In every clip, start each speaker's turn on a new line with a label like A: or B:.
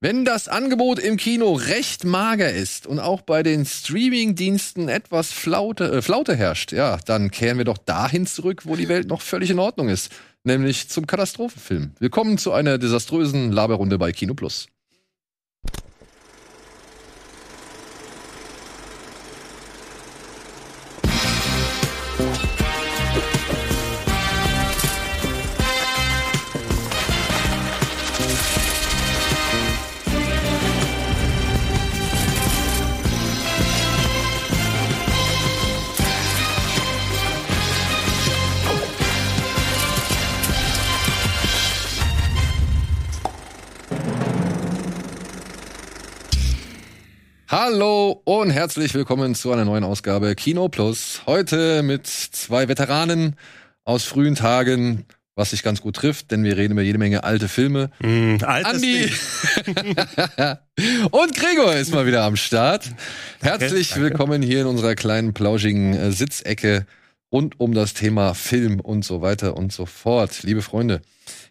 A: Wenn das Angebot im Kino recht mager ist und auch bei den Streaming-Diensten etwas Flaute, äh, Flaute herrscht, ja, dann kehren wir doch dahin zurück, wo die Welt noch völlig in Ordnung ist, nämlich zum Katastrophenfilm. Willkommen zu einer desaströsen Laberrunde bei Kino Plus. Hallo und herzlich willkommen zu einer neuen Ausgabe Kino Plus. Heute mit zwei Veteranen aus frühen Tagen, was sich ganz gut trifft, denn wir reden über jede Menge alte Filme.
B: Mm, altes
A: Andi
B: Ding.
A: und Gregor ist mal wieder am Start. Herzlich
B: danke.
A: willkommen hier in unserer kleinen plauschigen äh, Sitzecke rund um das Thema Film und so weiter und so fort. Liebe Freunde,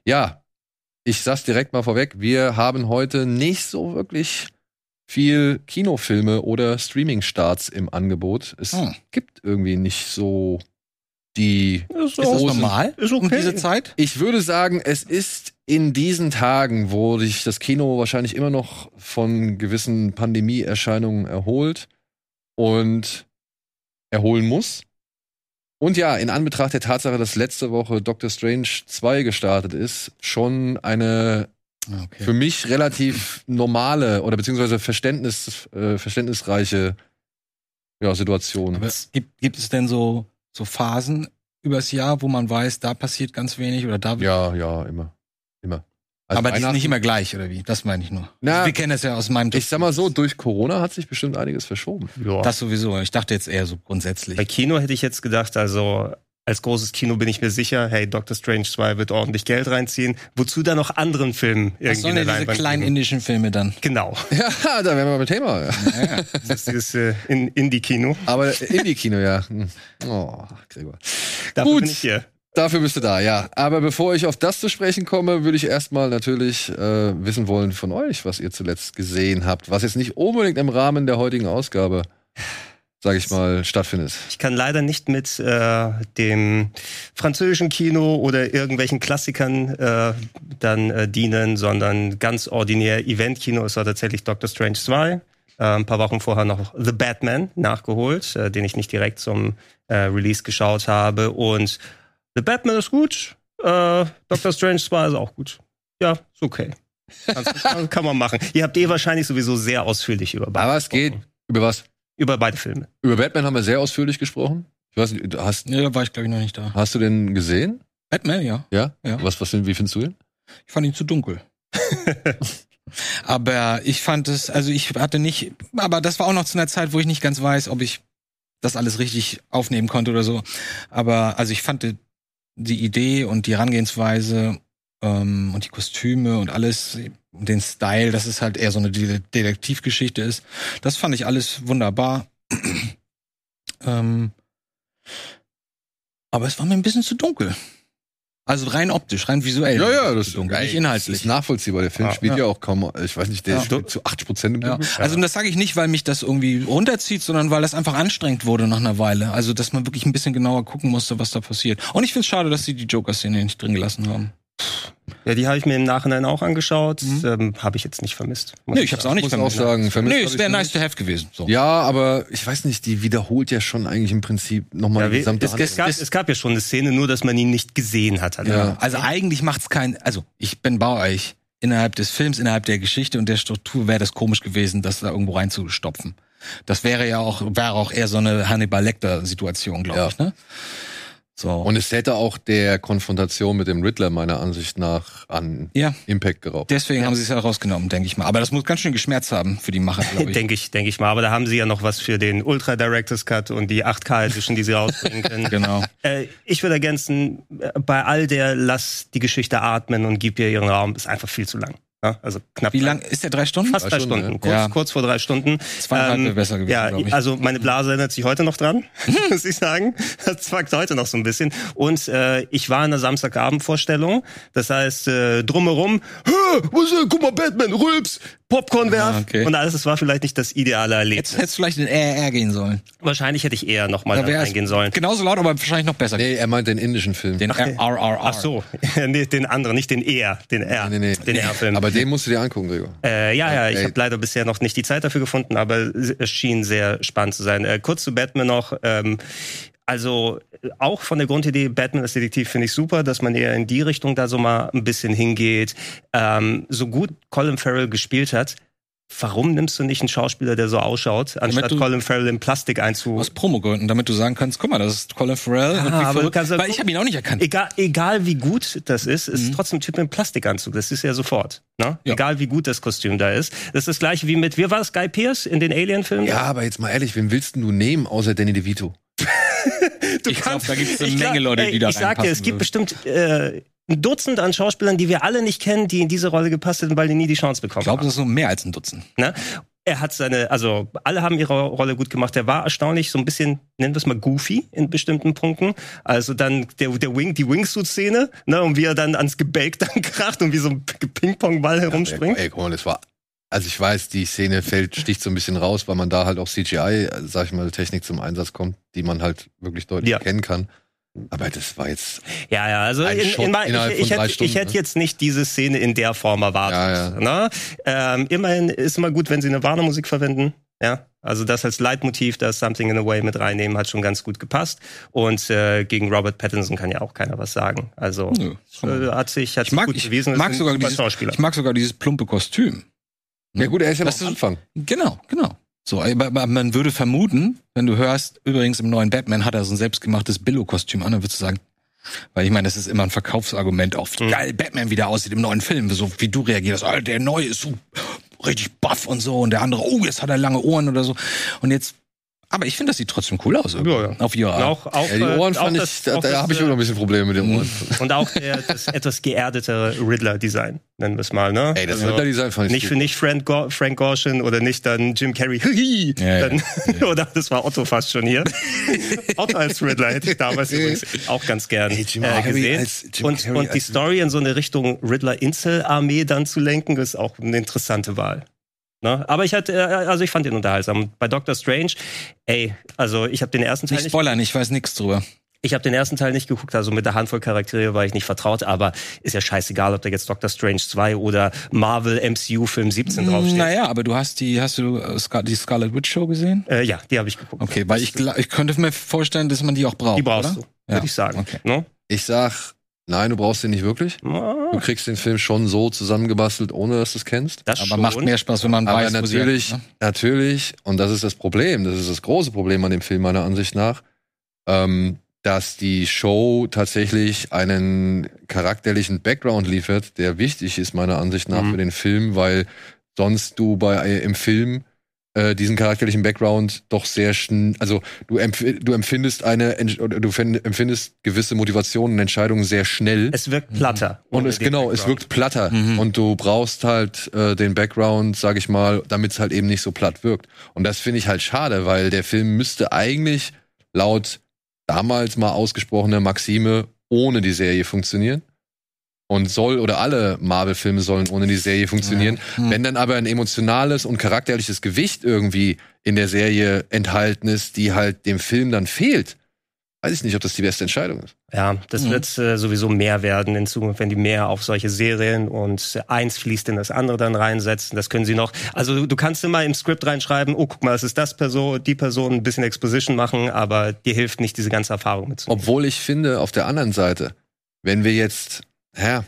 A: ja, ich sag's direkt mal vorweg, wir haben heute nicht so wirklich viel Kinofilme oder Streaming-Starts im Angebot. Es
C: Hm.
A: gibt irgendwie nicht so die
B: Ist
A: das
B: auch-
A: normal?
B: Ist okay.
C: Um diese Zeit?
A: ich würde sagen, es ist in diesen Tagen, wo sich das Kino wahrscheinlich immer noch von gewissen Pandemieerscheinungen erholt und erholen muss. Und ja, in Anbetracht der Tatsache, dass letzte Woche Doctor Strange 2 gestartet ist, schon eine für
C: Ah, Okay.
A: mich relativ normale oder beziehungsweise Verständnis, äh, verständnisreiche ja, Situation.
C: Aber gibt, gibt es denn so, so Phasen übers Jahr, wo man weiß, da passiert ganz wenig oder da.
A: ja, ja, immer. Immer. Also
C: aber die sind
A: Weihnachten-
C: nicht immer gleich, oder wie? Das meine ich nur. Also
A: Na,
C: Wir kennen das ja aus meinem
A: Ich sag mal so, durch Corona hat sich bestimmt einiges verschoben.
B: Ja.
C: Das sowieso. Ich dachte jetzt eher so grundsätzlich.
B: Bei Kino hätte ich jetzt gedacht, also als großes Kino bin ich mir sicher, hey, Doctor Strange 2 wird ordentlich Geld reinziehen. Wozu dann noch anderen Filmen irgendwie
C: Was sollen
B: eine
C: denn diese
B: Leinwand
C: kleinen
B: geben?
C: indischen Filme dann?
B: Genau.
A: Ja, da wären wir beim Thema.
C: Ja,
B: Das ist dieses äh, In- Indie-Kino.
A: Aber Indie-Kino, ja. Hm. Oh, Gregor.
B: Dafür
A: Gut.
B: bin ich hier.
A: Dafür bist du da, ja. Aber bevor ich auf das zu sprechen komme, würde ich erstmal natürlich äh, wissen wollen von euch, was ihr zuletzt gesehen habt, was jetzt nicht unbedingt im Rahmen der heutigen Ausgabe, sage ich mal, stattfindet.
B: Ich kann leider nicht mit äh, dem französischen Kino oder irgendwelchen Klassikern äh, dann äh, dienen, sondern ganz ordinär Event-Kino. Es war tatsächlich Doctor Strange 2. Äh, ein paar Wochen vorher noch The Batman nachgeholt, äh, den ich nicht direkt zum äh, Release geschaut habe. Und The Batman ist gut, äh, Doctor Strange 2 ist auch gut. Ja, ist okay. Kann's- Kann, kann man machen. Ihr habt eh wahrscheinlich sowieso sehr ausführlich über beide,
A: Aber es geht über was?
B: über beide Filme.
A: Über Batman haben wir sehr ausführlich gesprochen. Ich weiß nicht, hast,
C: nee, da war ich, glaube ich, noch nicht da.
A: hast du den gesehen?
C: Batman, ja.
A: Ja?
C: Ja.
A: Was, was, wie findest du ihn?
C: Ich fand ihn zu dunkel. aber ich fand es, also ich hatte nicht, aber das war auch noch zu einer Zeit, wo ich nicht ganz weiß, ob ich das alles richtig aufnehmen konnte oder so. Aber also ich fand die- die Idee und die Herangehensweise ähm, und die Kostüme und alles, und den Style, dass es halt eher so eine De- Detektivgeschichte ist, das fand ich alles wunderbar. ähm, aber es war mir ein bisschen zu dunkel. Also rein optisch, rein visuell. Zu dunkel, nicht inhaltlich.
A: ist nachvollziehbar. Der Film
B: Ja.
A: spielt ja. auch kaum, ich weiß nicht, der
C: Ja.
A: spielt zu 80 Prozent im
C: Ja.
A: Dunkeln.
C: Also das sage ich nicht, weil mich das irgendwie runterzieht, sondern weil das einfach anstrengend wurde nach einer Weile. Also dass man wirklich ein bisschen genauer gucken musste, was da passiert. Und ich finde es schade, dass sie die Joker-Szene nicht drin gelassen haben.
B: Ja, die habe ich mir im Nachhinein auch angeschaut.
C: Mhm.
B: Ähm, habe ich jetzt nicht vermisst. muss
C: Nee, ich hab's auch nicht
A: muss auch sagen, vermisst
C: Nee,
A: hab
C: es
A: ich
C: wäre
A: noch
C: nice to have gewesen. So.
A: Ja, aber ich weiß nicht, die wiederholt ja schon eigentlich im Prinzip nochmal
B: Ja,
A: die
B: wir,
A: gesamte
B: es, es,
A: Handlung.
B: gab, es gab ja schon eine Szene, nur dass man ihn nicht gesehen hat. Also.
A: Ja.
C: Also eigentlich macht's keinen. Also ich bin bei euch. Innerhalb des Films, innerhalb der Geschichte und der Struktur wäre das komisch gewesen, das da irgendwo reinzustopfen. Das wäre ja auch, wäre auch eher so eine Hannibal Lecter-Situation, glaube
A: Ja.
C: ich, ne? So.
A: Und es hätte auch der Konfrontation mit dem Riddler meiner Ansicht nach an
C: ja.
A: Impact geraubt.
C: Deswegen haben sie es ja rausgenommen, denke ich mal. Aber das muss ganz schön geschmerzt haben für die Macher, glaube ich.
B: Denke ich, denke ich mal. Aber da haben sie ja noch was für den Ultra Directors Cut und die 8K Edition, die sie rausbringen können.
C: genau.
B: äh, ich würde ergänzen, äh, bei all der lass die Geschichte atmen und gib ihr ihren Raum, ist einfach viel zu lang. Ja? Also knapp.
C: Wie lang ist der? Drei Stunden?
B: Fast drei
A: Drei Stunden,
B: Stunden.
A: ja.
B: Kurz,
C: Ja.
B: kurz vor drei Stunden. Ähm,
C: Zweieinhalb wäre besser gewesen,
B: Ja,
C: glaub ich.
B: also meine Blase erinnert sich heute noch dran, muss ich sagen. Das zwackt heute noch so ein bisschen. Und äh, ich war in der Samstagabendvorstellung. Das heißt, äh, drumherum, "Hä, was ist denn? guck mal, Batman, Rülps. Popcorn werf
C: Ah, okay.
B: und alles. Es war vielleicht nicht das ideale
C: Jetzt
B: Erlebnis.
C: hättest du vielleicht in RR gehen sollen.
B: Wahrscheinlich hätte ich eher nochmal
C: Da wär's-
B: reingehen sollen.
C: Genauso laut, aber wahrscheinlich noch besser.
A: Nee, er meint den indischen Film.
C: Den RRR.
B: Ach so, nee, den anderen, nicht den R, den R,
A: Nee, nee, nee.
B: den R-Film.
A: Aber den musst du dir angucken, Gregor.
B: Äh, ja, ja, ich
A: Okay.
B: habe leider bisher noch nicht die Zeit dafür gefunden, aber es schien sehr spannend zu sein. Äh, kurz zu Batman noch. Ähm, also äh, auch von der Grundidee, Batman als Detektiv finde ich super, dass man eher in die Richtung da so mal ein bisschen hingeht. Ähm, so gut Colin Farrell gespielt hat, warum nimmst du nicht einen Schauspieler, der so ausschaut, anstatt
C: du-
B: Colin Farrell in Plastik einzu...
C: Aus Promogründen, damit du sagen kannst, guck mal, das ist Colin Farrell. und
B: Ah,
C: wie
B: aber
C: verrückt-
B: du kannst ja
C: weil ich
B: gucken-
C: habe ihn auch nicht erkannt.
B: Egal, egal wie gut das ist, ist trotzdem ein Typ mit einem Plastikanzug. Das ist ja sofort. Ne?
C: Mhm. Ja.
B: Egal wie gut das Kostüm da ist. Das ist das gleiche wie mit, wie war es, Guy Pierce in den Alien-Filmen?
A: Ja, aber jetzt mal ehrlich, wen willst denn du nehmen, außer Danny DeVito?
C: ich glaube, da gibt es eine
B: Ich glaub,
C: Menge Leute,
B: ey,
C: die da
B: Ich sag dir, es
C: reinpassen
B: gibt
C: würden.
B: bestimmt äh, ein Dutzend an Schauspielern, die wir alle nicht kennen, die in diese Rolle gepasst hätten, weil die nie die Chance bekommen
C: Ich glaube,
B: haben.
C: das ist so mehr als ein Dutzend.
B: Ne? Er hat seine, also alle haben ihre Rolle gut gemacht. Er war erstaunlich so ein bisschen, nennen wir es mal goofy in bestimmten Punkten. Also dann der, der Wing, die Wingsuit-Szene, ne, und wie er dann ans Gebälk dann kracht und wie so ein Ping-Pong-Ball herumspringt.
A: Ey, guck mal, das war. Also ich weiß, die Szene fällt, sticht so ein bisschen raus, weil man da halt auch CGI, äh, sag ich mal, Technik zum Einsatz kommt, die man halt wirklich deutlich
B: Ja.
A: erkennen kann. Aber das war jetzt.
B: Ja, ja, also
A: Ein
B: in,
A: Shot
B: in, mein-
A: innerhalb von
B: ich, ich,
A: drei
B: hätte,
A: Stunden,
B: ich hätte
A: ne?
B: jetzt nicht diese Szene in der Form erwartet. Ne? Ähm, immerhin ist immer gut, wenn sie eine Warner-Musik verwenden. Ja, also das als Leitmotiv, das Something in a Way mit reinnehmen, hat schon ganz gut gepasst. Und äh, gegen Robert Pattinson kann ja auch keiner was sagen. Also
C: Nö,
B: äh, hat sich hat
C: Ich
B: sich
C: mag-
B: gut
C: ich
B: bewiesen. ist
C: mag
B: ein
C: sogar
B: super
C: dieses-
B: Schauspieler.
C: Ich mag sogar dieses plumpe Kostüm.
B: Hm.
A: Ja gut, er ist ja
C: Das
A: noch am
C: ist-
A: Anfang.
C: Genau, genau. So, aber, aber man würde vermuten, wenn du hörst, übrigens im neuen Batman hat er so ein selbstgemachtes Billo-Kostüm an, dann würdest du sagen, weil ich meine, das ist immer ein Verkaufsargument auf, wie
B: Mhm.
C: geil Batman wieder aussieht im neuen Film, so wie du reagierst, ah, der neue ist so richtig buff und so und der andere, oh, jetzt hat er lange Ohren oder so und jetzt, aber ich finde, das sieht trotzdem cool aus. irgendwie.
B: Ja, ja.
C: Auf ihre Art.
B: auch, auch,
A: Ja, die
B: äh,
A: Ohren
B: auch
A: fand ich,
B: das-
A: da,
B: auch
A: da
B: das,
A: habe ich
B: äh, Hm.
A: immer noch ein bisschen Probleme mit den Ohren.
B: Und auch der, das etwas geerdetere Riddler-Design, nennen wir es mal. Ne?
A: Ey, das
B: Also-
A: Ritter-Design fand ich
B: Nicht, für- nicht Frank, Go Frank Gorshin oder nicht dann Jim Carrey. Hihi.
C: Ja, ja.
B: dann, Oder das war Otto fast schon hier. Otto als Riddler hätte ich damals übrigens auch ganz gern
A: Ey, Äh, Jim
B: äh,
A: Carrey
B: gesehen.
A: als- Jim
B: Und,
A: Carrey
B: und die
A: als-
B: Story in so eine Richtung Riddler-Insel-Armee dann zu lenken, ist auch eine interessante Wahl. Ne? Aber ich hatte, äh, also ich fand ihn unterhaltsam. Bei Doctor Strange, ey, also ich habe den ersten Teil
C: nicht
B: nicht
C: spoilern, ich weiß nichts drüber.
B: ich habe den ersten Teil nicht geguckt, also mit der Handvoll Charaktere war ich nicht vertraut, aber ist ja scheißegal, ob da jetzt Doctor Strange 2 oder Marvel MCU Film 17 draufsteht.
C: Naja, aber du hast die, hast du äh, Scar die Scarlet Witch Show gesehen?
B: Äh, ja, die habe ich geguckt.
C: Okay, weil ich, gla- ich könnte mir vorstellen, dass man die auch braucht.
B: Die brauchst
C: oder?
B: du,
C: Ja.
B: würde ich sagen.
C: Okay.
B: Ne?
A: Ich sag, nein, du brauchst den nicht wirklich. Du
B: Ah,
A: kriegst den Film schon so zusammengebastelt, ohne dass du es kennst.
B: Das
C: Aber
B: schon.
C: macht mehr Spaß, wenn man
A: Aber
C: weiß, wo sie
A: natürlich,
C: herkommt, ne?
A: natürlich, und das ist das Problem, das ist das große Problem an dem Film meiner Ansicht nach, ähm, dass die Show tatsächlich einen charakterlichen Background liefert, der wichtig ist meiner Ansicht nach
B: Mhm.
A: für den Film, weil sonst du bei im Film äh, diesen charakterlichen Background doch sehr schn also du, empf du empfindest eine Entsch- oder du fen- empfindest gewisse Motivationen und Entscheidungen sehr schnell
B: Es wirkt platter.
A: und
B: ohne
A: es
B: den
A: genau, es
B: Background.
A: wirkt platter.
C: Mhm.
A: Und du brauchst halt äh, den Background, sag ich mal, damit es halt eben nicht so platt wirkt. Und das finde ich halt schade, weil der Film müsste eigentlich laut damals mal ausgesprochener Maxime ohne die Serie funktionieren. Und soll oder alle Marvel-Filme sollen ohne die Serie funktionieren.
C: Ja. Hm.
B: Mhm.
A: Wenn dann aber ein emotionales und charakterliches Gewicht irgendwie in der Serie enthalten ist, die halt dem Film dann fehlt, weiß ich nicht, ob das die beste Entscheidung ist.
B: Ja, das
C: Mhm.
B: wird äh, sowieso mehr werden in Zukunft, wenn die mehr auf solche Serien und eins fließt in das andere dann reinsetzen. Das können sie noch. Also du, du kannst immer im Skript reinschreiben, oh, guck mal, es ist das Person, die Person, ein bisschen Exposition machen, aber dir hilft nicht, diese ganze Erfahrung mitzunehmen.
A: Obwohl ich finde, auf der anderen Seite, wenn wir jetzt, hä,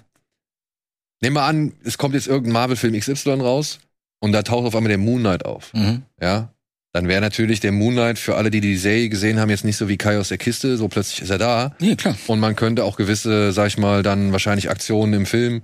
A: nehmen wir an, es kommt jetzt irgendein Marvel-Film XY raus und da taucht auf einmal der Moon Knight auf,
C: Mhm.
A: ja, dann wäre natürlich der Moon Knight für alle, die die Serie gesehen haben, jetzt nicht so wie Kai aus der Kiste, so plötzlich ist er da
C: Ja, klar.
A: und man könnte auch gewisse, sag ich mal, dann wahrscheinlich Aktionen im Film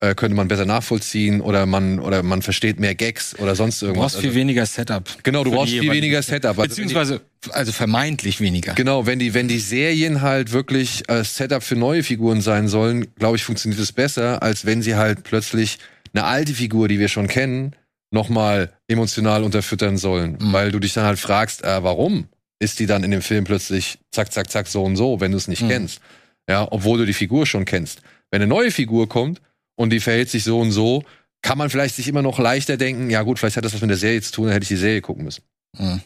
A: äh, könnte man besser nachvollziehen oder man oder man versteht mehr Gags oder sonst
C: Du
A: irgendwas. Also,
C: brauchst viel weniger Setup.
A: genau, du
C: für
A: brauchst
C: die
A: viel
C: jeweiligen-
A: weniger Setup. Also wenn die-
C: Beziehungsweise, also vermeintlich weniger.
A: Genau, wenn die, wenn die Serien halt wirklich äh, Setup für neue Figuren sein sollen, glaube ich, funktioniert es besser, als wenn sie halt plötzlich eine alte Figur, die wir schon kennen, nochmal emotional unterfüttern sollen.
C: Mhm.
A: Weil du dich dann halt fragst, äh, warum ist die dann in dem Film plötzlich zack, zack, zack, so und so, wenn du es nicht
C: Mhm.
A: kennst. Ja, obwohl du die Figur schon kennst. Wenn eine neue Figur kommt und die verhält sich so und so, kann man vielleicht sich immer noch leichter denken, ja gut, vielleicht hat das was mit der Serie zu tun, dann hätte ich die Serie gucken müssen.
C: Mhm.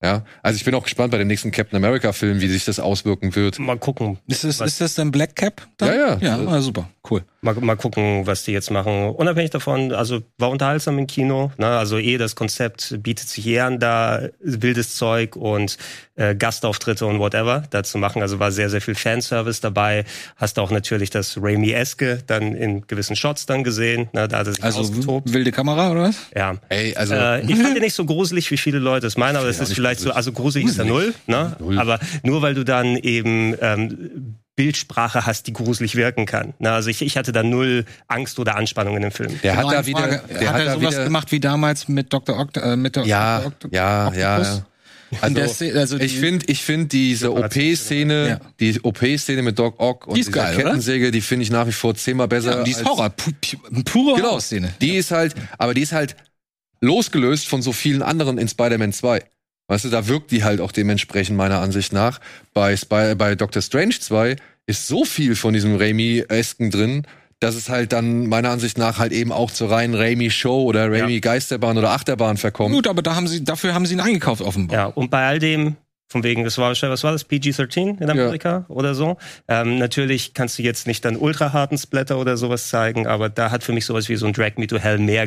A: Ja, also ich bin auch gespannt bei dem nächsten Captain America Film, wie sich das auswirken wird.
B: Mal gucken,
C: Ist das,
B: Was?
C: ist das denn Black Cap? dann?
A: Ja, ja.
C: Ja, ah, super, cool.
B: Mal, mal gucken, was die jetzt machen. Unabhängig davon, also war unterhaltsam im Kino. Ne? Also eh das Konzept bietet sich eher an, da wildes Zeug und äh, Gastauftritte und whatever da zu machen. Also war sehr, sehr viel Fanservice dabei. Hast auch natürlich das Raimi-eske dann in gewissen Shots dann gesehen. Ne? Da hat er sich
C: Also
B: ausgetobt.
C: wilde Kamera oder was?
B: Ja.
A: Ey, also
B: Äh, ich fand den nicht so gruselig, wie viele Leute es meinen, aber es
A: Ja,
B: ist
A: nicht
B: vielleicht so, also gruselig ist er null, ne?
A: Null.
B: aber nur weil du dann eben ähm, Bildsprache hast, die gruselig wirken kann. Ne? Also ich, ich hatte da null Angst oder Anspannung in dem Film.
A: der hat
C: Noch eine
A: da wieder,
C: Frage.
A: der
C: hat, er
A: da
C: sowas
A: wieder,
C: gemacht wie damals mit Dr. Oct äh, mit der
A: ja,
C: Dr. Oct
A: ja, ja,
C: Octopus?
A: ja. Also,
C: der Szene- also
A: ich
C: die-
A: finde, ich finde diese OP-Szene,
C: Ja.
A: die OP-Szene mit Doc Ock und
C: Die ist
A: dieser
C: geil, oder?
A: Kettensäge, die finde ich nach wie vor zehnmal besser.
C: Ja, die ist
A: Also als-
C: Horror, pu pu pure
A: Genau.
C: Horrorszene.
A: Die ist halt, aber die ist halt losgelöst von so vielen anderen in Spider-Man 2. Weißt du, da wirkt die halt auch dementsprechend meiner Ansicht nach. Bei, Spy bei Doctor Strange 2 ist so viel von diesem Raimi-esken drin, dass es halt dann meiner Ansicht nach halt eben auch zur reinen Raimi-Show oder Raimi-Geisterbahn oder Achterbahn verkommt.
C: Gut, aber da haben sie, dafür haben sie ihn eingekauft offenbar.
B: Ja, und bei all dem, von wegen, das war wahrscheinlich, was war das, PG-13 in Amerika oder so. Ähm, natürlich kannst du jetzt nicht dann ultra harten Splatter oder sowas zeigen, aber da hat für mich sowas wie so ein Drag Me to Hell mehr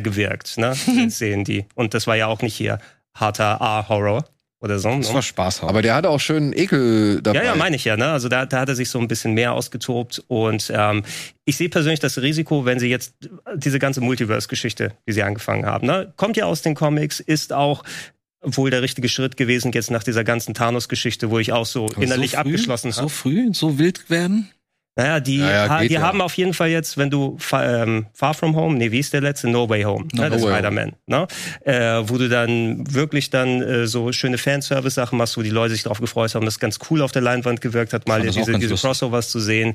B: gewirkt, ne? Sehen die. Und das war ja auch nicht hier harter R-Horror oder so.
C: Das
B: Ne?
C: war Spaß.
A: Aber der hatte auch schönen Ekel dabei.
B: Ja, ja, meine ich ja. Ne? Also da, da hat er sich so ein bisschen mehr ausgetobt. Und ähm, ich sehe persönlich das Risiko, wenn sie jetzt diese ganze Multiverse-Geschichte, die sie angefangen haben, ne? kommt ja aus den Comics, ist auch wohl der richtige Schritt gewesen jetzt nach dieser ganzen Thanos-Geschichte, wo ich auch so innerlich abgeschlossen
C: So
B: habe.
C: früh, so wild werden?
B: Naja, die,
A: Ja, ja,
B: ha-
A: geht
B: die
A: ja.
B: haben auf jeden Fall jetzt, wenn du Fa- ähm, Far From Home, nee, wie ist der letzte? No Way Home,
C: No
B: ne, der
A: Way Home.
B: Spider-Man. Ne? Äh, wo du dann wirklich dann äh, so schöne Fanservice-Sachen machst, wo die Leute sich drauf gefreut haben, das ganz cool auf der Leinwand gewirkt hat, mal
C: fand das auch
B: diese,
C: ganz
B: diese
C: lustig.
B: Crossovers zu sehen.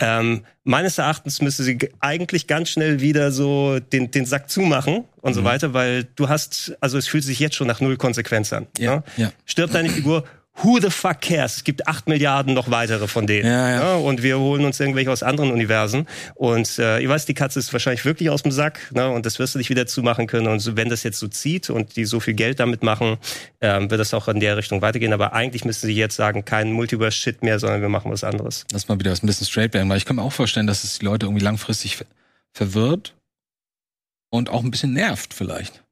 B: Ähm, meines Erachtens müsste sie g- eigentlich ganz schnell wieder so den, den Sack zumachen und
C: Mhm.
B: so weiter, weil du hast, also es fühlt sich jetzt schon nach null Konsequenz an. Ne?
C: ja.
B: stirbt deine Figur. Who the fuck cares? Es gibt acht Milliarden noch weitere von denen.
C: Ja, ja.
B: und wir holen uns irgendwelche aus anderen Universen. Und äh, ich weiß, die Katze ist wahrscheinlich wirklich aus dem Sack. Ne? Und das wirst du nicht wieder zumachen können. Und so, wenn das jetzt so zieht und die so viel Geld damit machen, ähm, wird das auch in der Richtung weitergehen. Aber eigentlich müssten sie jetzt sagen, kein Multiverse-Shit mehr, sondern wir machen was anderes.
C: Lass mal wieder was ein bisschen straight werden, weil ich kann mir auch vorstellen, dass es die Leute irgendwie langfristig ver verwirrt und auch ein bisschen nervt vielleicht.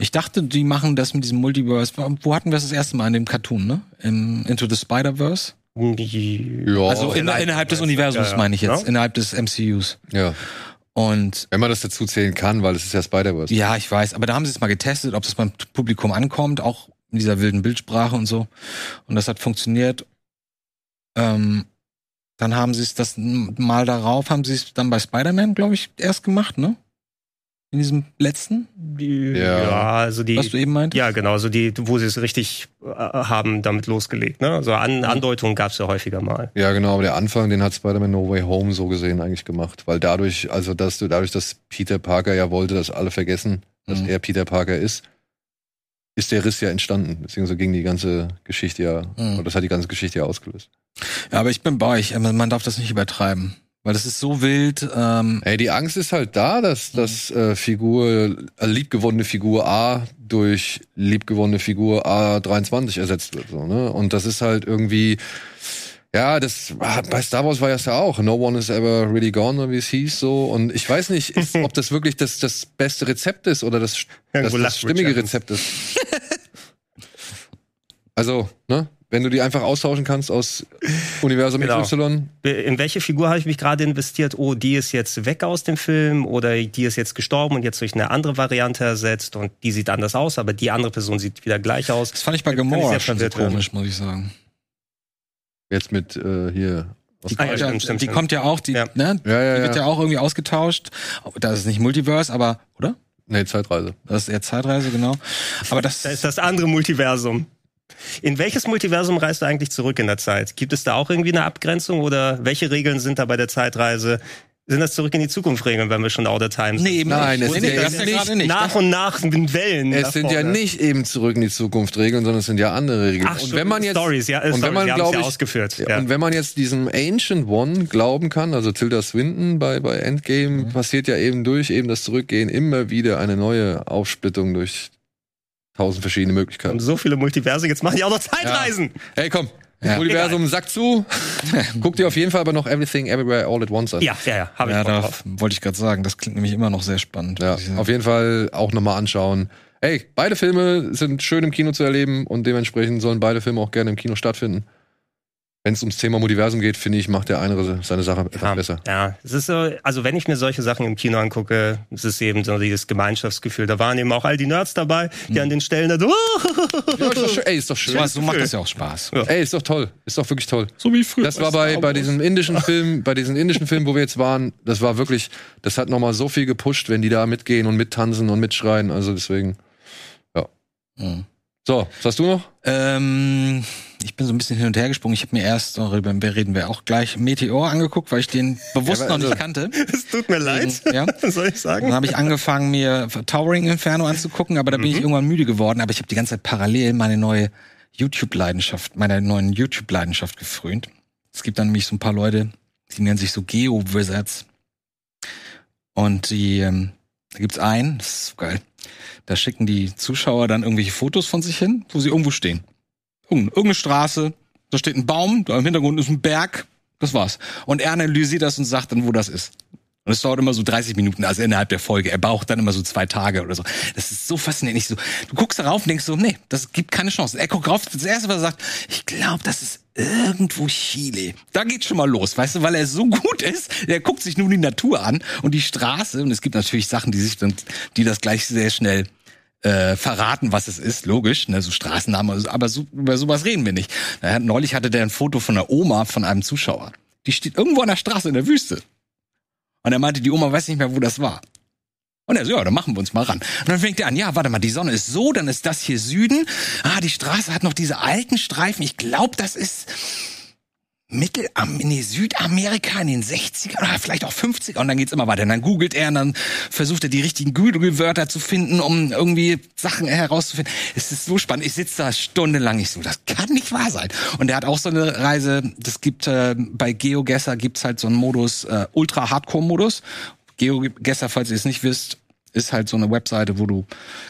C: Ich dachte, die machen das mit diesem Multiverse. Wo hatten wir das das erste Mal in dem Cartoon, ne? Im Into the Spider-Verse?
B: Ja,
A: Ja,
C: also in,
B: vielleicht.
C: innerhalb des Universums
B: Ja, ja.
C: meine ich jetzt,
B: Ja.
C: innerhalb des MCUs.
A: ja.
C: Und
A: Wenn man das dazu zählen kann, weil es ist ja Spider-Verse.
C: Ja, ich weiß, aber da haben sie es mal getestet, ob das beim Publikum ankommt, auch in dieser wilden Bildsprache und so. Und das hat funktioniert. Ähm, dann haben sie es das n- mal darauf, haben sie es dann bei Spider-Man, glaube ich, erst gemacht, ne? In diesem letzten,
A: Ja.
B: also die.
C: was du eben meintest.
B: Ja, genau, so die, wo sie es richtig äh, haben damit losgelegt. Ne? So An Andeutungen gab es ja häufiger mal.
A: Ja, genau, aber der Anfang, den hat Spider-Man No Way Home so gesehen eigentlich gemacht. Weil dadurch, also dass du, dadurch, dass Peter Parker ja wollte, dass alle vergessen, dass
C: Mhm.
A: er Peter Parker ist, ist der Riss ja entstanden. Beziehungsweise ging die ganze Geschichte ja,
C: Mhm.
A: oder das hat die ganze Geschichte ja ausgelöst.
C: Ja, aber ich bin bei euch. Ähm, Man man darf das nicht übertreiben. Weil das ist so wild. Ähm,
A: Ey, die Angst ist halt da,
B: Mhm.
A: dass, dass äh, Figur, äh, liebgewonnene Figur A durch liebgewonnene Figur A23 ersetzt wird. So, ne? Und das ist halt irgendwie, ja, das ah, bei Star Wars war das ja auch. No one is ever really gone, oder wie es hieß so. Und ich weiß nicht, ist, ob das wirklich das, das beste Rezept ist oder das, das,
B: Irgendwo
A: das
B: lacht
A: stimmige
B: Richard.
A: Rezept ist. also, ne? Wenn du die einfach austauschen kannst aus Universum
B: Genau.
A: XY,
B: in welche Figur habe ich mich gerade investiert? Oh, die ist jetzt weg aus dem Film oder die ist jetzt gestorben und jetzt durch eine andere Variante ersetzt und die sieht anders aus, aber die andere Person sieht wieder gleich aus.
C: das fand ich bei
B: Kann ich
C: Gamora
B: sehr
C: schon so
B: verwirrt werden.
C: komisch, muss ich sagen.
A: jetzt mit äh, hier. aus-
B: Ah, ja,
C: Kommt ja-
B: stimmt, stimmt,
C: die
B: stimmt.
C: kommt ja auch, die,
B: Ja.
C: ne?
A: Ja, ja,
C: Die
A: ja.
C: wird ja auch irgendwie ausgetauscht. Da ist es nicht Multiverse, aber, oder?
A: Nee, Zeitreise.
C: Das ist eher Zeitreise, genau. Aber das,
B: Da ist das andere Multiversum. In welches Multiversum reist du eigentlich zurück in der Zeit? Gibt es da auch irgendwie eine Abgrenzung oder welche Regeln sind da bei der Zeitreise? sind das zurück in die Zukunft Regeln, wenn wir schon Out of Time sind?
C: Nee, eben
A: Nein,
C: nicht.
A: es
C: Nee,
A: sind
C: nee,
A: ja
C: das ist ja
A: nicht-
C: gerade nicht.
B: Nach und nach mit Wellen.
A: Es sind ja nicht eben zurück in die Zukunft Regeln, sondern es sind ja andere Regeln.
B: Ach,
A: und wenn man jetzt
B: Stories, ja, äh,
A: und wenn
B: Stories,
A: man,
B: wir haben
A: glaub
B: es ja
A: ich-
B: ausgeführt.
A: Ja,
B: ja.
A: Und wenn man jetzt diesem Ancient One glauben kann, also Tilda Swinton bei, bei Endgame,
B: Mhm.
A: passiert ja eben durch eben das Zurückgehen immer wieder eine neue Aufsplittung durch tausend verschiedene
B: Und
A: Möglichkeiten.
B: so viele Multiverse, jetzt machen die auch noch Zeitreisen.
A: Hey, komm,
C: Ja.
A: Universum, sack zu. Guck dir auf jeden Fall aber noch Everything Everywhere All at Once an.
B: Ja, ja, ja, habe ich
C: ja,
B: Bock
C: da
B: drauf.
C: wollte ich gerade sagen, das klingt nämlich immer noch sehr spannend.
A: Ja,
C: Diese-
A: auf jeden Fall auch nochmal anschauen. Ey, beide Filme sind schön im Kino zu erleben und dementsprechend sollen beide Filme auch gerne im Kino stattfinden. Wenn es ums Thema Multiversum geht, finde ich, macht der eine seine Sache etwas
B: Ja,
A: besser.
B: ja, es ist so, also wenn ich mir solche Sachen im Kino angucke, es ist eben so dieses Gemeinschaftsgefühl. Da waren eben auch all die Nerds dabei, die
A: Hm.
B: an den Stellen da so, "Oh,
A: Ja, ist doch schön. Ey, ist doch schön.
C: so, so macht das ja auch Spaß.
B: Ja.
A: Ey, ist doch toll. Ist doch wirklich toll.
C: So wie
B: Hm.
C: früher.
A: Das war bei, bei diesem indischen Film, bei diesem indischen Film, wo wir jetzt waren, das war wirklich, das hat nochmal so viel gepusht, wenn die da mitgehen und mittanzen und mitschreien. Also deswegen.
C: Mhm.
A: So, was hast du noch?
C: Ähm, ich bin so ein bisschen hin und her gesprungen. Ich habe mir erst, darüber reden wir auch gleich, Meteor angeguckt, weil ich den bewusst
A: Ja, aber
C: noch nicht
A: also-
C: kannte.
B: es tut mir leid,
C: Ja.
B: Hm. was soll ich
C: Dann
B: sagen?
C: habe ich angefangen, mir Towering Inferno anzugucken, aber da bin ich irgendwann müde geworden. Aber ich habe die ganze Zeit parallel meine neue YouTube-Leidenschaft, meiner neuen YouTube-Leidenschaft gefrönt. Es gibt dann nämlich so ein paar Leute, die nennen sich so Geo-Wizards. Und die, ähm, da gibt's einen, das ist so geil. Da schicken die Zuschauer dann irgendwelche Fotos von sich hin, wo sie irgendwo stehen. Irgende- Irgendeine Straße, da steht ein Baum, da im Hintergrund ist ein Berg, das war's. Und er analysiert das und sagt dann, wo das ist. Und es dauert immer so 30 Minuten, also innerhalb der Folge. Er braucht dann immer so zwei Tage oder so. Das ist so faszinierend. Ich so, du guckst darauf und denkst so, nee, das gibt keine Chance. Er guckt rauf, das erste, was er sagt, ich glaube, das ist irgendwo Chile. Da geht's schon mal los, weißt du, weil er so gut ist. Der guckt sich nur die Natur an und die Straße. Und es gibt natürlich Sachen, die sich dann, die das gleich sehr schnell äh, verraten, was es ist, logisch, ne, so Straßennamen, also- aber so, über sowas reden wir nicht. Da hat- Neulich hatte der ein Foto von einer Oma von einem Zuschauer. Die steht irgendwo an der Straße in der Wüste. Und er meinte, die Oma weiß nicht mehr, wo das war. Und er so, ja, dann machen wir uns mal ran. Und dann fängt er an, ja, warte mal, die Sonne ist so, dann ist das hier Süden. Ah, die Straße hat noch diese alten Streifen. Ich glaube, das ist Mittelam nee, Südamerika in den 60er oder vielleicht auch 50er und dann geht's immer weiter. Und dann googelt er und dann versucht er die richtigen Google-Wörter zu finden, um irgendwie Sachen herauszufinden. Es ist so spannend. Ich sitze da stundenlang. Ich so, das kann nicht wahr sein. Und er hat auch so eine Reise, das gibt äh, bei GeoGesser gibt's halt so einen Modus, äh, Ultra-Hardcore-Modus. GeoGesser, falls ihr es nicht wisst, ist halt so eine Webseite, wo du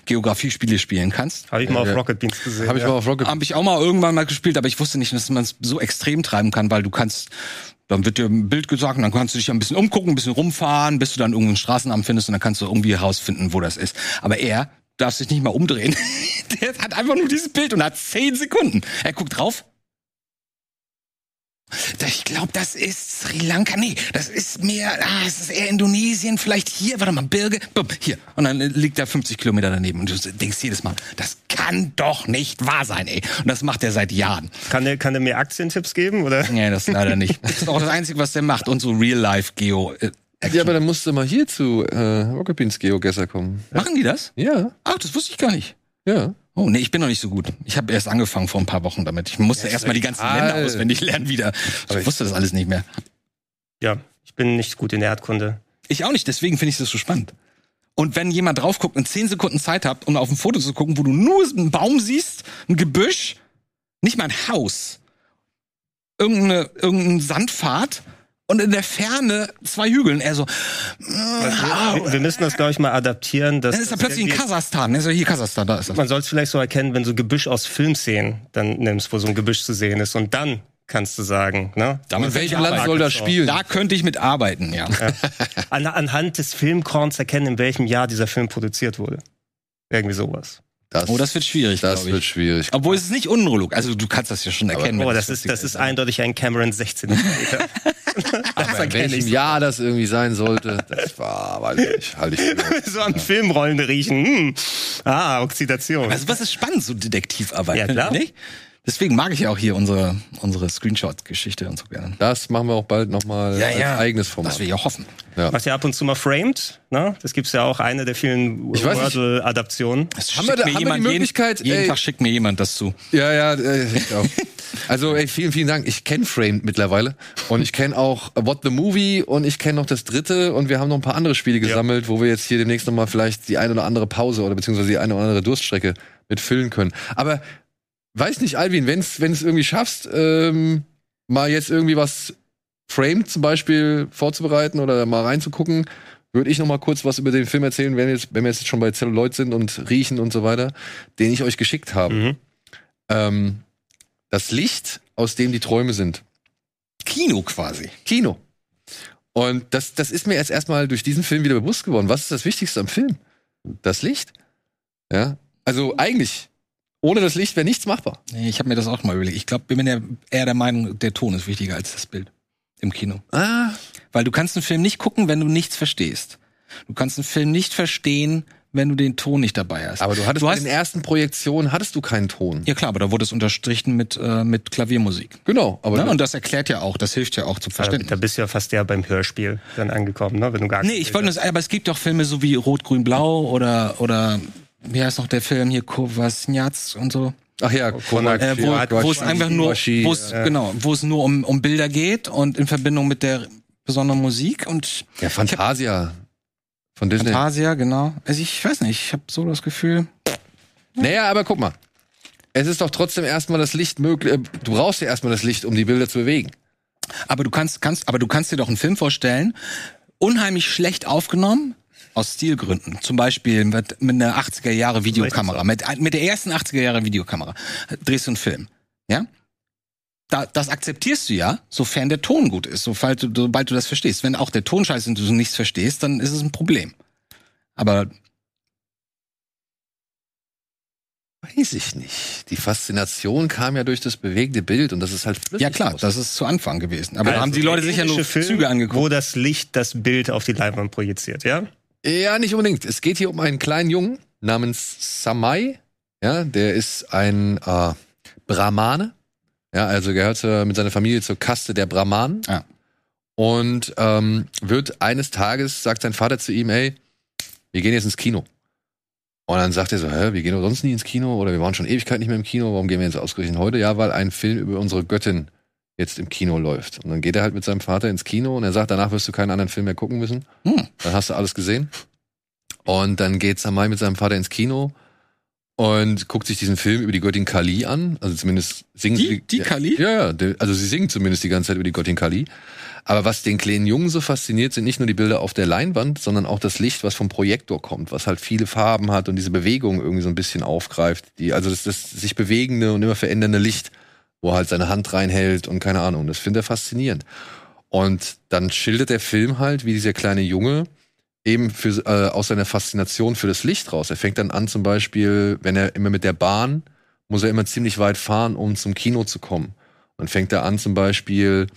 C: Geografie-Spiele spielen kannst.
B: Habe ich mal auf Rocket Beans gesehen.
A: Habe ich
B: ja.
A: mal auf Rocket.
C: Habe ich auch mal irgendwann mal gespielt, aber ich wusste nicht, dass man es so extrem treiben kann, weil du kannst, dann wird dir ein Bild gesagt und dann kannst du dich ein bisschen umgucken, ein bisschen rumfahren, bis du dann irgendeinen Straßennamen findest und dann kannst du irgendwie herausfinden, wo das ist. Aber er darf sich nicht mal umdrehen. Der hat einfach nur dieses Bild und hat zehn Sekunden. Er guckt drauf. Ich glaube, das ist Sri Lanka. Nee, das ist mehr, ah, es ist eher Indonesien, vielleicht hier, warte mal, Birge, bumm, hier. Und dann liegt er 50 Kilometer daneben. Und du denkst jedes Mal, das kann doch nicht wahr sein, ey. Und das macht er seit Jahren.
B: Kann der, kann der mir Aktientipps geben? Oder?
C: Nee, das leider nicht. Das ist auch das Einzige, was der macht. Und so Real-Life-Geo. Äh,
A: Ja, aber dann musst du mal hier zu äh, Rocket Beans Geogesser kommen.
C: machen die das?
A: Ja,
C: Ach, das wusste ich gar nicht.
A: ja.
C: Oh, nee, ich bin noch nicht so gut. Ich habe erst angefangen vor ein paar Wochen damit. Ich musste erst mal die ganzen
A: egal.
C: Länder auswendig lernen wieder. Ich wusste das alles nicht mehr.
B: Ja, ich bin nicht gut in der Erdkunde.
C: Ich auch nicht, deswegen finde ich das so spannend. Und wenn jemand drauf guckt und 10 Sekunden Zeit hat, um auf ein Foto zu gucken, wo du nur einen Baum siehst, ein Gebüsch, nicht mal ein Haus, irgendeine, irgendeine Sandpfad und in der Ferne zwei Hügel. Und er so, ah,
B: Wir, wir müssen das, glaube ich, mal adaptieren. Dass,
C: dann ist er
B: dass
C: plötzlich in
B: irgendwie-
C: Kasachstan. Er so, hier Kasachstan, da ist das.
B: Man soll es vielleicht so erkennen, wenn du Gebüsch aus Filmszenen dann nimmst, wo so ein Gebüsch zu sehen ist. Und dann kannst du sagen, ne?
A: In
C: Damit
A: welchem Land soll das spielen?
C: Da könnte ich mitarbeiten, ja.
B: An, anhand des Filmkorns erkennen, in welchem Jahr dieser Film produziert wurde. Irgendwie sowas.
A: Das,
C: Oh, das wird schwierig,
A: das
C: glaube
A: wird
C: ich.
A: schwierig.
C: Obwohl es ist nicht unruhig. Also du kannst das ja schon erkennen.
B: Oh,
C: wenn
B: das ist, das
C: 40er
B: ist eindeutig ein Cameron 16.
A: Aber in welchem Jahr das irgendwie sein sollte, das war, weiß ich nicht, halte ich für.
B: so an Filmrollen riechen. Hm. Ah, Oxidation.
C: Also was ist spannend, so Detektivarbeit,
B: Ja,
C: findet ihr
B: klar.
C: nicht? Deswegen mag ich ja auch hier unsere, unsere Screenshot-Geschichte und so gerne.
A: Das machen wir auch bald nochmal
C: Ja,
A: als
C: ja.
A: eigenes
C: Was
A: Format.
C: wir ja hoffen.
B: Was ja ab und zu mal framed, ne? Das gibt's ja auch eine der vielen
A: Ich weiß nicht.
B: Wordle-Adaptionen.
C: Das
A: Haben wir
C: schickt
A: da- haben
C: mir
A: wir die
C: jemand jeden-
A: Möglichkeit,
C: Jeden,
A: ey-
C: Tag schickt mir jemand das zu.
A: Ja, ja. Äh, ich auch. also ey, vielen, vielen Dank. Ich kenne Framed mittlerweile und ich kenne auch What the Movie und ich kenne noch das Dritte und wir haben noch ein paar andere Spiele gesammelt, wo wir jetzt hier demnächst noch mal vielleicht die eine oder andere Pause oder beziehungsweise die eine oder andere Durststrecke mit füllen können. Aber weiß nicht, Alvin, wenn es irgendwie schaffst, ähm, mal jetzt irgendwie was Framed zum Beispiel vorzubereiten oder mal reinzugucken, würde ich noch mal kurz was über den Film erzählen, wenn, jetzt, wenn wir jetzt schon bei Celluloid sind und riechen und so weiter, den ich euch geschickt habe.
B: Mhm.
A: Ähm, das Licht, aus dem die Träume sind.
C: Kino quasi.
A: Kino. Und das, das ist mir erst erstmal durch diesen Film wieder bewusst geworden. Was ist das Wichtigste am Film? Das Licht. Ja. Also eigentlich, ohne das Licht wäre nichts machbar.
C: Nee, Ich habe mir das auch mal überlegt. Ich glaube, bin mir der, eher der Meinung, der Ton ist wichtiger als das Bild im Kino.
A: Ah.
C: Weil du kannst einen Film nicht gucken, wenn du nichts verstehst. Du kannst einen Film nicht verstehen, wenn du den Ton nicht dabei hast.
A: Aber du hattest
C: Du
A: bei
C: hast-
A: den ersten Projektionen hattest du keinen Ton.
C: ja klar, aber da wurde es unterstrichen mit, äh, mit Klaviermusik.
A: Genau. Aber
C: Ne? Und das erklärt ja auch, das hilft ja auch zum
B: Da,
C: Verständnis.
B: da bist du ja fast ja beim Hörspiel dann angekommen, ne? Wenn du gar
C: Nee, ich wollte nur sagen, aber es gibt doch Filme so wie Rot, Grün, Blau oder, oder wie heißt noch der Film hier, Kovasnjatz und so.
A: ach ja, Konak,
C: Äh, wo,
A: Konak,
C: wo es
A: Konak,
C: einfach nur,
A: Konak,
C: wo es, genau, wo es nur um, um Bilder geht und in Verbindung mit der besonderen Musik und
A: ja, Fantasia von Disney.
C: Fantasia, genau. Also ich weiß nicht, ich habe so das Gefühl.
A: Naja, aber guck mal. Es ist doch trotzdem erstmal das Licht möglich. äh, Du brauchst ja erstmal das Licht, um die Bilder zu bewegen.
C: Aber du kannst, kannst, aber du kannst dir doch einen Film vorstellen, unheimlich schlecht aufgenommen. Aus Stilgründen. Zum Beispiel mit, mit einer 80er Jahre Videokamera. Mit, mit der ersten 80er Jahre Videokamera drehst du einen Film. Ja? Da, das akzeptierst du ja, sofern der Ton gut ist, sobald du, sobald du das verstehst. Wenn auch der Ton scheiße ist und du nichts verstehst, dann ist es ein Problem. Aber
A: Weiß ich nicht. Die Faszination kam ja durch das bewegte Bild und das ist halt flüssig.
C: ja klar,
A: aus.
C: das ist zu Anfang gewesen. Aber da
B: Also,
C: haben die Leute
B: der
C: sicher nur
B: indische Film,
C: Züge angeguckt.
B: Wo das Licht das Bild auf die Leinwand projiziert, ja?
A: ja, nicht unbedingt. Es geht hier um einen kleinen Jungen namens Samai. Ja, der ist ein äh, Brahmane. Ja, also gehört äh, mit seiner Familie zur Kaste der Brahmanen.
C: Ja.
A: Und ähm, wird eines Tages, sagt sein Vater zu ihm, hey, wir gehen jetzt ins Kino. Und dann sagt er so, hä, wir gehen doch sonst nie ins Kino oder wir waren schon Ewigkeit nicht mehr im Kino, warum gehen wir jetzt ausgerechnet heute? Ja, weil ein Film über unsere Göttin jetzt im Kino läuft. Und dann geht er halt mit seinem Vater ins Kino und er sagt, danach wirst du keinen anderen Film mehr gucken müssen.
C: Hm.
A: Dann hast du alles gesehen. Und dann geht Samai mit seinem Vater ins Kino und guckt sich diesen Film über die Göttin Kali an. Also zumindest singen
C: Die, die
A: ja,
C: Kali?
A: ja, ja, de- also sie singen zumindest die ganze Zeit über die Göttin Kali. Aber was den kleinen Jungen so fasziniert, sind nicht nur die Bilder auf der Leinwand, sondern auch das Licht, was vom Projektor kommt, was halt viele Farben hat und diese Bewegung irgendwie so ein bisschen aufgreift. Die, also das, das sich bewegende und immer verändernde Licht, wo er halt seine Hand reinhält und keine Ahnung. Das findet er faszinierend. Und dann schildert der Film halt, wie dieser kleine Junge eben für, äh, aus seiner Faszination für das Licht raus. Er fängt dann an zum Beispiel, wenn er immer mit der Bahn, muss er immer ziemlich weit fahren, um zum Kino zu kommen. Und fängt er an zum Beispiel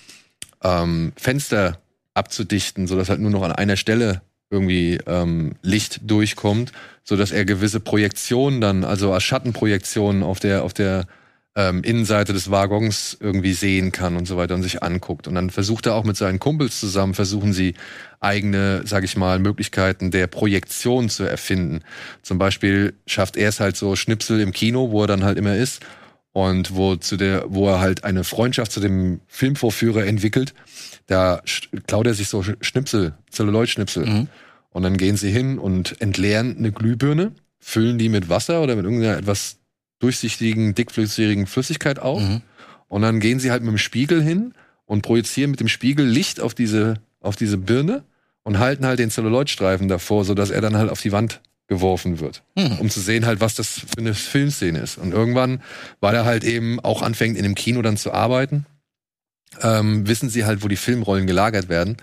A: ähm, Fenster abzudichten, sodass halt nur noch an einer Stelle irgendwie ähm, Licht durchkommt, sodass er gewisse Projektionen dann, also Schattenprojektionen auf der, auf der ähm, Innenseite des Waggons irgendwie sehen kann und so weiter und sich anguckt. Und dann versucht er auch mit seinen Kumpels zusammen, versuchen sie eigene, sag ich mal, Möglichkeiten der Projektion zu erfinden. Zum Beispiel schafft er es halt so Schnipsel im Kino, wo er dann halt immer ist und wo, zu der, wo er halt eine Freundschaft zu dem Filmvorführer entwickelt. Da sch- klaut er sich so Sch- Schnipsel, Zelluloid-Schnipsel.
C: Mhm.
A: Und dann gehen sie hin und entleeren eine Glühbirne, füllen die mit Wasser oder mit irgendeiner etwas durchsichtigen, dickflüssigen Flüssigkeit auf.
C: Mhm.
A: Und dann gehen sie halt mit dem Spiegel hin und projizieren mit dem Spiegel Licht auf diese, auf diese Birne und halten halt den Zelluloidstreifen davor, sodass er dann halt auf die Wand geworfen wird,
C: Mhm.
A: um zu sehen halt, was das für eine Filmszene ist. Und irgendwann, weil er halt eben auch anfängt, in dem Kino dann zu arbeiten, ähm, wissen sie halt, wo die Filmrollen gelagert werden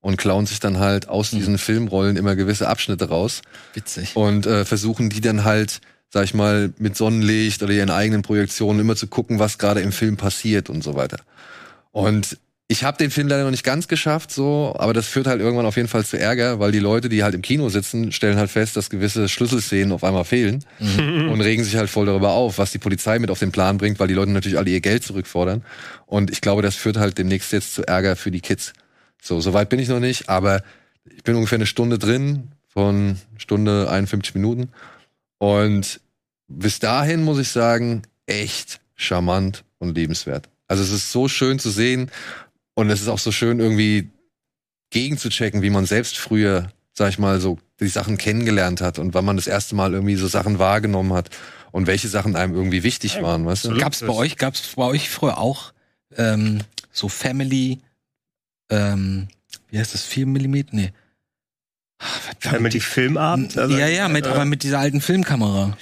A: und klauen sich dann halt aus
C: Mhm.
A: diesen Filmrollen immer gewisse Abschnitte raus
C: Witzig.
A: und äh, versuchen die dann halt, sag ich mal, mit Sonnenlicht oder ihren eigenen Projektionen immer zu gucken, was gerade im Film passiert und so weiter. Und Ich habe den Film leider noch nicht ganz geschafft, so, aber das führt halt irgendwann auf jeden Fall zu Ärger, weil die Leute, die halt im Kino sitzen, stellen halt fest, dass gewisse Schlüsselszenen auf einmal fehlen und regen sich halt voll darüber auf, was die Polizei mit auf den Plan bringt, weil die Leute natürlich alle ihr Geld zurückfordern. Und ich glaube, das führt halt demnächst jetzt zu Ärger für die Kids. So, soweit bin ich noch nicht, aber ich bin ungefähr eine Stunde drin, von Stunde 51 Minuten. Und bis dahin muss ich sagen, echt charmant und liebenswert. Also es ist so schön zu sehen und es ist auch so schön irgendwie gegenzuchecken, wie man selbst früher, sag ich mal, so die Sachen kennengelernt hat und wann man das erste Mal irgendwie so Sachen wahrgenommen hat und welche Sachen einem irgendwie wichtig waren, weißt du?
B: absolut.
C: Gab's bei euch, gab's bei euch früher auch ähm, so Family, ähm, wie heißt das, 4 Millimeter? Nee. Ah, verdammt.
B: Family Filmabend. also-
C: ja, ja, mit,
B: äh,
C: aber mit dieser alten Filmkamera.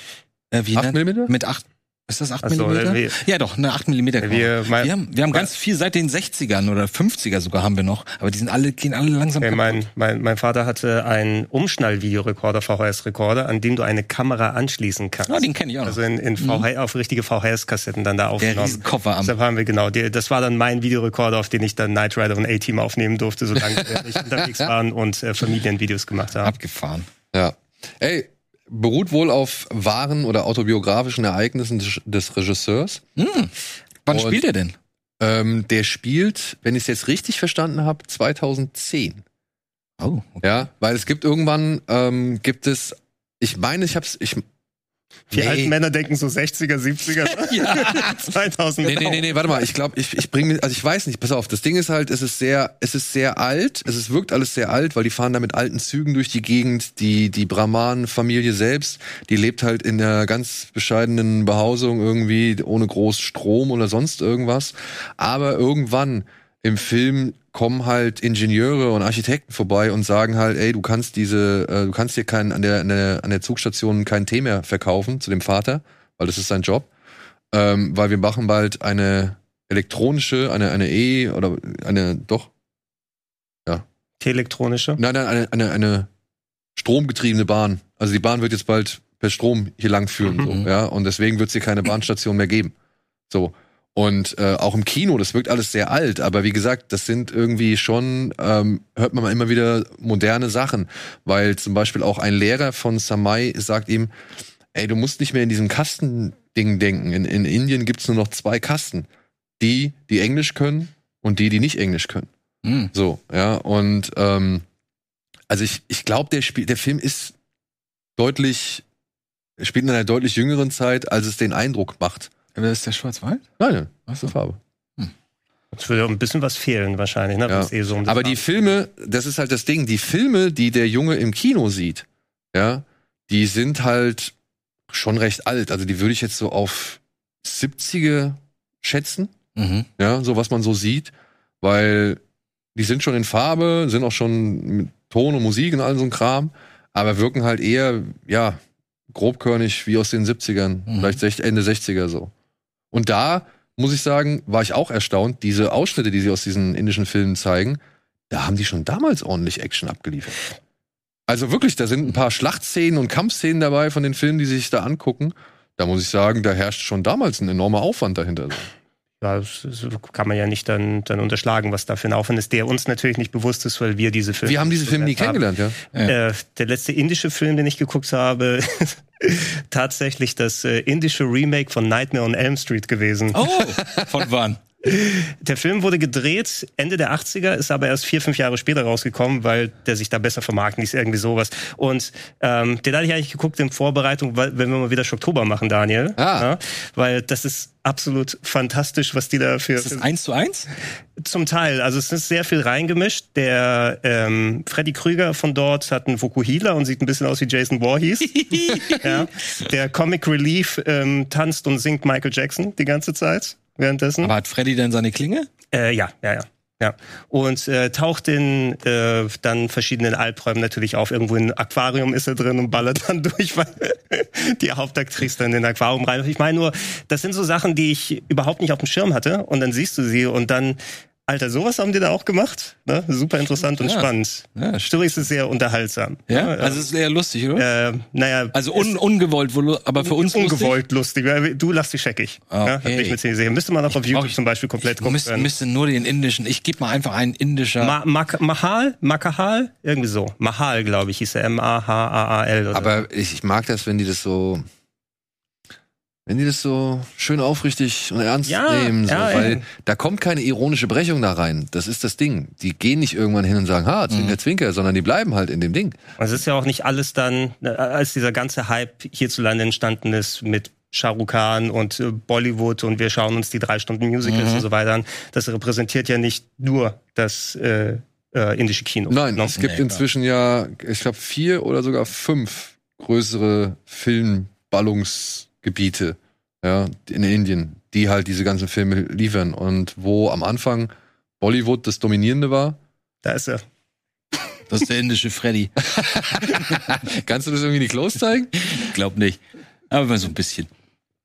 C: Äh, wie
A: 8
C: nennt-
A: mm?
C: Mit 8. Ist das 8
B: Ach so, äh,
C: Millimeter?
B: wir-
C: ja, doch, eine 8 Millimeter Kamera.
B: Wir, mein,
C: Wir haben, wir haben ganz viel seit den 60ern oder 50er sogar haben wir noch, aber die sind alle, gehen alle langsam
B: Ey,
C: kaputt.
B: äh, mein, mein, mein Vater hatte einen Umschnallvideorekorder, VHS-Rekorder, an dem du eine Kamera anschließen kannst.
C: Ja, Oh, Ah, den kenne ich auch noch.
B: also in, in VH, auf richtige VHS-Kassetten dann da
C: Der
B: aufgenommen.
C: Riesenkoffer am.
B: Deshalb haben wir genau, die, das war dann mein Videorekorder, auf den ich dann Knight Rider und A-Team aufnehmen durfte, solange wir nicht unterwegs waren und äh, Familienvideos gemacht haben.
C: Abgefahren.
A: Ja. Ey, beruht wohl auf wahren oder autobiografischen Ereignissen des, des Regisseurs.
C: Hm. Wann
A: Und-
C: spielt er denn?
A: Ähm, der spielt, wenn ich es jetzt richtig verstanden habe, 2010.
C: Oh, okay.
A: Ja, weil es gibt irgendwann, ähm, gibt es, ich meine, ich hab's, ich,
B: Die
A: Nee.
B: alten Männer denken so 60er, 70er,
C: ja.
B: 2000.
A: Nee, nee, nee, nee, warte mal, ich glaube, ich, ich bringe, also ich weiß nicht, pass auf, das Ding ist halt, es ist sehr, es ist sehr alt, es ist, wirkt alles sehr alt, weil die fahren da mit alten Zügen durch die Gegend, die, die Brahmanen-Familie selbst, die lebt halt in einer ganz bescheidenen Behausung irgendwie, ohne groß Strom oder sonst irgendwas, aber irgendwann im Film kommen halt Ingenieure und Architekten vorbei und sagen halt, ey, du kannst diese, äh, du kannst hier keinen, an der, an der, an der Zugstation keinen Tee mehr verkaufen zu dem Vater, weil das ist sein Job ähm, weil wir machen bald eine elektronische, eine, eine E oder eine, doch,
B: Elektronische.
A: nein, nein, eine, eine, eine stromgetriebene Bahn. Also die Bahn wird jetzt bald per Strom hier lang führen,
C: Mhm.
A: so, ja, und deswegen wird es hier keine Bahnstation mehr geben. So. Und äh, auch im Kino, das wirkt alles sehr alt, aber wie gesagt, das sind irgendwie schon, ähm, hört man mal immer wieder moderne Sachen, weil zum Beispiel auch ein Lehrer von Samai sagt ihm, ey, du musst nicht mehr in diesem Kastending denken. In, in Indien gibt's nur noch zwei Kasten. Die, die Englisch können und die, die nicht Englisch können.
C: Hm.
A: So, ja, und ähm, also ich, ich glaube, der Spiel, der Film ist deutlich, spielt in einer deutlich jüngeren Zeit, als es den Eindruck macht.
C: Aber ist der schwarz-weiß?
A: Nein, nein, das
C: Achso.
A: ist Farbe.
B: Es würde ein bisschen was fehlen wahrscheinlich. Ne?
A: Ja.
B: wenn's Eh so um das
A: Aber die
B: war.
A: Filme, das ist halt das Ding, die Filme, die der Junge im Kino sieht, ja, die sind halt schon recht alt. Also die würde ich jetzt so auf 70er schätzen.
C: Mhm.
A: ja, so was man so sieht, weil die sind schon in Farbe, sind auch schon mit Ton und Musik und all so ein Kram, aber wirken halt eher, ja, grobkörnig wie aus den 70ern,
C: Mhm.
A: vielleicht sech- Ende 60er so. Und da, muss ich sagen, war ich auch erstaunt, diese Ausschnitte, die sie aus diesen indischen Filmen zeigen, da haben die schon damals ordentlich Action abgeliefert. Also wirklich, da sind ein paar Schlachtszenen und Kampfszenen dabei von den Filmen, die sie sich da angucken. Da muss ich sagen, da herrscht schon damals ein enormer Aufwand dahinter.
B: Ja, das das kann man ja nicht dann, dann unterschlagen, was da für ein Aufwand ist, der uns natürlich nicht bewusst ist, weil wir diese Filme.
A: Wir haben diese
B: nicht
A: Filme nie
B: gelernt
A: kennengelernt, ja.
B: Äh, der letzte indische Film, den ich geguckt habe, ist tatsächlich das äh, indische Remake von Nightmare on Elm Street gewesen.
C: Oh, von wann?
B: Der Film wurde gedreht Ende der 80er, ist aber erst vier, fünf Jahre später rausgekommen, weil der sich da besser vermarkten ließ, irgendwie sowas. Und ähm, den hatte ich eigentlich geguckt in Vorbereitung, weil, wenn wir mal wieder Schocktober machen, Daniel.
A: Ah.
B: Ja, weil das ist absolut fantastisch, was die da für...
C: Ist das eins zu eins?
B: Zum Teil. Also es ist sehr viel reingemischt. Der ähm, Freddy Krüger von dort hat einen Vokuhila und sieht ein bisschen aus wie Jason Voorhees. ja. Der Comic Relief ähm, tanzt und singt Michael Jackson die ganze Zeit währenddessen.
C: Aber hat Freddy denn seine Klinge?
B: Äh, ja, ja, ja. Ja. Und äh, taucht in äh, dann verschiedenen Albträumen natürlich auf. Irgendwo in einem Aquarium ist er drin und ballert dann durch, weil die Hauptaktrice dann in ein Aquarium rein. Ich meine nur, das sind so Sachen, die ich überhaupt nicht auf dem Schirm hatte. Und dann siehst du sie und dann Alter, sowas haben die da auch gemacht. Ne? Super interessant und
C: Ja.
B: spannend.
C: Ja,
B: Story ist sehr unterhaltsam.
C: ja?
B: äh,
C: also es ist eher lustig, oder?
B: äh, naja,
C: also un, ungewollt, wohl- aber für uns
B: ungewollt lustig. weil Du lachst dich scheckig.
C: Ah,
B: Ja,
C: okay.
B: hab ich mit gesehen. Müsste man auch auf YouTube
C: brauch-
B: zum Beispiel komplett
C: Lustig. Müsste,
B: gucken.
C: müsste nur den indischen. Ich gebe mal einfach einen indischer.
B: Ma Mak Mahal? Makahal? Irgendwie so. Mahal, glaube ich, hieß er. M-A-H-A-A-L. oder
A: Aber ich, ich mag das, wenn die das so, wenn die das so schön aufrichtig und ernst
B: Ja,
A: nehmen, so,
B: ja,
A: weil
B: eben.
A: da kommt keine ironische Brechung da rein. Das ist das Ding. Die gehen nicht irgendwann hin und sagen, ha, Zwinker, Zwinker, sondern die bleiben halt in dem Ding.
B: Und Also Es ist ja auch nicht alles dann, äh, als dieser ganze Hype hierzulande entstanden ist mit Shah Rukh Khan und äh, Bollywood und wir schauen uns die drei Stunden
A: Mhm.
B: Musicals und so weiter an. Das repräsentiert ja nicht nur das äh, äh, indische Kino.
A: Nein,
B: ne?
A: es gibt
C: Nee,
A: inzwischen ja, ich glaube, vier oder sogar fünf größere Filmballungsgebiete ja, in Indien, die halt diese ganzen Filme liefern. Und wo am Anfang Bollywood das Dominierende war,
B: Da ist äh, er.
C: Das ist der indische Freddy.
A: kannst du das irgendwie in die Klos zeigen?
C: Glaub nicht. Aber immer so ein bisschen.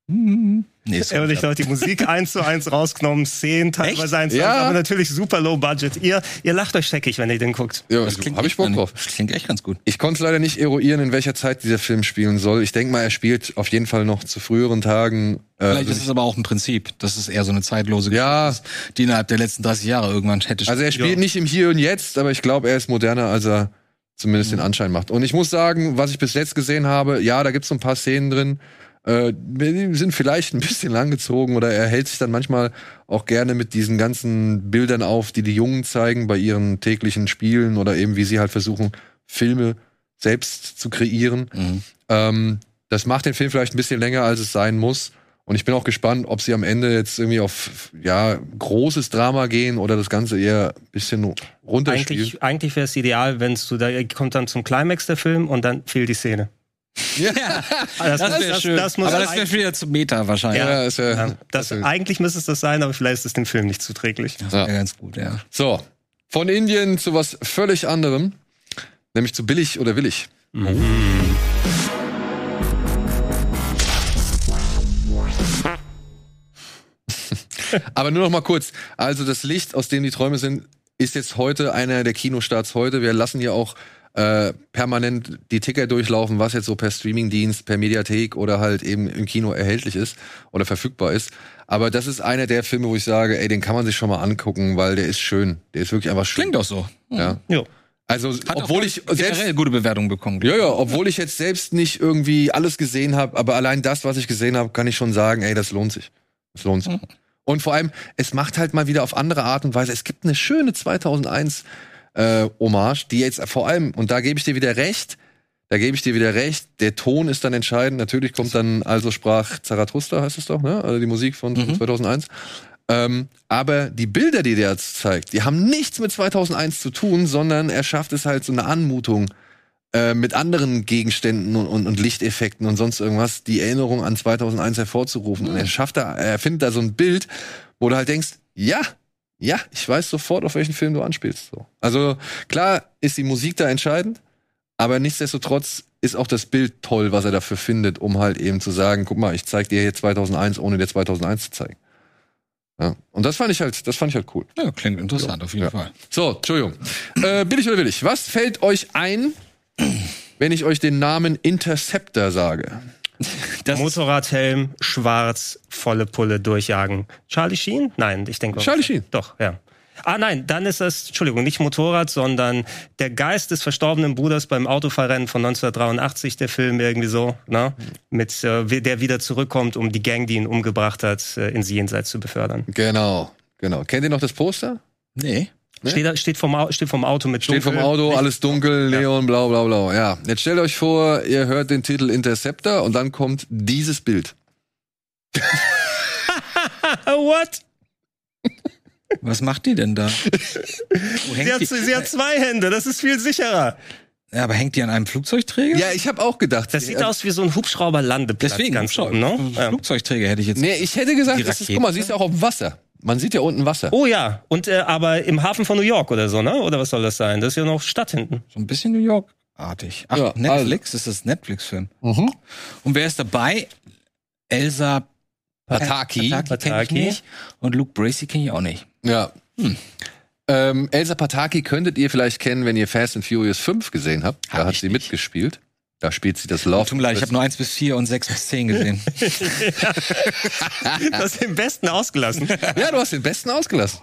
C: Nee, ist
B: Ehrlich, Leute, die Musik eins zu eins rausgenommen, Szenen teilweise eins zu eins,
A: Ja.
B: aber natürlich super low budget. Ihr, ihr lacht euch scheckig, wenn ihr den guckt.
A: Ja,
C: Das klingt
A: hab ich
C: echt-
A: Bock drauf.
C: Das klingt echt ganz gut.
A: Ich konnte es leider nicht eruieren, in welcher Zeit dieser Film spielen soll. Ich denke mal, er spielt auf jeden Fall noch zu früheren Tagen. Äh,
C: Vielleicht
A: also,
C: ist es aber auch ein Prinzip. Das ist eher so eine zeitlose
A: Ja.
C: Geschichte ist, die innerhalb der letzten 30 Jahre irgendwann hätte
A: also er spielt
B: Ja.
A: nicht im Hier und Jetzt, aber ich glaube, er ist moderner, als er zumindest
C: Mhm.
A: den Anschein macht. Und ich muss sagen, was ich bis jetzt gesehen habe, ja, da gibt es so ein paar Szenen drin, äh, die sind vielleicht ein bisschen langgezogen oder er hält sich dann manchmal auch gerne mit diesen ganzen Bildern auf, die die Jungen zeigen bei ihren täglichen Spielen oder eben wie sie halt versuchen, Filme selbst zu kreieren.
C: Mhm.
A: Ähm, das macht den Film vielleicht ein bisschen länger, als es sein muss. Und ich bin auch gespannt, ob sie am Ende jetzt irgendwie auf ja, großes Drama gehen oder das Ganze eher ein bisschen runterspielen.
B: Eigentlich, eigentlich wäre es ideal, wenn du da kommt dann zum Climax der Film und dann fehlt die Szene. Also Das,
C: Ja, das
B: muss-
C: wäre schön.
B: das muss
C: aber das
B: eigentlich-
C: wäre wieder zum Meta wahrscheinlich.
B: Ja.
A: ist ja,
B: Ja, das,
A: also-
B: eigentlich müsste es das sein, aber vielleicht ist es dem Film nicht zuträglich.
C: Das
A: Ja.
C: wäre ganz gut, ja.
A: So, von Indien zu was völlig anderem, nämlich zu billig oder willig.
C: Mhm.
A: Oh. Aber nur noch mal kurz. Also das Licht, aus dem die Träume sind, ist jetzt heute einer der Kinostarts heute. Wir lassen hier auch äh, permanent die Ticker durchlaufen, was jetzt so per Streamingdienst, per Mediathek oder halt eben im Kino erhältlich ist oder verfügbar ist. Aber das ist einer der Filme, wo ich sage, ey, den kann man sich schon mal angucken, weil der ist schön. Der ist wirklich einfach schön.
C: Klingt doch so.
A: Ja.
B: Jo.
A: Also,
C: Hat auch
A: obwohl ich selbst
C: generell gute Bewertungen bekommen.
A: ja, ja, obwohl ich jetzt selbst nicht irgendwie alles gesehen habe, aber allein das, was ich gesehen habe, kann ich schon sagen, ey, das lohnt sich. Das lohnt sich. Und vor allem, es macht halt mal wieder auf andere Art und Weise. Es gibt eine schöne 2001 äh, Hommage, die jetzt vor allem, und da gebe ich dir wieder recht, da gebe ich dir wieder recht, der Ton ist dann entscheidend. Natürlich kommt dann, also sprach Zarathustra, heißt es doch, ne? Also die Musik von 2001. Ähm, aber die Bilder, die der jetzt zeigt, die haben nichts mit 2001 zu tun, sondern er schafft es halt so eine Anmutung äh, mit anderen Gegenständen und, und, und Lichteffekten und sonst irgendwas die Erinnerung an 2001 hervorzurufen. Und er schafft da, er findet da so ein Bild, wo du halt denkst, ja, ja, ich weiß sofort, auf welchen Film du anspielst. So. Also klar ist die Musik da entscheidend, aber nichtsdestotrotz ist auch das Bild toll, was er dafür findet, um halt eben zu sagen, guck mal, ich zeig dir hier 2001, ohne dir 2001 zu zeigen. Ja. Und das fand ich halt, das fand ich halt cool.
C: Ja, klingt interessant auf jeden
A: Ja.
C: Fall.
A: So, Entschuldigung. Äh, billig oder willig? Was fällt euch ein, wenn ich euch den Namen Interceptor sage?
C: Das ist-
B: Motorradhelm, schwarz, volle Pulle durchjagen. Charlie Sheen? Nein, ich denke.
A: Charlie Sheen.
B: Doch, ja. Ah nein, dann ist das, Entschuldigung, nicht Motorrad, sondern der Geist des verstorbenen Bruders beim Autofahrrennen von 1983, der Film irgendwie so, ne? Mit äh, wie- der wieder zurückkommt, um die Gang, die ihn umgebracht hat, äh, ins Jenseits zu befördern.
A: Genau, genau. Kennt ihr noch das Poster?
C: Nee.
A: Ne?
B: Steht, da- steht, vom, Au- steht vom Auto mit
A: Steht vom
B: dunkel-
A: Auto, alles dunkel, Neon, blau, blau, blau. Ja, jetzt stellt euch vor, ihr hört den Titel Interceptor und dann kommt dieses Bild.
B: Ah, what?
C: Was macht die denn da? Wo
B: Sie
C: hängt
B: hat,
C: die?
B: sie hat zwei Hände, das ist viel sicherer.
C: Ja, aber hängt die an einem Flugzeugträger?
A: Ja, ich habe auch gedacht. äh,
B: Das sieht aus wie so ein Hubschrauberlandeplatz.
C: Deswegen,
B: ganz
C: Flugzeug,
B: oben, ne? Ja.
C: Flugzeugträger hätte ich jetzt.
A: Nee, ich hätte gesagt,
C: Die
A: das ist,
C: Rakete.
A: guck mal, sie ist ja auch auf dem Wasser. Man sieht ja unten Wasser.
B: Oh ja, und äh, aber im Hafen von New York oder so, ne? Oder was soll das sein? Das ist ja noch Stadt hinten.
C: So ein bisschen New York-artig. Ach,
A: Ja,
C: Netflix?
B: also-
C: Ist das Netflix-Film?
B: Mhm.
C: Und wer ist dabei? Elsa
A: Pataki.
C: Pataki, kenn ich
B: Pataki.
C: nicht. Und Luke Bracey kenne ich auch nicht.
A: Ja,
C: Hm.
A: Ähm, Elsa Pataki könntet ihr vielleicht kennen, wenn ihr Fast and Furious 5 gesehen habt.
C: Hab
A: da hat
C: ich
A: sie
C: nicht.
A: mitgespielt. Da spielt sie das Love.
C: Tut mir leid, ich habe nur eins bis vier und sechs bis zehn gesehen.
B: Das ist im Besten ausgelassen.
A: ja, du hast den besten ausgelassen.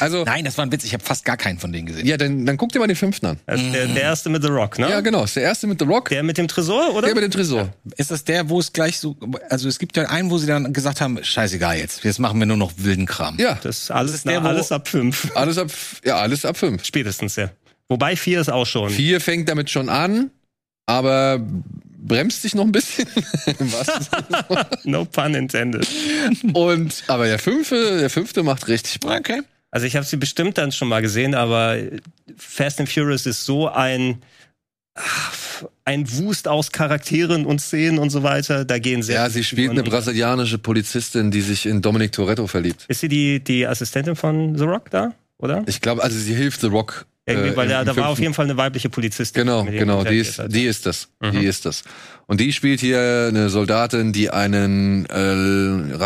A: Also,
C: Nein, das war ein Witz. Ich habe fast gar keinen von denen gesehen.
A: ja, dann, dann guck dir mal den fünften an.
B: Das ist der, der erste mit The Rock, ne?
A: Ja, genau. Ist der erste mit The Rock,
B: Der mit dem Tresor, oder?
A: der mit dem Tresor.
C: Ist das der, wo es gleich so, also es gibt ja einen, wo sie dann gesagt haben, scheißegal jetzt, jetzt machen wir nur noch wilden Kram.
A: Ja,
B: Das ist alles,
C: ist der,
B: na,
C: wo-
B: alles ab fünf.
A: alles ab, ja, alles ab fünf.
B: Spätestens, ja. Wobei vier ist auch schon.
A: Vier fängt damit schon an, aber bremst sich noch ein bisschen. Was?
B: No pun intended.
A: Und, aber der fünfte, der fünfte macht richtig Bock.
C: Okay.
B: Also ich habe sie bestimmt dann schon mal gesehen, aber Fast and Furious ist so ein ach, ein Wust aus Charakteren und Szenen und so weiter. Da gehen sehr.
A: Ja,
B: viele
A: sie spielt eine
B: Figuren unter.
A: brasilianische Polizistin, die sich in Dominic Toretto verliebt.
B: Ist sie die die Assistentin von The Rock da, oder?
A: Ich glaube, also sie hilft The Rock. äh,
B: Irgendwie, weil
A: im-
B: da,
A: im
B: da war auf
A: fünften.
B: jeden Fall eine weibliche Polizistin.
A: Genau,
B: mit der
A: genau, die
B: interagiert
A: ist,
B: hat.
A: die ist das.
B: Mhm.
A: Die ist das. Und die spielt hier eine Soldatin, die einen äh,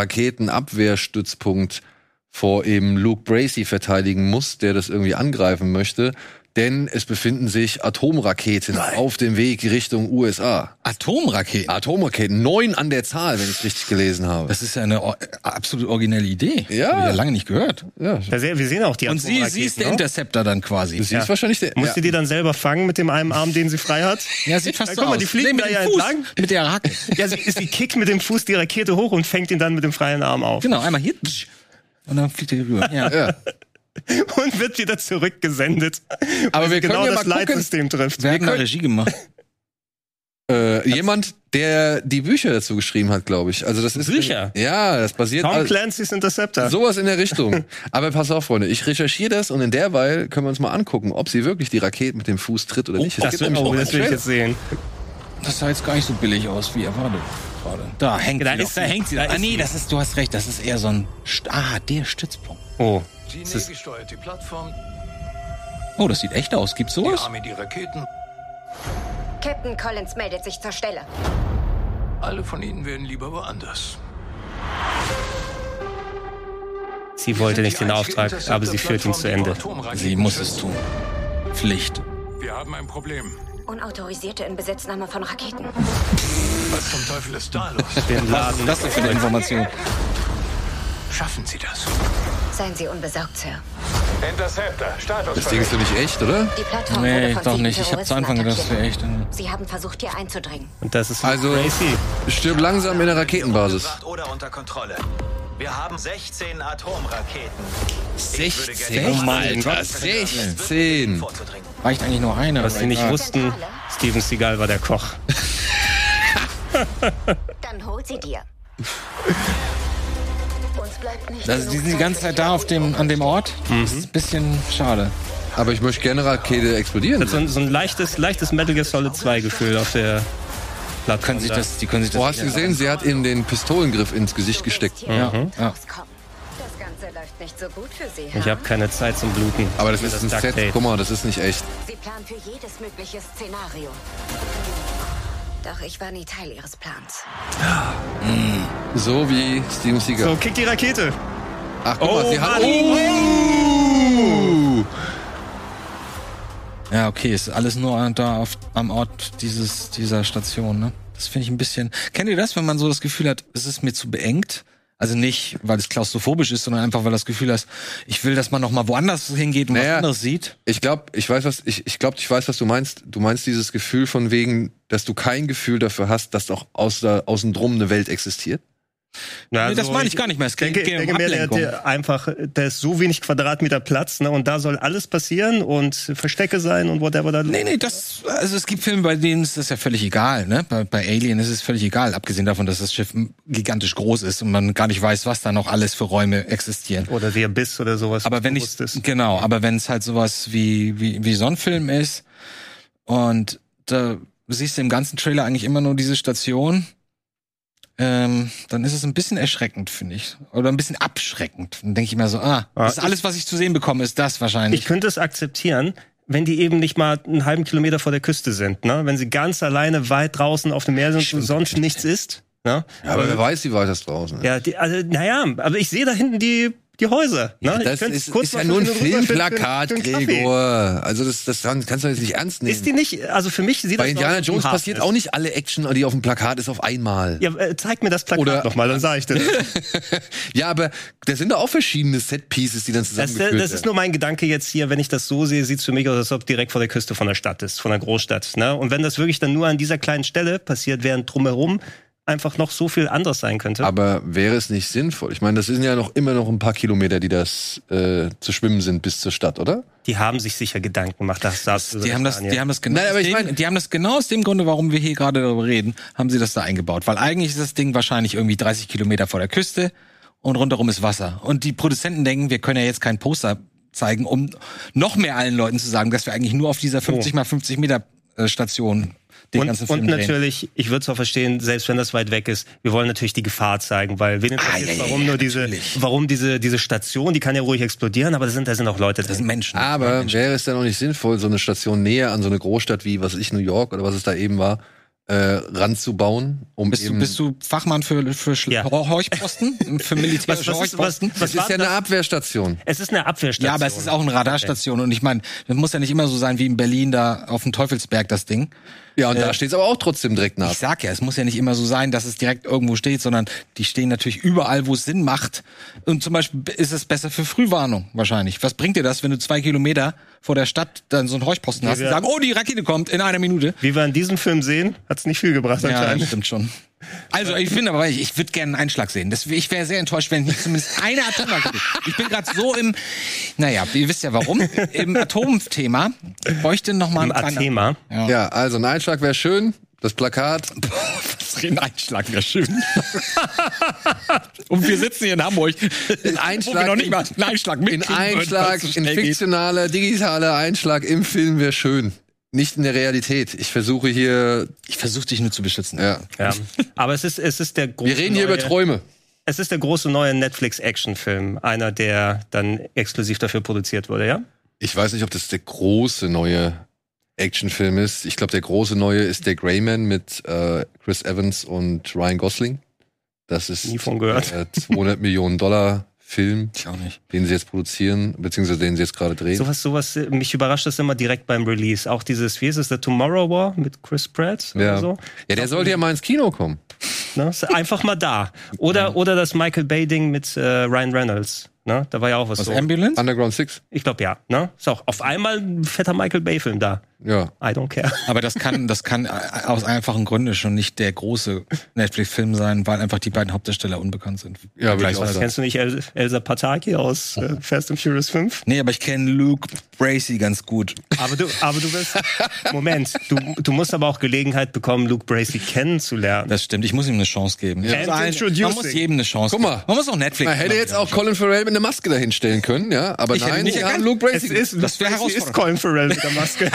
A: Raketenabwehrstützpunkt vor eben Luke Bracey verteidigen muss, der das irgendwie angreifen möchte. Denn es befinden sich Atomraketen auf dem Weg Richtung USA.
C: Atomraketen.
A: Atomraketen, neun an der Zahl, wenn ich es richtig gelesen habe.
C: Das ist ja eine or absolut originelle Idee.
A: Ja.
C: Hab ich ja lange nicht gehört.
A: Ja,
B: Da sehen- wir sehen auch die
C: Und sie,
B: Atomraketen,
C: sie ist der
B: ne?
C: Interceptor dann quasi.
A: sie ist wahrscheinlich der.
B: Musste
A: ja.
B: die dann selber fangen mit dem einen Arm, den sie frei hat?
C: Ja, sieht fast
B: Ja,
C: so
B: guck mal,
C: aus.
B: die fliegen
C: mit
B: da
C: dem
B: ja
C: Fuß,
B: entlang.
C: Mit der Rakete.
B: Ja, sie, sie kickt mit dem Fuß die Rakete hoch und fängt ihn dann mit dem freien Arm auf.
C: Genau, einmal hier. tsch, Und dann fliegt er rüber. Ja.
A: ja.
B: Und wird wieder zurückgesendet.
A: Genau. Aber wir
B: genau
A: können ja
B: das
A: mal gucken.
B: Leitsystem trifft.
C: Wer hat denn da Regie gemacht?
A: Äh, jemand, der die Bücher dazu geschrieben hat, glaube ich. Also das ist
B: Bücher?
A: Ja, das basiert
B: Tom
A: all-
B: Clancy's Interceptor.
A: Sowas in der Richtung. Aber pass auf, Freunde, ich recherchiere das und in derweil können wir uns mal angucken, ob sie wirklich die Rakete mit dem Fuß tritt oder nicht. Es
B: das
A: gibt
B: will,
A: nämlich
B: oh,
A: auch
B: das
A: einen
B: will ich
A: Trailer.
B: jetzt sehen.
C: Das sah jetzt gar nicht so billig aus, wie erwartet. Gerade. Da hängt
B: Da
C: sie.
B: ist-
C: doch.
B: da hängt sie, da
C: ah,
B: ist
C: nee,
B: sie.
C: das ist, du hast recht, das ist eher so ein. St ah, der Stützpunkt.
B: Oh.
D: Die
B: Das ist-
D: Navy steuert die Plattform,
C: Oh, das sieht echt aus. Gibt's
D: die
C: sowas?
D: Army die Raketen.
E: Captain Collins meldet sich zur Stelle.
D: Alle von ihnen wären lieber woanders.
B: Sie wollte
D: Wir
B: nicht
D: sind
B: den
D: die
B: Auftrag,
D: einzige
B: aber sie führt ihn zu Ende.
D: Interceptor-Plattform, die vor
C: Sie
D: Atomraketen
C: muss es
D: schützt.
C: tun. Pflicht.
D: Wir haben ein Problem.
E: Unautorisierte Inbesitznahme von Raketen.
D: Was zum Teufel ist da los?
B: Den
C: Was ist
B: Laden.
C: das denn für eine Information?
D: Schaffen Sie das?
E: Seien Sie unbesorgt, Sir.
D: Interceptor,
A: Das Ding ist
D: Status
A: doch nicht echt, oder?
E: Die Plattform
C: Nee,
E: wurde
C: ich
E: von
C: doch
E: sieben
C: nicht. Ich hab zu
E: Terroristen
C: Anfang gedacht, das
E: attackiert.
C: wäre echt. äh, ein-
E: Sie haben versucht, hier einzudringen.
B: Und das ist
A: Also-
B: crazy.
A: Stirb langsam in der Raketenbasis.
F: Bewacht oder unter Kontrolle. Wir haben 16 Atomraketen. Ich würde gerne-
A: 16?
B: Oh mein
A: Alter,
B: Gott.
A: 16.
F: Vorzudringen.
C: Reicht eigentlich nur einer.
B: Was sie nicht wussten, Steven Seagal war der Koch.
E: Dann hol sie dir. Uns bleibt nicht
C: Also, die
E: genug
C: sind die
E: Zeit
C: ganze
E: für
C: Zeit da auf dem, an dem Ort. Mhm. Ist ein bisschen schade.
A: Aber ich möchte gerne Rakete explodieren.
B: So ein, so ein leichtes, leichtes Metal Gear Solid 2 Gefühl auf der Plattform.
C: Können sich
B: da.
C: das, die können sich das.
A: Oh, hast du gesehen? Sie hat ihm den Pistolengriff ins Gesicht gesteckt.
E: Ja.
C: Ja.
E: Das Ganze läuft nicht so gut für Sie.
B: Ich
E: ha?
B: habe keine Zeit zum Bluten.
A: Aber das
B: Mir
A: ist ein
B: Duct
A: Set.
B: Tape.
A: Guck mal, das ist nicht echt.
E: Sie planen für jedes mögliche Szenario. Doch ich war nie Teil Ihres Plans.
A: So wie Steven
B: So,
A: Seagal.
B: kick die Rakete.
A: Ach, guck mal,
B: Oh,
A: sie hat.
B: Mann.
A: Oh!
C: Ja, okay, ist alles nur da auf, am Ort dieses, dieser Station, ne? Das finde ich ein bisschen. Kennt ihr das, wenn man so das Gefühl hat, es ist mir zu beengt? Also nicht, weil es klaustrophobisch ist, sondern einfach, weil das Gefühl hast, ich will, dass man noch mal woanders hingeht und
A: Naja.
C: was anderes sieht.
A: Ich glaube, ich weiß was, ich, ich glaube, ich weiß, was du meinst. Du meinst dieses Gefühl von wegen, dass du kein Gefühl dafür hast, dass auch außer, außen drum eine Welt existiert.
B: Na,
C: nee, das
B: also,
C: meine ich gar nicht mehr. Es geht,
B: denke,
C: geht um
B: denke mir, der,
C: Ablenkung.
B: der einfach, da ist so wenig Quadratmeter Platz, ne, und da soll alles passieren und Verstecke sein und whatever da.
C: Nee, nee, das, also es gibt Filme, bei denen ist das ja völlig egal, ne? Bei, bei Alien ist es völlig egal, abgesehen davon, dass das Schiff gigantisch groß ist und man gar nicht weiß, was da noch alles für Räume existieren.
B: Oder der Biss oder sowas.
C: Aber wenn ich,
B: bewusst ist.
C: genau, aber wenn es halt sowas wie, wie, wie so ein Film ist und da siehst du im ganzen Trailer eigentlich immer nur diese Station, ähm, dann ist es ein bisschen erschreckend, finde ich. Oder ein bisschen abschreckend. Dann denke ich mir so, ah,
B: Ah,
C: das ist alles, was ich zu sehen bekomme, ist das
B: Ich
C: wahrscheinlich.
B: könnte es akzeptieren, wenn die eben nicht mal einen halben Kilometer vor der Küste sind, ne? Wenn sie ganz alleine weit draußen auf dem Meer sind und sonst nichts ist, ne?
A: Ja, aber wer weiß, wie weit das draußen ist.
B: Ja, die, also, naja, aber ich sehe da hinten die die Häuser. Ne? Ich
A: das
B: könnte
A: ist,
B: kurz
A: ist
B: mal
A: ja nur ein
B: fünf Minuten rüber für-
A: Filmplakat,
B: für einen Kaffee.
A: Gregor. Also das, das kann- kannst du jetzt nicht ernst nehmen.
B: Ist die nicht, also für mich sieht
A: Bei
B: das so
A: Indiana
B: aus, dass
A: Jones
B: ein Haken
A: passiert
B: ist.
A: auch nicht alle Action, die auf dem Plakat ist, auf einmal.
B: Ja, äh, zeig mir das Plakat
A: Oder-
B: nochmal, dann sage ich dir. das.
A: Ja, aber da sind da auch verschiedene Set-Pieces, die dann
B: Das,
A: zusammengeführt
B: äh,
A: werden.
B: das ist nur mein Gedanke jetzt hier, wenn ich das so sehe, sieht es für mich aus, als ob direkt vor der Küste von der Stadt ist, von der Großstadt. Ne? Und wenn das wirklich dann nur an dieser kleinen Stelle passiert, während drumherum einfach noch so viel anderes sein könnte.
A: aber wäre es nicht sinnvoll? Ich meine, das sind ja noch immer noch ein paar Kilometer, die das äh, zu schwimmen sind bis zur Stadt, oder?
B: die haben sich sicher Gedanken gemacht. Das, das,
C: Die haben das, die haben das genau,
A: Nein, aber
C: aus
A: ich
C: dem,
A: meine-
C: die haben das genau aus dem Grunde, warum wir hier gerade darüber reden, haben sie das da eingebaut. Weil eigentlich ist das Ding wahrscheinlich irgendwie 30 Kilometer vor der Küste und rundherum ist Wasser. Und die Produzenten denken, wir können ja jetzt kein Poster zeigen, um noch mehr allen Leuten zu sagen, dass wir eigentlich nur auf dieser 50 mal 50 Meter äh, Station den ganzen
B: Oh. und,
C: Film
B: und
C: drehen.
B: natürlich, ich würde es auch verstehen, selbst wenn das weit weg ist, wir wollen natürlich die Gefahr zeigen, weil wen interessiert,
C: Ah, ja, ja,
B: warum
C: ja,
B: nur diese, warum diese, diese Station, die kann ja ruhig explodieren, aber da sind, da sind auch Leute
C: Das
B: drin.
C: sind Menschen.
A: Aber wäre es dann auch nicht sinnvoll, so eine Station näher an so eine Großstadt wie, was weiß ich, New York oder was es da eben war, äh, ranzubauen, um
C: Bist du,
A: eben.
C: bist du Fachmann für, für Schl-
B: Ja.
C: Horchposten? Für
B: Was-
C: militärische
B: was ist-
C: Horchposten?
B: was- was
A: das
B: war
A: ist ja
B: das?
A: eine Abwehrstation.
B: Es ist eine Abwehrstation.
C: Ja, aber es ist auch eine Radarstation und ich meine, das muss ja nicht immer so sein wie in Berlin da auf dem Teufelsberg das Ding.
A: Ja, und da steht es aber auch trotzdem direkt nach.
C: Ich sag ja, es muss ja nicht immer so sein, dass es direkt irgendwo steht, sondern die stehen natürlich überall, wo es Sinn macht. Und zum Beispiel ist es besser für Frühwarnung wahrscheinlich. Was bringt dir das, wenn du zwei Kilometer vor der Stadt dann so einen Horchposten hast und
B: wir-
C: sagen, oh, die Rakete kommt in einer Minute?
B: Wie wir in diesem Film sehen, hat es nicht viel gebracht
C: Ja,
B: anscheinend.
C: das stimmt schon. Also, ich bin aber, ich, ich würde gerne einen Einschlag sehen. Das, ich wäre sehr enttäuscht, wenn nicht zumindest eine Atomrakete. Ich bin gerade so im, naja, ihr wisst ja warum, im Atomthema. Ich bräuchte noch mal
B: Im
C: einen kleinen-
B: Athema.
A: Ja, also ein Einschlag wäre schön. Das Plakat.
C: Ein Einschlag wäre schön. Und wir sitzen hier in Hamburg. Ein Wo wir
A: Einschlag
C: noch nicht
A: in-
C: mal einen Einschlag
A: Ein
C: mitkriegen würden,
A: Einschlag,
C: weil's so
A: ein
C: schnell geht.
A: fiktionaler, digitaler Einschlag im Film wäre schön. Nicht in der Realität. Ich versuche hier.
C: Ich versuche dich nur zu beschützen.
A: Ja.
B: Ja. Aber es ist, es ist der große
A: Wir reden hier
B: neue,
A: über Träume.
B: Es ist der große neue Netflix-Actionfilm. Einer, der dann exklusiv dafür produziert wurde, ja?
A: Ich weiß nicht, ob das der große neue Actionfilm ist. Ich glaube, der große neue ist der Greyman mit äh, Chris Evans und Ryan Gosling. Das ist
B: Nie von gehört.
A: Äh, 200 Millionen Dollar Film,
C: Ich auch nicht.
A: den sie jetzt produzieren, beziehungsweise den sie jetzt gerade drehen.
B: Sowas, sowas, äh, mich überrascht das immer direkt beim Release. Auch dieses, wie ist es, der Tomorrow War mit Chris Pratt
A: ja.
B: oder so.
A: ja, der sollte ja mal ins Kino kommen.
B: Ne? Ist einfach mal da. Oder, oder das Michael Bay-Ding mit äh, Ryan Reynolds. Ne? Da war ja auch was,
C: Was,
B: so.
C: Ambulance?
A: Underground Six.
B: Ich glaube ja. Ne? Ist auch auf einmal ein fetter Michael Bay-Film da.
A: Ja.
B: I don't care.
C: Aber das kann, das kann äh, aus einfachen Gründen schon nicht der große Netflix-Film sein, weil einfach die beiden Hauptdarsteller unbekannt sind.
A: Ja, würde ich auch
B: Das
A: sagen.
B: kennst du nicht El Elsa Pataki aus äh, Fast and Furious 5?
C: Nee, aber ich kenne Luke Bracey ganz gut.
B: Aber du, aber du bist. Moment, du, du musst aber auch Gelegenheit bekommen, Luke Bracey kennenzulernen.
C: Das stimmt, ich muss ihm eine Chance geben.
B: And
C: Nein, Man
B: introducing.
C: muss jedem eine Chance
A: Guck mal.
C: geben. Man muss auch Netflix
A: Man hätte
C: machen.
A: jetzt auch Colin Farrell mit einer Maske dahinstellen können, ja, aber
C: Ich hätte
A: nein,
C: nicht
A: sie
C: erkannt.
A: haben Luke
B: Es
A: Bracey.
B: ist,
C: Das wäre
B: Luke Bracey
C: herausfordernd.
B: ist Colin Farrell mit der Maske.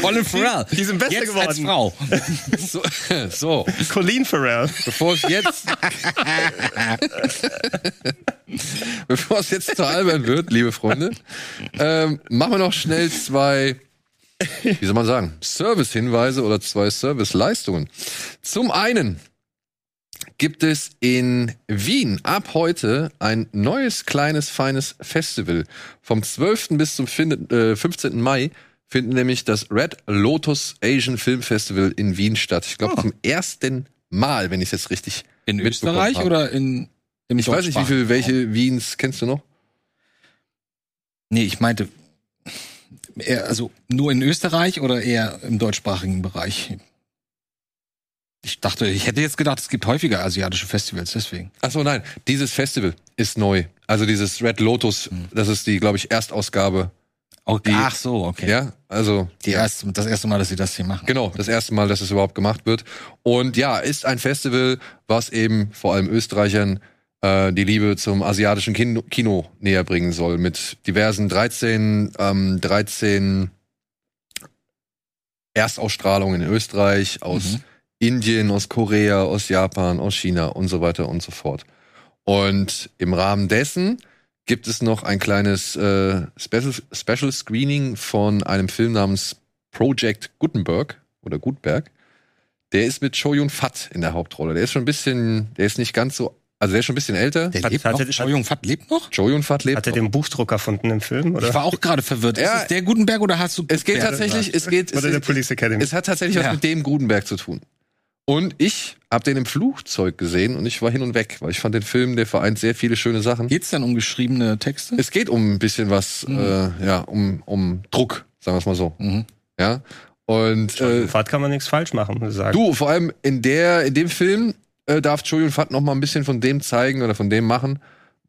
C: Colin Farrell.
B: Die- die sind besser
C: jetzt als
B: geworden.
C: Frau.
A: so, so,
B: Colin Farrell.
A: bevor es jetzt bevor es jetzt zu albern wird, liebe Freunde, ähm, machen wir noch schnell zwei wie soll man sagen, Service-Hinweise oder zwei Service-Leistungen. Zum einen gibt es in Wien ab heute ein neues, kleines, feines Festival. Vom 12. bis zum fin- äh, 15. Mai finden nämlich das Red Lotus Asian Film Festival in Wien statt. Ich glaube, zum ersten Mal, wenn ich es jetzt richtig
C: Ah. In
A: mitbekommen
C: Österreich
A: habe.
C: oder in im
A: Ich weiß nicht, wie viel, welche Wiens kennst du noch?
C: Nee, ich meinte eher, also nur in Österreich oder eher im deutschsprachigen Bereich. Ich dachte, ich hätte jetzt gedacht, es gibt häufiger asiatische Festivals, deswegen.
A: Ach so, nein, dieses Festival ist neu. Also dieses Red Lotus, das ist die, glaube ich, Erstausgabe.
C: Okay. Ach so, okay.
A: Ja, also
C: Die erste, das erste Mal, dass sie das hier machen.
A: Genau, das erste Mal, dass es überhaupt gemacht wird. Und ja, ist ein Festival, was eben vor allem Österreichern äh, die Liebe zum asiatischen Kino, Kino näher bringen soll. Mit diversen 13, ähm, 13 Erstausstrahlungen in Österreich, aus Indien, aus Korea, aus Japan, aus China und so weiter und so fort. Und im Rahmen dessen gibt es noch ein kleines äh, Special, Special Screening von einem Film namens Project Gutenberg oder Gutberg. Der ist mit Shoyun Fat in der Hauptrolle. Der ist schon ein bisschen, der ist nicht ganz so Also der ist schon ein bisschen älter.
C: Der
B: Hat-
C: lebt
B: hat-
C: noch.
B: hat-
C: Entschuldigung, Fat lebt noch?
A: Joey und Fat lebt.
B: Hat er
A: noch.
B: den Buchdruck erfunden im Film? Oder?
C: Ich war auch gerade verwirrt.
A: Ja.
C: Ist es der Gutenberg oder hast du.
A: Es geht
C: Gutenberg?
A: tatsächlich, es geht, es,
B: oder der Police Academy?
A: es hat tatsächlich was
C: Ja.
A: mit dem Gutenberg zu tun. Und ich habe den im Flugzeug gesehen und ich war hin und weg, weil ich fand den Film, der vereint sehr viele schöne Sachen.
C: Geht's dann um geschriebene Texte?
A: Es geht um ein bisschen was, äh, ja, um, um Druck, sagen wir es mal so.
C: Mhm.
A: Ja. Und äh,
B: Im Fahrt kann man nichts falsch machen, würde ich sagen.
A: Du, vor allem in der, in dem Film äh, darf Julian Fat noch mal ein bisschen von dem zeigen oder von dem machen,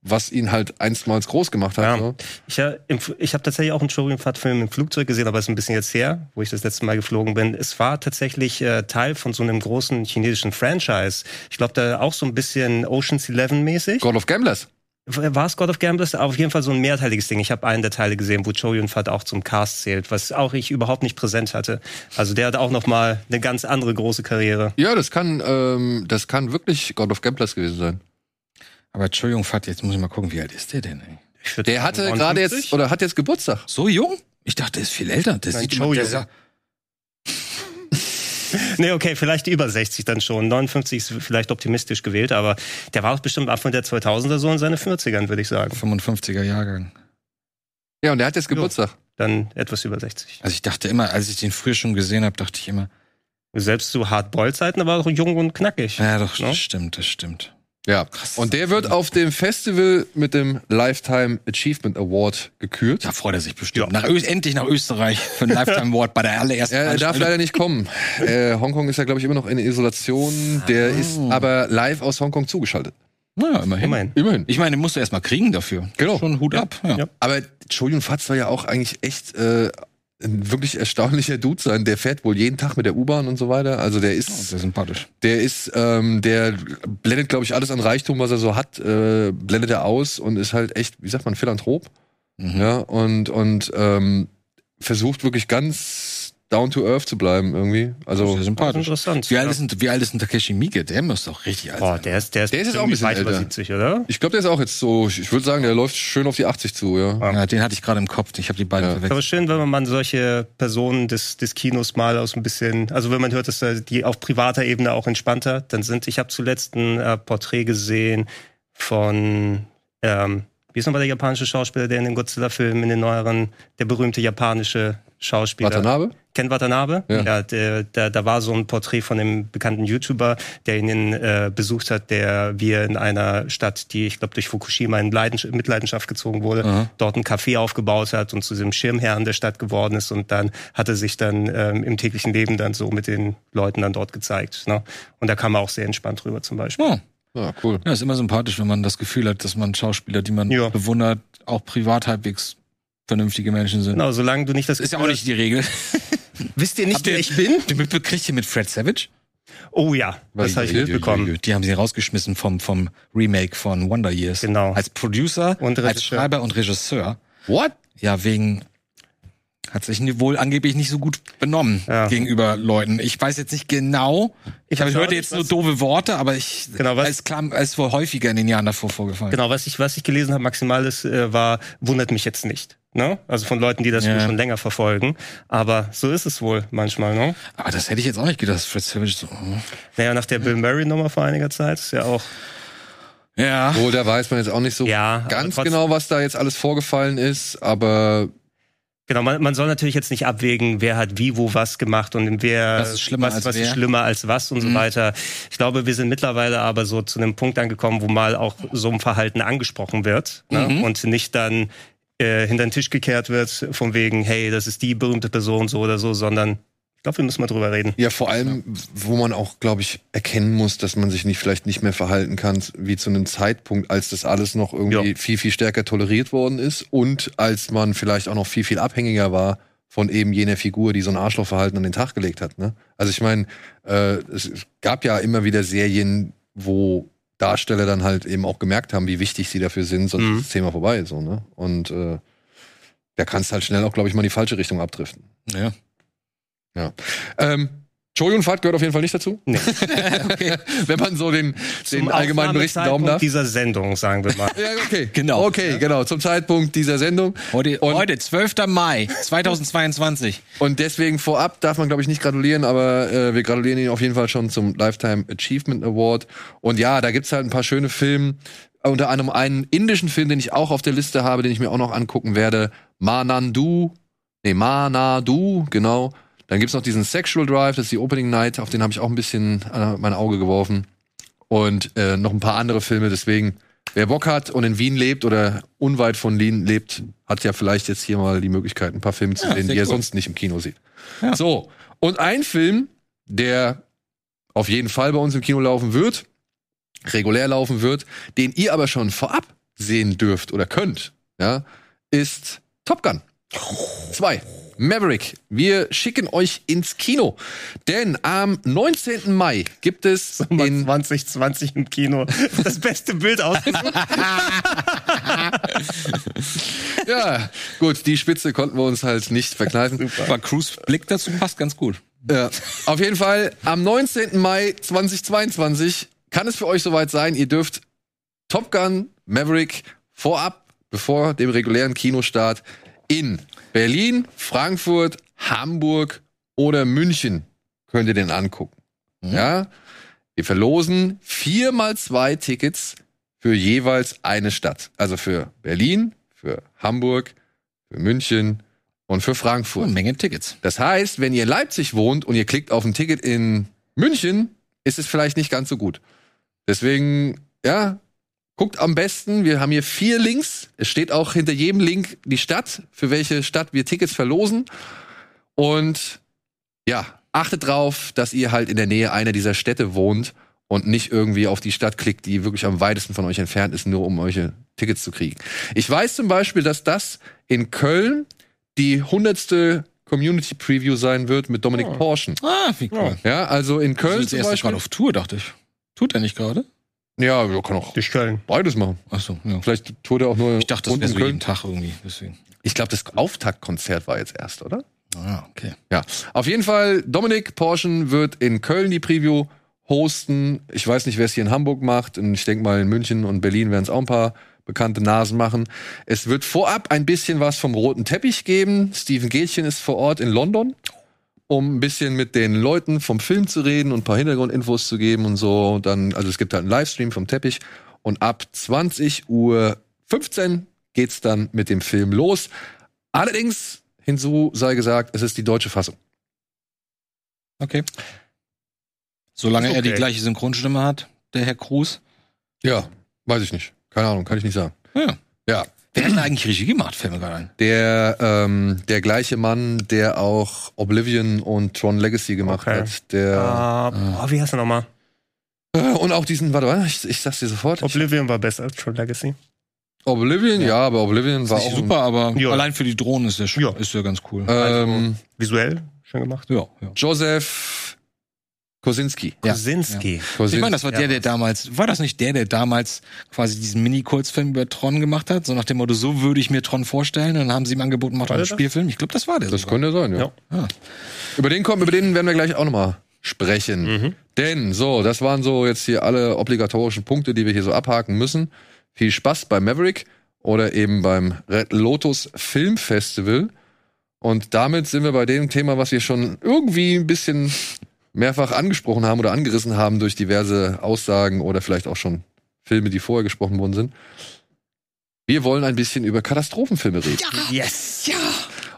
A: was ihn halt einstmals groß gemacht hat.
B: Ja.
A: So.
B: Ich, ja, im Fl- ich habe tatsächlich auch einen Entschuldigung-Fahrtfilm im Flugzeug gesehen, aber es ist ein bisschen jetzt her, wo ich das letzte Mal geflogen bin. Es war tatsächlich äh, Teil von so einem großen chinesischen Franchise. Ich glaube, da auch so ein bisschen Ocean's Eleven-mäßig.
A: God of Gamblers.
B: War es God of Gamblers? Aber auf jeden Fall so ein mehrteiliges Ding. Ich habe einen der Teile gesehen, wo Joey und Fat auch zum Cast zählt, was auch ich überhaupt nicht präsent hatte. Also der hat auch noch mal eine ganz andere große Karriere.
A: Ja, das kann, ähm, das kann wirklich God of Gamblers gewesen sein.
C: Aber Entschuldigung, Fat, jetzt muss ich mal gucken, wie alt ist der denn, ey?
B: Ich würd
A: Der
B: sagen,
A: hatte gerade jetzt
B: 59.
A: oder hat jetzt Geburtstag.
C: So jung? Ich dachte, der ist viel älter. Der
B: Nein,
C: sieht
B: Jojo.
C: immer, der sah,
B: Nee, okay, vielleicht über 60 dann schon. 59 ist vielleicht optimistisch gewählt, aber der war auch bestimmt Anfang der 2000er so in seine 40ern, würde ich sagen.
C: 55er Jahrgang.
A: Ja, und der hat jetzt Geburtstag.
B: Dann etwas über 60.
C: Also ich dachte immer, als ich den früher schon gesehen habe, dachte ich immer,
B: Selbst zu Hardboiled-Zeiten, aber auch jung und knackig.
C: ja doch,
B: Ne?
C: das stimmt, das stimmt.
A: Ja. Und der wird auf dem Festival mit dem Lifetime Achievement Award gekürt.
C: Da freut er sich bestimmt. Nach Ö endlich nach Österreich für ein Lifetime Award bei der allerersten
A: Er Äh, darf
C: Veranstaltung.
A: leider nicht kommen. äh, Hongkong ist ja, glaube ich, immer noch in Isolation. Der ist aber live aus Hongkong zugeschaltet.
C: Naja, immerhin.
B: Immerhin.
A: Immerhin.
C: Ich meine, den musst du erstmal kriegen dafür.
A: Genau.
C: Schon Hut ab. Ja.
B: Ja.
A: Aber Julian Fatz soll ja auch eigentlich echt äh, ein wirklich erstaunlicher Dude sein. Der fährt wohl jeden Tag mit der U-Bahn und so weiter. Also der
C: Oh,
A: ist,
C: sehr sympathisch.
A: der ist, ähm, der blendet, glaube ich, alles an Reichtum, was er so hat, äh, blendet er aus und ist halt echt, wie sagt man, Philanthrop.
C: Mhm.
A: Ja, und, und ähm, versucht wirklich ganz down to earth zu bleiben irgendwie. Also
C: Sehr
B: Das ist
C: sympathisch.
B: interessant. Ah,
C: Wie alt,
B: ja.
C: ist denn, wie alt ist denn Takeshi Miike? Der muss doch richtig alt
B: Boah,
C: sein.
B: der ist, der ist,
A: Der ist jetzt auch ein
B: ziemlich
A: bisschen
B: weit über
A: älter.
B: 70, oder?
A: ich glaube, der ist auch jetzt so, ich, ich würde sagen, der läuft schön auf die 80 zu, ja.
C: Ja, den hatte ich gerade im Kopf. Ich habe die beiden
A: Ja.
B: Ist
C: verwechselt.
B: aber schön, wenn man mal solche Personen des, des Kinos mal aus ein bisschen, also wenn man hört, dass da die auf privater Ebene auch entspannter dann sind. Ich habe zuletzt ein äh, Porträt gesehen von, ähm, wie ist nochmal der japanische Schauspieler, der in den Godzilla-Filmen, in den neueren, der berühmte japanische Schauspieler.
A: Watanabe?
B: Ken Watanabe?
A: Ja.
B: Ja. der, da, da war so ein Porträt von einem bekannten YouTuber, der ihn äh, besucht hat, der wir in einer Stadt, die ich glaube durch Fukushima in Leidens mit Leidenschaft gezogen wurde, dort ein Café aufgebaut hat und zu diesem Schirmherrn der Stadt geworden ist und dann hatte sich dann ähm, im täglichen Leben dann so mit den Leuten dann dort gezeigt. Ne? Und da kam er auch sehr entspannt rüber zum Beispiel.
C: Oh,
A: Ja, Ah, cool.
C: ja, ist immer sympathisch, wenn man das Gefühl hat, dass man Schauspieler, die man
B: Ja.
C: bewundert, auch privat halbwegs vernünftige Menschen sind.
B: Genau, solange du nicht das
C: Ist ja auch nicht die Regel.
B: Wisst ihr nicht,
C: Habt ihr-
B: wer ich bin?
C: Den Mitbe- Kriegt ihr mit Fred Savage?
B: Oh ja,
A: Weil-
B: das habe ich
A: Jö, jö,
B: mitbekommen.
C: Jö, Die haben sie rausgeschmissen vom, vom Remake von Wonder Years.
B: Genau.
C: Als Producer,
B: Und
C: als
B: Regisseur.
C: Schreiber und Regisseur.
A: What?
C: Ja, wegen hat sich wohl angeblich nicht so gut benommen
B: Ja.
C: gegenüber Leuten. Ich weiß jetzt nicht genau. Ich,
B: Ich
C: hab,
B: weiß
C: ich
B: auch
C: hörte
B: nicht,
C: jetzt nur
B: was-
C: doofe Worte, aber ich
B: Genau, was-
C: es klar, es wohl häufiger in den Jahren davor vorgefallen.
B: Genau, was ich, was ich gelesen habe, maximal ist, äh, war, wundert mich jetzt nicht. Ne? Also von Leuten, die das
C: Ja.
B: wohl schon länger verfolgen. Aber so ist es wohl manchmal, ne?
C: Aber Ah, das hätte ich jetzt auch nicht gedacht, dass Fred Savage so. hm.
B: Naja, nach der Bill Murray-Nummer vor einiger Zeit ist ja auch.
C: Ja.
A: Oh, da weiß man jetzt auch nicht so
B: Ja, aber
A: ganz
B: trotzdem-
A: genau, was da jetzt alles vorgefallen ist, aber
B: Genau, man, man soll natürlich jetzt nicht abwägen, wer hat wie, wo, was gemacht und wer
C: Was ist schlimmer
B: was,
C: als
B: was
C: wer. Mhm.
B: ist schlimmer als was und so weiter. Ich glaube, wir sind mittlerweile aber so zu einem Punkt angekommen, wo mal auch so ein Verhalten angesprochen wird ne?
C: Mhm.
B: und nicht dann äh, hinter den Tisch gekehrt wird, von wegen, hey, das ist die berühmte Person so oder so, sondern ich glaube, wir müssen mal drüber reden.
A: ja, vor allem, wo man auch, glaube ich, erkennen muss, dass man sich nicht, vielleicht nicht mehr verhalten kann, wie zu einem Zeitpunkt, als das alles noch irgendwie
B: Ja.
A: viel, viel stärker toleriert worden ist und als man vielleicht auch noch viel, viel abhängiger war von eben jener Figur, die so ein Arschlochverhalten an den Tag gelegt hat. Ne? Also ich meine, äh, es es gab ja immer wieder Serien, wo Darsteller dann halt eben auch gemerkt haben, wie wichtig sie dafür sind, sonst
B: Mhm.
A: ist das Thema vorbei. So, ne? Und äh, da kannst halt schnell auch, glaube ich, mal in die falsche Richtung abdriften.
C: ja.
A: Ähm, Jojo-Fahrt gehört auf jeden Fall nicht dazu.
B: Nee.
A: Wenn man so den, den
B: Zum
A: allgemeinen Berichten Daumen
B: Aufnahmezeitpunkt
A: darf.
B: dieser Sendung, sagen wir mal.
A: Ja, okay.
C: Genau.
A: Okay, genau. Zum Zeitpunkt dieser Sendung.
C: Heute,
A: und,
C: heute 12. Mai 2022.
A: und deswegen vorab darf man, glaube ich, nicht gratulieren, aber äh, wir gratulieren Ihnen auf jeden Fall schon zum Lifetime Achievement Award. Und ja, da gibt's halt ein paar schöne Filme. Unter anderem einen indischen Film, den ich auch auf der Liste habe, den ich mir auch noch angucken werde. Manandu. Nee, Manadu, genau. Dann gibt's noch diesen Sexual Drive, das ist die Opening Night, auf den habe ich auch ein bisschen äh, mein Auge geworfen. und äh, noch ein paar andere Filme. Deswegen, wer Bock hat und in Wien lebt oder unweit von Wien lebt, hat ja vielleicht jetzt hier mal die Möglichkeit, ein paar Filme zu sehen, die
C: sehr
A: er
C: cool.
A: sonst nicht im Kino sieht.
C: Ja.
A: So, und ein Film, der auf jeden Fall bei uns im Kino laufen wird, regulär laufen wird, den ihr aber schon vorab sehen dürft oder könnt, ja, ist Top Gun 2. Maverick, wir schicken euch ins Kino, denn am 19. Mai gibt es in
B: 2020 im Kino. Das beste Bild ausgesucht.
A: Ja, gut, die Spitze konnten wir uns halt nicht verkneifen.
C: Aber Cruz Blick dazu passt ganz gut.
A: Ja. Äh, Auf jeden Fall, am 19. Mai 2022 kann es für euch soweit sein, ihr dürft Top Gun Maverick vorab, bevor dem regulären Kinostart in Berlin, Frankfurt, Hamburg oder München könnt ihr den angucken. Ja? Wir verlosen vier mal zwei Tickets für jeweils eine Stadt. Also für Berlin, für Hamburg, für München und für Frankfurt.
C: Oh, Eine Menge Tickets.
A: Das heißt, wenn ihr in Leipzig wohnt und ihr klickt auf ein Ticket in München, ist es vielleicht nicht ganz so gut. Deswegen, ja, guckt am besten. Wir haben hier vier Links. Es steht auch hinter jedem Link die Stadt, für welche Stadt wir Tickets verlosen. Und ja, achtet drauf, dass ihr halt in der Nähe einer dieser Städte wohnt und nicht irgendwie auf die Stadt klickt, die wirklich am weitesten von euch entfernt ist, nur um euch Tickets zu kriegen. Ich weiß zum Beispiel, dass das in Köln die hundertste Community Preview sein wird mit Dominik Porschen.
C: Ah, wie cool.
A: Ja, also in Köln
C: ist
A: zum
C: erst
A: Beispiel.
C: gerade auf Tour, dachte ich. Tut er nicht gerade?
A: Ja, wir können auch
B: Durch Köln.
A: beides machen.
C: Ach so, ja.
A: Vielleicht tut er auch nur
C: Ich dachte, das
A: Runden
C: wäre so
A: Köln.
C: jeden Tag irgendwie. Deswegen.
A: Ich glaube, das Auftaktkonzert war jetzt erst, oder?
C: Ah, okay.
A: Ja, auf jeden Fall, Dominik Porschen wird in Köln die Preview hosten. Ich weiß nicht, wer es hier in Hamburg macht. Und ich denke mal, in München und Berlin werden es auch ein paar bekannte Nasen machen. Es wird vorab ein bisschen was vom roten Teppich geben. Steven Gätchen ist vor Ort in London, um ein bisschen mit den Leuten vom Film zu reden und ein paar Hintergrundinfos zu geben und so. Und dann, also es gibt halt einen Livestream vom Teppich. Und ab 20.15 Uhr geht's dann mit dem Film los. Allerdings, hinzu sei gesagt, es ist die deutsche Fassung.
C: Okay. Solange
B: Ist
C: er die
B: okay.
C: gleiche Synchronstimme hat, der Herr Cruz.
A: Ja, weiß ich nicht. Keine Ahnung, kann ich nicht sagen.
C: Ja.
A: Ja,
C: Wer hat denn eigentlich Regie gemacht, fällt mir gerade ein.
A: der, ähm, der gleiche Mann, der auch Oblivion und Tron Legacy gemacht
B: Okay.
A: hat, der
B: Ah, boah, wie heißt er nochmal?
A: äh, und auch diesen, warte, warte, ich, ich sag's dir sofort.
B: Oblivion war besser als True Legacy.
A: Oblivion, ja. aber Oblivion war auch
C: Nicht super, aber
B: Ja.
C: allein für die Drohnen ist der schon,
B: Ja.
C: ist der ganz cool.
A: Ein, ähm,
B: Visuell schön gemacht.
C: ja, ja.
A: Joseph Kosinski.
C: Ja.
B: Kosinski.
A: Kosins-
C: Ich meine, das war der,
B: Ja.
C: der damals, war das nicht der, der damals quasi diesen Mini-Kurzfilm über Tron gemacht hat? So nach dem Motto, so würde ich mir Tron vorstellen. Und dann haben sie ihm angeboten, macht doch einen
B: der das?
C: Spielfilm. Ich glaube, das war der.
A: das
C: sogar.
A: könnte sein, ja.
B: Ja.
C: Ah.
A: Über den kommen, über den werden wir gleich auch nochmal sprechen. Denn so, das waren so jetzt hier alle obligatorischen Punkte, die wir hier so abhaken müssen. Viel Spaß bei Maverick oder eben beim Red Lotus Film Festival. Und damit sind wir bei dem Thema, was wir schon irgendwie ein bisschen mehrfach angesprochen haben oder angerissen haben durch diverse Aussagen oder vielleicht auch schon Filme, die vorher gesprochen worden sind. Wir wollen ein bisschen über Katastrophenfilme reden.
B: Yes.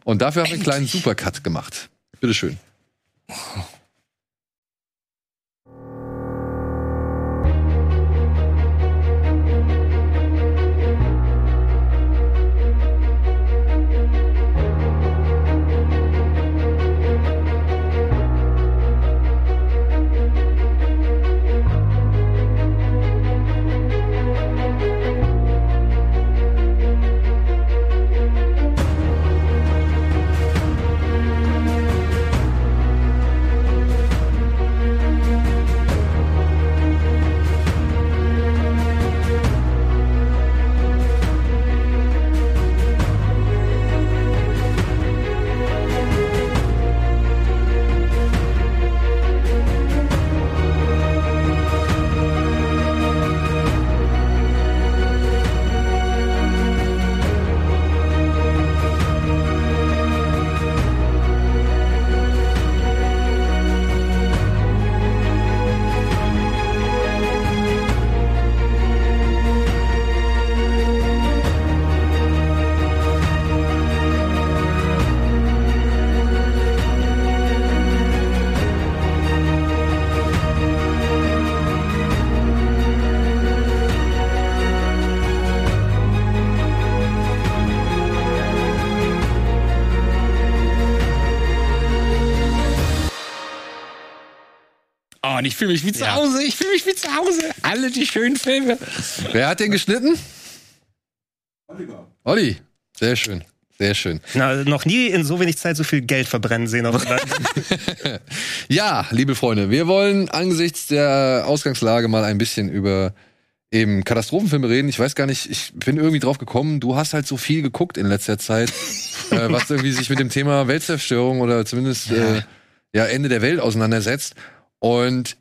A: Und dafür haben wir einen kleinen Supercut gemacht. Bitteschön.
C: Oh, und ich fühle mich wie zu Hause. Ich fühle mich wie zu Hause. Alle die schönen Filme.
A: Wer hat den geschnitten? Olli. Sehr schön. Sehr schön.
B: Na, noch nie in so wenig Zeit so viel Geld verbrennen sehen. Auf einmal.
A: Ja, liebe Freunde, wir wollen angesichts der Ausgangslage mal ein bisschen über eben Katastrophenfilme reden. Ich weiß gar nicht, ich bin irgendwie drauf gekommen, du hast halt so viel geguckt in letzter Zeit, äh, was irgendwie sich mit dem Thema Weltzerstörung oder zumindest äh, ja Ende der Welt auseinandersetzt. Und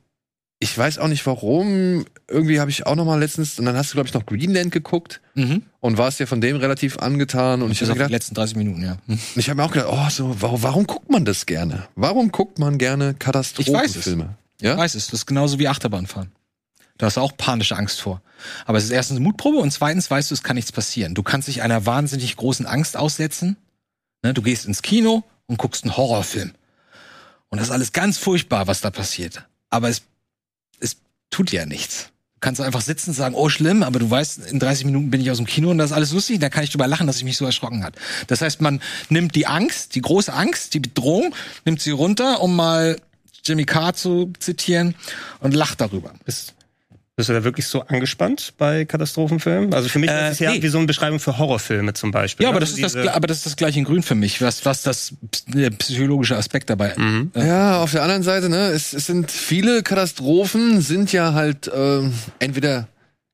A: ich weiß auch nicht warum. Irgendwie habe ich auch noch mal letztens und dann hast du glaube ich noch Greenland geguckt
C: Mhm.
A: und warst ja von dem relativ angetan und ich
C: Bis
A: habe
C: auf die
A: gedacht,
C: letzten 30 Minuten, ja. Hm.
A: und Ich habe mir auch gedacht, oh, so, warum, warum guckt man das gerne? Warum guckt man gerne
C: es.
A: Katastrophenfilme?
C: Ich
A: Ja?
C: weiß es. Das ist genauso wie Achterbahnfahren. Da hast du auch panische Angst vor. Aber es ist erstens eine Mutprobe und zweitens weißt du, es kann nichts passieren. Du kannst dich einer wahnsinnig großen Angst aussetzen. Ne, du gehst ins Kino und guckst einen Horrorfilm. Und das ist alles ganz furchtbar, was da passiert. Aber es, es tut ja nichts. Du kannst einfach sitzen und sagen, oh schlimm, aber du weißt, in 30 Minuten bin ich aus dem Kino und das ist alles lustig, da kann ich drüber lachen, dass ich mich so erschrocken hat. Das heißt, man nimmt die Angst, die große Angst, die Bedrohung, nimmt sie runter, um mal Jimmy Carr zu zitieren und lacht darüber.
B: bist, bist du da wirklich so angespannt bei Katastrophenfilmen? Also für mich
C: Äh,
B: ist es ja
C: nee.
B: wie so eine Beschreibung für Horrorfilme zum Beispiel.
C: Ja, aber das
B: Also
C: ist das,
B: diese-
C: Gle- aber das ist das gleiche in Grün für mich, was, was das ps- der psychologische Aspekt dabei.
A: Ja, auf der anderen Seite, ne, es, es sind viele Katastrophen, sind ja halt, ähm, entweder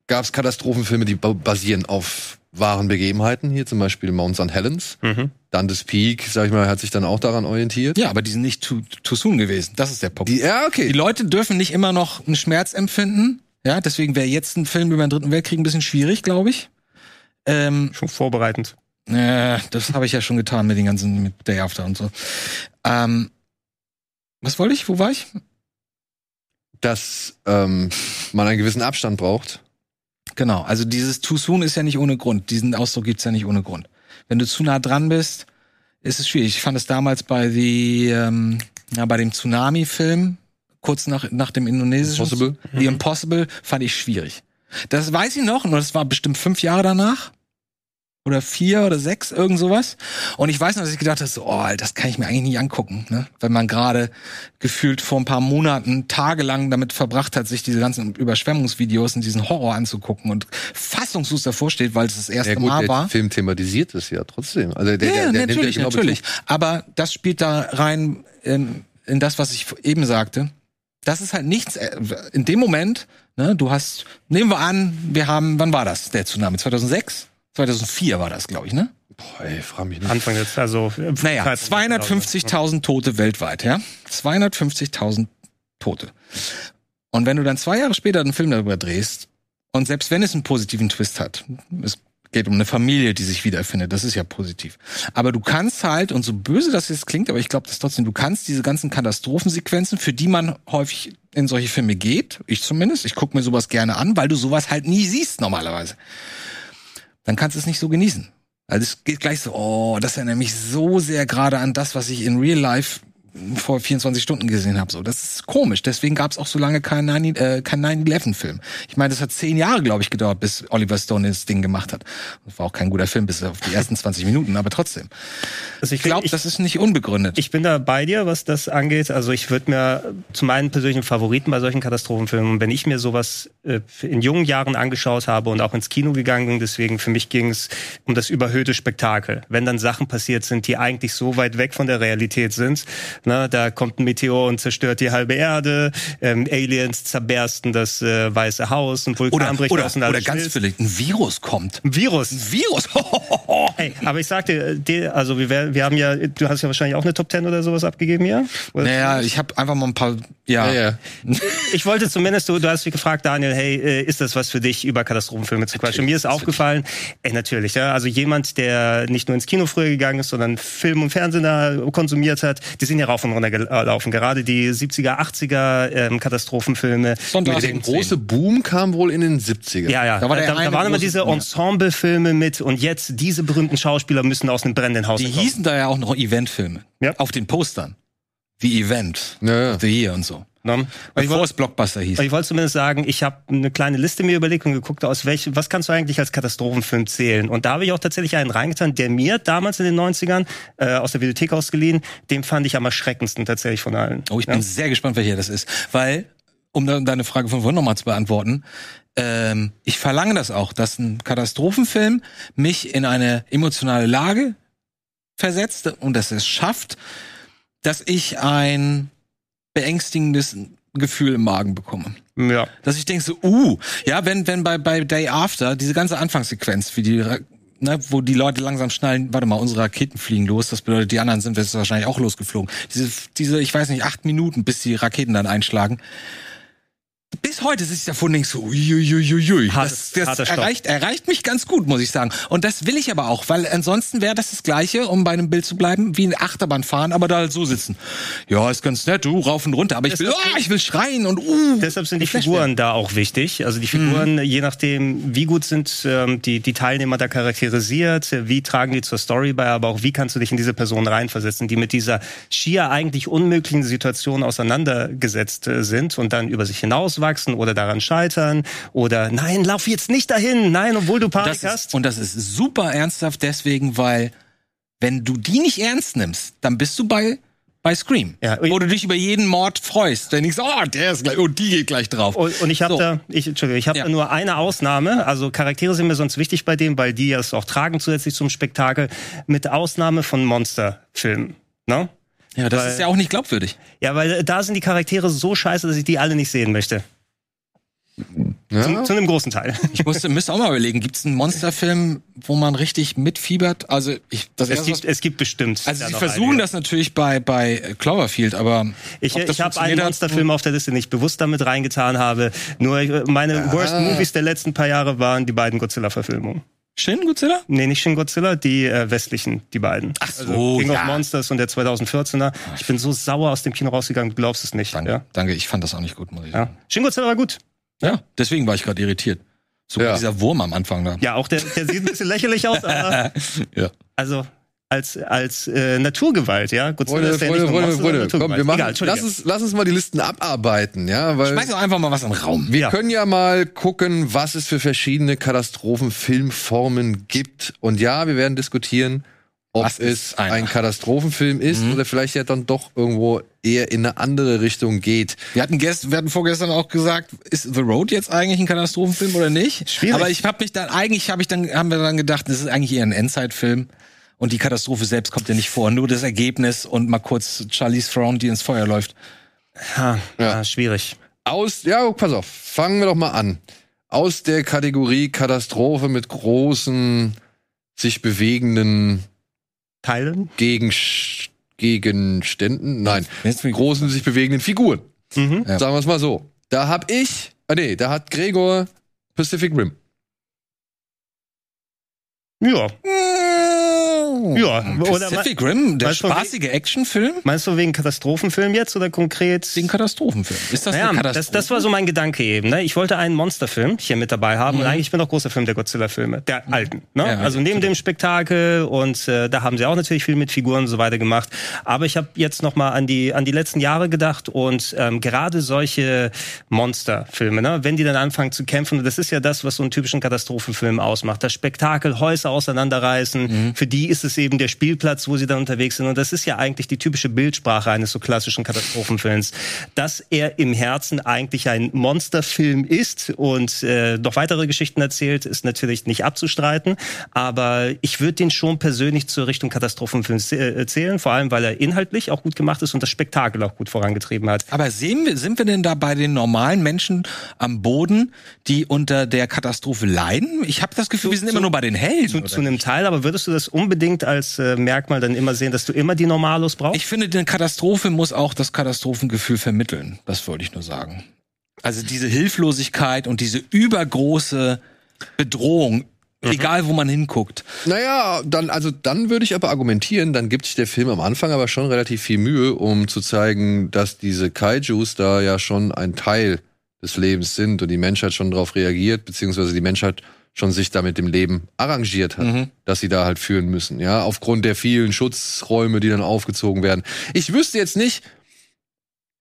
A: gab es Katastrophenfilme, die ba basieren auf wahren Begebenheiten, hier zum Beispiel Mount St. Helens.
B: Mhm.
A: Dantes Peak, sag ich mal, hat sich dann auch daran orientiert.
C: Ja, aber die sind nicht too, too soon gewesen. Das ist der Punkt.
A: Die, ja, okay.
C: Die Leute dürfen nicht immer noch einen Schmerz empfinden. Ja, deswegen wäre jetzt ein Film über den Dritten Weltkrieg ein bisschen schwierig, glaube ich. Ähm,
B: schon vorbereitend.
C: äh, das habe ich ja schon getan mit den ganzen, mit Day After und so. Ähm, was wollte ich? Wo war ich?
A: dass ähm, man einen gewissen Abstand braucht.
C: Genau, also dieses Too soon ist ja nicht ohne Grund. Diesen Ausdruck gibt's ja nicht ohne Grund. Wenn du zu nah dran bist, ist es schwierig. Ich fand es damals bei die, ähm, ja, bei dem Tsunami-Film, kurz nach, nach dem indonesischen.
A: Impossible.
C: The Impossible fand ich schwierig. Das weiß ich noch, und das war bestimmt fünf Jahre danach. Oder vier oder sechs, irgend sowas. Und ich weiß noch, dass ich gedacht habe, so, oh, das kann ich mir eigentlich nicht angucken. Ne? Wenn man gerade gefühlt vor ein paar Monaten tagelang damit verbracht hat, sich diese ganzen Überschwemmungsvideos und diesen Horror anzugucken und fassungslos davor steht, weil es das erste
A: Ja gut,
C: Mal war
A: der Film thematisiert es ja trotzdem. Also der, der, der nimmt
C: natürlich,
A: ja genau
C: natürlich.
A: Bezug.
C: Aber das spielt da rein ähm, in das, was ich eben sagte. Das ist halt nichts. äh, In dem Moment, ne, du hast, nehmen wir an, wir haben, wann war das? Der Tsunami 2006, 2004 war das, glaube ich, ne?
A: Boah, ey, frag mich nicht.
B: Anfang jetzt, also. äh,
C: Naja,
B: Zeitpunkt, genau.
C: 250.000 Tote weltweit, ja? 250.000 Tote. Und wenn du dann zwei Jahre später einen Film darüber drehst, und selbst wenn es einen positiven Twist hat, es geht um eine Familie, die sich wiederfindet, das ist ja positiv. Aber du kannst halt, und so böse das jetzt klingt, aber ich glaube das trotzdem, du kannst diese ganzen Katastrophensequenzen, für die man häufig in solche Filme geht, ich zumindest, ich gucke mir sowas gerne an, weil du sowas halt nie siehst normalerweise dann kannst du es nicht so genießen. Also es geht gleich so, oh, das erinnert mich so sehr gerade an das, was ich in Real Life vor 24 Stunden gesehen habe. So, das ist komisch. Deswegen gab es auch so lange keinen 9 äh, keinen 9-11-Film. Ich meine, das hat zehn Jahre, glaube ich, gedauert, bis Oliver Stone das Ding gemacht hat. Das war auch kein guter Film, bis auf die ersten 20 Minuten, aber trotzdem.
B: Also ich
C: Ich glaube,
B: glaube,
C: das ist nicht unbegründet.
B: Ich bin da bei dir, was das angeht. Also ich würde mir zu meinen persönlichen Favoriten bei solchen Katastrophenfilmen, wenn ich mir sowas äh, in jungen Jahren angeschaut habe und auch ins Kino gegangen bin, deswegen für mich ging es um das überhöhte Spektakel. Wenn dann Sachen passiert sind, die eigentlich so weit weg von der Realität sind, ne, da kommt ein Meteor und zerstört die halbe Erde, ähm, Aliens zerbersten das äh, Weiße Haus, ein Vulkan
C: oder,
B: bricht
C: oder,
B: auseinander.
C: oder ganz
B: schmilzt.
C: vielleicht ein Virus kommt.
B: ein Virus.
C: Ein Virus.
B: Ey, aber ich sagte, die, also wir, wär- wir haben ja, du hast ja wahrscheinlich auch eine Top Ten oder sowas abgegeben hier. Oder-
C: naja, ich habe einfach mal ein paar. Ja,
B: Ah,
A: Ja, ja.
B: Ich wollte zumindest, du, du hast mich gefragt, Daniel, hey, äh, ist das was für dich, über Katastrophenfilme zu quatschen? Mir ist aufgefallen, ey, natürlich, ja, also jemand, der nicht nur ins Kino früher gegangen ist, sondern Film und Fernsehen da konsumiert hat, die sind ja rauf und runter gelaufen. Gerade die 70er, 80er ähm, Katastrophenfilme.
C: Sonntag.
A: Der große Boom kam wohl in den 70ern.
B: Ja, ja,
C: Da
B: da,
C: war
B: da,
C: der eine
B: da waren immer
C: große-
B: diese Ensemble-Filme mit und jetzt diese berühmten Schauspieler müssen aus einem brennenden Haus
C: Die
B: entkommen.
C: hießen da ja auch noch Eventfilme.
B: Ja.
C: Auf den Postern. The Event.
A: Ja, ja.
C: The Year und so.
B: Ne?
C: Bevor es Blockbuster hieß.
B: Aber ich wollte zumindest sagen, ich habe eine kleine Liste mir überlegt und geguckt, aus welchem, was kannst du eigentlich als Katastrophenfilm zählen? Und da habe ich auch tatsächlich einen reingetan, der mir damals in den 90ern äh, aus der Bibliothek ausgeliehen, den fand Oh, ich am erschreckendsten tatsächlich von allen.
C: Oh, ich bin sehr gespannt, welcher das ist. Weil um da- deine Frage von vorhin nochmal zu beantworten, ähm, ich verlange das auch, dass ein Katastrophenfilm mich in eine emotionale Lage versetzt und dass es schafft, dass ich ein beängstigendes Gefühl im Magen bekomme.
B: Ja.
C: Dass ich denke so, uh, ja, wenn, wenn bei, bei Day After diese ganze Anfangssequenz, wie die, Ra- ne, wo die Leute langsam schnallen, warte mal, unsere Raketen fliegen los, das bedeutet, die anderen sind jetzt wahrscheinlich auch losgeflogen. Diese, diese, ich weiß nicht, acht Minuten, bis die Raketen dann einschlagen. Bis heute sitze ich davon und denk so, uiuiuiui.
B: Hart-
C: Das, das
B: harter Stopp.
C: erreicht, erreicht mich ganz gut, muss ich sagen. Und das will ich aber auch, weil ansonsten wäre das das Gleiche, um bei einem Bild zu bleiben, wie eine Achterbahn fahren, aber da halt so sitzen. Ja, ist ganz nett, du, rauf und runter, aber ich will, oh, ich will schreien und uh.
B: Deshalb sind die
C: Flashback.
B: Figuren da auch wichtig. Also die Figuren,
C: Mhm.
B: je nachdem, wie gut sind ähm, die, die Teilnehmer da charakterisiert, äh, wie tragen die zur Story bei, aber auch wie kannst du dich in diese Person reinversetzen, die mit dieser schier eigentlich unmöglichen Situation auseinandergesetzt äh, sind und dann über sich hinauswachsen oder daran scheitern oder nein, lauf jetzt nicht dahin, nein, obwohl du Panik
C: das ist,
B: hast.
C: und das ist super ernsthaft deswegen, weil wenn du die nicht ernst nimmst, dann bist du bei bei Scream,
B: Ja.
C: wo du dich über jeden Mord freust, wenn ich so, oh, der ist gleich, oh, die geht gleich drauf.
B: Und, und ich habe
C: So.
B: da, ich, Entschuldigung, ich habe
C: Ja.
B: da nur eine Ausnahme. Also Charaktere sind mir sonst wichtig bei dem, weil die es auch tragen zusätzlich zum Spektakel. Mit Ausnahme von Monsterfilmen. Ne?
C: ja, das
B: weil-
C: ist ja auch nicht glaubwürdig.
B: Ja, weil da sind die Charaktere so scheiße, dass ich die alle nicht sehen möchte. Zu, zu einem großen Teil.
C: Ich musste, müsste auch mal überlegen, gibt es einen Monsterfilm, wo man richtig mitfiebert? Also ich, das
B: Es
C: erste,
B: gibt,
C: was,
B: es gibt bestimmt.
C: also
B: da
C: sie
B: noch
C: versuchen
B: einige.
C: das natürlich bei bei Cloverfield, aber
B: Ich,
C: ob das
B: ich habe einen
C: funktioniert hat-
B: Monsterfilm auf der Liste, den ich bewusst damit reingetan habe. Nur äh, meine Worst Movies der letzten paar Jahre waren die beiden Godzilla-Verfilmungen.
C: Shin Godzilla?
B: Nee, nicht Shin Godzilla, die äh, westlichen, die beiden. Ach
C: so,
B: King
C: ja.
B: of Monsters und der 2014er. Ich bin so sauer aus dem Kino rausgegangen, du glaubst es nicht.
C: Danke,
B: Ja?
C: danke. Ich fand das auch nicht gut, muss ich
B: Ja.
C: sagen.
B: Shin Godzilla war gut.
C: Ja, deswegen war ich gerade irritiert. So
A: Ja.
C: dieser Wurm am Anfang da.
B: Ja, auch der, der sieht ein bisschen lächerlich aus, aber
C: ja.
B: also als, als äh, Naturgewalt, ja. Godzilla
A: Freunde,
B: ist ja nicht
A: Freunde,
B: nur
A: Freunde,
B: Monster, sondern
A: Freunde, komm, wir machen,
B: Egal,
A: lass,
B: Entschuldige.
A: uns, lass uns mal die Listen abarbeiten, ja, weil
C: Schmeiß doch einfach mal was in den Raum.
A: wir
B: Ja.
A: können ja mal gucken, was es für verschiedene Katastrophenfilmformen gibt. Und ja, wir werden diskutieren, ob
C: Was
A: es
C: ist einer?
A: ein Katastrophenfilm ist
B: Mhm.
A: oder vielleicht ja dann doch irgendwo eher in eine andere Richtung geht.
C: Wir hatten, gest, wir hatten vorgestern auch gesagt, ist The Road jetzt eigentlich ein Katastrophenfilm oder nicht?
B: Schwierig.
C: Aber ich habe mich dann eigentlich habe ich dann haben wir dann gedacht, das ist eigentlich eher ein Endzeit-Film und die Katastrophe selbst kommt ja nicht vor, nur das Ergebnis und mal kurz Charlize Theron, die ins Feuer läuft.
B: Ha,
A: Ja.
B: ah, schwierig.
A: Aus, ja, pass auf, fangen wir doch mal an. Aus der Kategorie Katastrophe mit großen, sich bewegenden
B: Teilen?
A: Gegen, Gegenständen, nein,
C: Jetzt bin ich-
A: großen, sich bewegenden Figuren.
B: Mhm.
C: Ja.
A: Sagen wir es mal so. Da hab ich, ah nee, da hat Gregor Pacific Rim.
B: Ja. Ja.
A: Hm,
B: Oder me-
C: Pacific Rim, der
B: weißt du, wie-
C: spaßige Actionfilm,
B: meinst du wegen Katastrophenfilm jetzt oder konkret?
C: den Katastrophenfilm. Ist das eine
B: naja, das,
C: Katastrophe?
B: das war so mein Gedanke eben. Ne? Ich wollte einen Monsterfilm hier mit dabei haben. Und eigentlich bin ich auch großer Film der Godzilla-Filme, der alten. Ne?
C: Mhm. Ja,
B: also neben dem Spektakel und äh, da haben sie auch natürlich viel mit Figuren und so weiter gemacht. Aber ich habe jetzt noch mal an die an die letzten Jahre gedacht und ähm, gerade solche Monsterfilme, ne? wenn die dann anfangen zu kämpfen, und das ist ja das, was so einen typischen Katastrophenfilm ausmacht. Das Spektakel, Häuser
C: Mhm.
B: auseinanderreißen. Für die ist es eben der Spielplatz, wo sie dann unterwegs sind. Und das ist ja eigentlich die typische Bildsprache eines so klassischen Katastrophenfilms, dass er im Herzen eigentlich ein Monsterfilm ist und äh, noch weitere Geschichten erzählt, ist natürlich nicht abzustreiten. Aber ich würde den schon persönlich zur Richtung Katastrophenfilm zäh- äh, zählen, vor allem weil er inhaltlich auch gut gemacht ist und das Spektakel auch gut vorangetrieben hat.
C: Aber sehen wir, sind wir denn da bei den normalen Menschen am Boden, die unter der Katastrophe leiden? Ich habe das Gefühl, wir sind immer nur bei den Helden.
B: Zu,
C: oder?
B: zu einem Teil, aber würdest du das unbedingt als äh, Merkmal dann immer sehen, dass du immer die Normalos brauchst?
C: ich finde, eine Katastrophe muss auch das Katastrophengefühl vermitteln. Das wollte ich nur sagen. Also diese Hilflosigkeit und diese übergroße Bedrohung, egal wo man hinguckt.
A: Naja, dann, also dann würde ich aber argumentieren, dann gibt sich der Film am Anfang aber schon relativ viel Mühe, um zu zeigen, dass diese Kaijus da ja schon ein Teil des Lebens sind und die Menschheit schon darauf reagiert, beziehungsweise die Menschheit schon sich da mit dem Leben arrangiert hat, dass sie da halt führen müssen, ja, aufgrund der vielen Schutzräume, die dann aufgezogen werden. Ich wüsste jetzt nicht,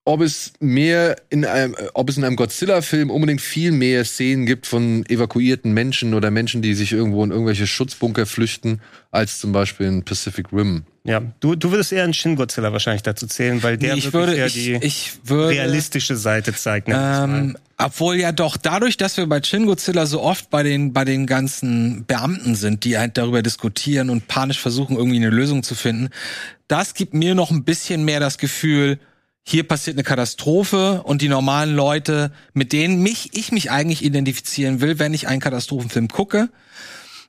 A: ob es mehr in einem, äh, ob es in einem Godzilla-Film unbedingt viel mehr Szenen gibt von evakuierten Menschen oder Menschen, die sich irgendwo in irgendwelche Schutzbunker flüchten, als zum Beispiel in Pacific Rim.
B: Ja, du, du würdest eher einen Shin Godzilla wahrscheinlich dazu zählen, weil der
C: Nee, ich
B: wirklich
C: würde,
B: eher
C: ich,
B: die
C: ich würde,
B: realistische Seite zeigt. nenn ich's mal.
C: Ähm, obwohl ja doch dadurch, dass wir bei Shin Godzilla so oft bei den bei den ganzen Beamten sind, die halt darüber diskutieren und panisch versuchen irgendwie eine Lösung zu finden, das gibt mir noch ein bisschen mehr das Gefühl, hier passiert eine Katastrophe und die normalen Leute, mit denen mich ich mich eigentlich identifizieren will, wenn ich einen Katastrophenfilm gucke,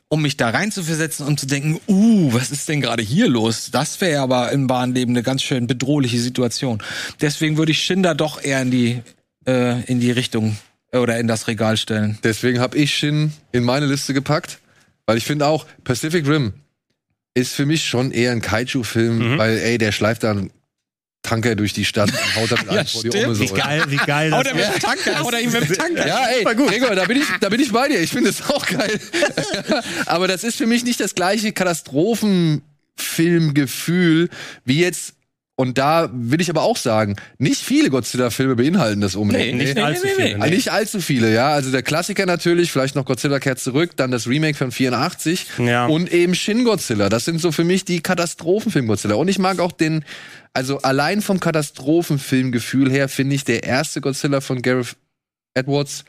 C: um mich da reinzuversetzen und zu denken, uh, was ist denn gerade hier los? Das wäre aber im wahren Leben eine ganz schön bedrohliche Situation. Deswegen würde ich Schinder doch eher in die äh, in die Richtung äh, oder in das Regal stellen.
A: Deswegen habe ich Shin in meine Liste gepackt, weil ich finde auch, Pacific Rim ist für mich schon eher ein Kaiju-Film, weil, ey, der schleift da einen Tanker durch die Stadt und haut damit einen vor die
C: stimmt.
A: Omme
B: wie
A: so.
B: geil, wie geil
C: Oh,
B: das ist.
C: Tanker oder ihm mit dem Tanker.
A: Ja, ey, Gregor, da bin, ich, da bin ich bei dir. Ich finde es auch geil. Aber das ist für mich nicht das gleiche Katastrophenfilmgefühl wie jetzt. Und da will ich aber auch sagen, nicht viele Godzilla-Filme beinhalten das unbedingt.
B: Nicht
C: Nee,
B: allzu
C: nee, nee,
B: viel. ne?
C: nee.
A: Also Nicht allzu viele, ja. Also der Klassiker natürlich, vielleicht noch Godzilla kehrt zurück, dann das Remake von 84
B: Ja.
A: und eben Shin Godzilla. Das sind so für mich die Katastrophenfilm Godzilla. Und ich mag auch den, also allein vom Katastrophenfilmgefühl her finde ich der erste Godzilla von Gareth Edwards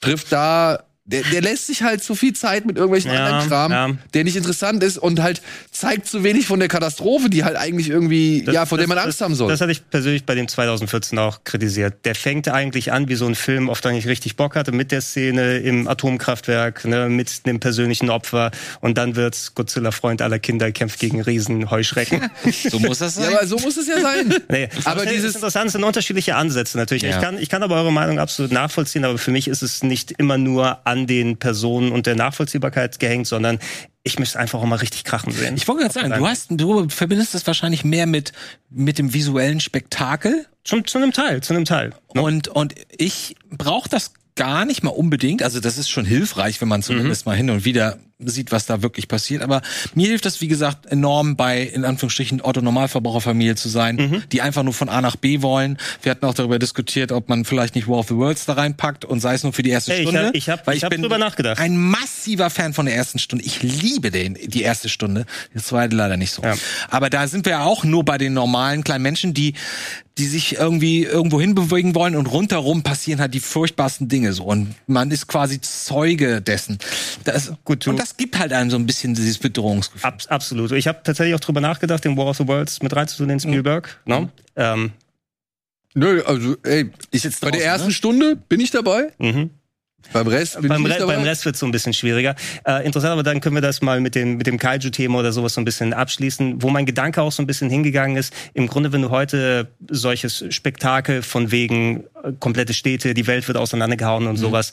A: trifft da, der, der lässt sich halt zu viel Zeit mit irgendwelchen
B: Ja,
A: anderen Kram,
B: ja.
A: der nicht interessant ist und halt zeigt zu wenig von der Katastrophe, die halt eigentlich irgendwie, ja, vor der man Angst
B: das,
A: haben soll.
B: Das hatte ich persönlich bei dem 2014 auch kritisiert. Der fängt eigentlich an, wie so ein Film, auf den ich richtig Bock hatte, mit der Szene im Atomkraftwerk, ne, mit einem persönlichen Opfer. Und dann wird's Godzilla Freund aller Kinder, kämpft gegen Riesen, Heuschrecken.
C: So muss das
A: ja,
C: sein.
A: aber so muss es ja sein.
B: Nee,
A: aber
B: das
A: dieses,
B: ist interessant, es sind unterschiedliche Ansätze natürlich.
C: Ja.
B: Ich, kann, ich kann aber eure Meinung absolut nachvollziehen, aber für mich ist es nicht immer nur an den Personen und der Nachvollziehbarkeit gehängt, sondern ich möchte es einfach auch mal richtig krachen sehen.
C: ich wollte gerade sagen, du hast, du verbindest das wahrscheinlich mehr mit mit dem visuellen Spektakel
B: Schon zu einem Teil, zu einem Teil.
C: und und ich brauche das gar nicht mal unbedingt. Also das ist schon hilfreich, wenn
B: Mhm.
C: man zumindest mal hin und wieder sieht, was da wirklich passiert. Aber mir hilft das, wie gesagt, enorm bei, in Anführungsstrichen, Otto-Normalverbraucherfamilie zu sein,
B: Mhm.
C: die einfach nur von A nach B wollen. Wir hatten auch darüber diskutiert, ob man vielleicht nicht War of the Worlds da reinpackt und sei es nur für die erste
B: Ey, ich
C: Stunde.
B: hab- ich hab-
C: weil
B: ich hab
C: bin
B: drüber nachgedacht.
C: ein massiver Fan von der ersten Stunde. Ich liebe den, die erste Stunde. Die zweite leider nicht so. Aber da sind wir ja auch nur bei den normalen kleinen Menschen, die, die sich irgendwie irgendwo hinbewegen wollen und rundherum passieren halt die furchtbarsten Dinge so. Und man ist quasi Zeuge dessen. Das,
B: Gut, du-
C: und das gibt halt einem so ein bisschen dieses Bedrohungsgefühl.
B: Abs absolut. Ich habe tatsächlich auch drüber nachgedacht, den War of the Worlds mit reinzutun, den Spielberg.
C: Mhm.
B: Ne? Ähm,
A: Nö, also, ey, ich,
C: sitz
A: bei der
C: draußen, ne?
A: ersten Stunde bin ich dabei.
B: Mhm.
A: Beim Rest bin
B: beim,
A: ich
B: Re
A: nicht dabei.
B: beim Rest wird es so ein bisschen schwieriger. Äh, interessant, aber dann können wir das mal mit dem, mit dem Kaiju-Thema oder sowas so ein bisschen abschließen, wo mein Gedanke auch so ein bisschen hingegangen ist. Im Grunde, wenn du heute solches Spektakel von wegen äh, komplette Städte, die Welt wird auseinandergehauen und sowas,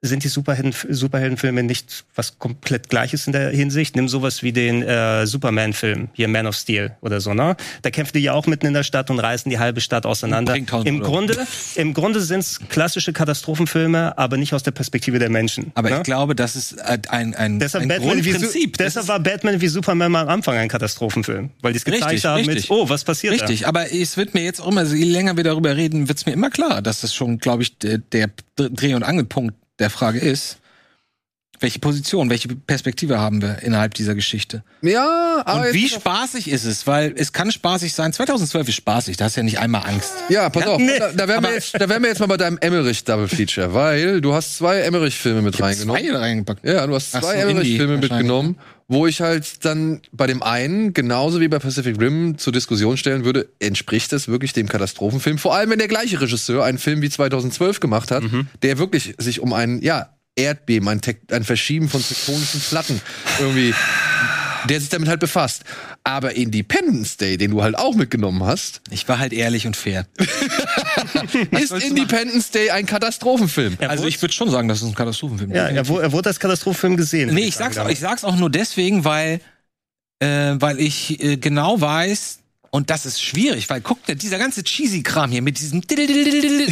B: sind die Superhelden, Superheldenfilme nicht was komplett Gleiches in der Hinsicht? Nimm sowas wie den äh, Superman-Film, hier Man of Steel oder so, ne? Da kämpfen die ja auch mitten in der Stadt und reißen die halbe Stadt auseinander.
C: Bringt tausend
B: Im
C: Euro.
B: Grunde, im Grunde sind es klassische Katastrophenfilme, aber nicht aus der Perspektive der Menschen.
C: Aber
B: ne?
C: ich glaube, das ist äh, ein, ein,
B: Deshalb,
C: ein
B: Batman wie
C: Grundprinzip.
B: Su- deshalb war Batman wie Superman am Anfang ein Katastrophenfilm, weil die es gezeigt
C: Richtig,
B: haben mit,
C: richtig.
B: oh, was passiert
C: Richtig, aber es wird mir jetzt auch immer, je länger wir darüber reden, wird es mir immer klar, dass das schon, glaube ich, der, der Dreh- und Angelpunkt der Frage ist, welche Position, welche Perspektive haben wir innerhalb dieser Geschichte?
A: Ja, aber
C: Und
A: jetzt-
C: wie spaßig ist es? Weil es kann spaßig sein. 2012 ist spaßig, da hast du ja nicht einmal Angst.
A: ja, pass auf,
B: nee,
A: da, da, wären wir jetzt, da wären wir jetzt mal bei deinem Emmerich Double Feature, weil du hast zwei Emmerich-Filme mit reingenommen.
C: Zwei reingepackt.
A: Ja, du hast
C: Ach
A: zwei
C: so,
A: Emmerich-Filme
C: Indie ne?
A: mitgenommen, wo ich halt dann bei dem einen, genauso wie bei Pacific Rim, zur Diskussion stellen würde, entspricht das wirklich dem Katastrophenfilm? Vor allem, wenn der gleiche Regisseur einen Film wie 2012 gemacht hat,
C: Mhm.
A: der wirklich sich um einen, ja, Erdbeben, ein, Tek- ein Verschieben von tektonischen Platten irgendwie, der sich damit halt befasst. Aber Independence Day, den du halt auch mitgenommen hast,
C: Ich war halt ehrlich und fair.
A: ist Independence Day ein Katastrophenfilm.
C: Also ich würde schon sagen, das ist ein Katastrophenfilm.
B: da? Ja, er, wu- er wurde als Katastrophenfilm gesehen.
C: Nee,
B: würde
C: ich sag's,
B: sagen,
C: auch, ich sag's auch nur deswegen, weil, äh, weil ich äh, genau weiß, und das ist schwierig, weil guck, dieser ganze cheesy Kram hier mit diesem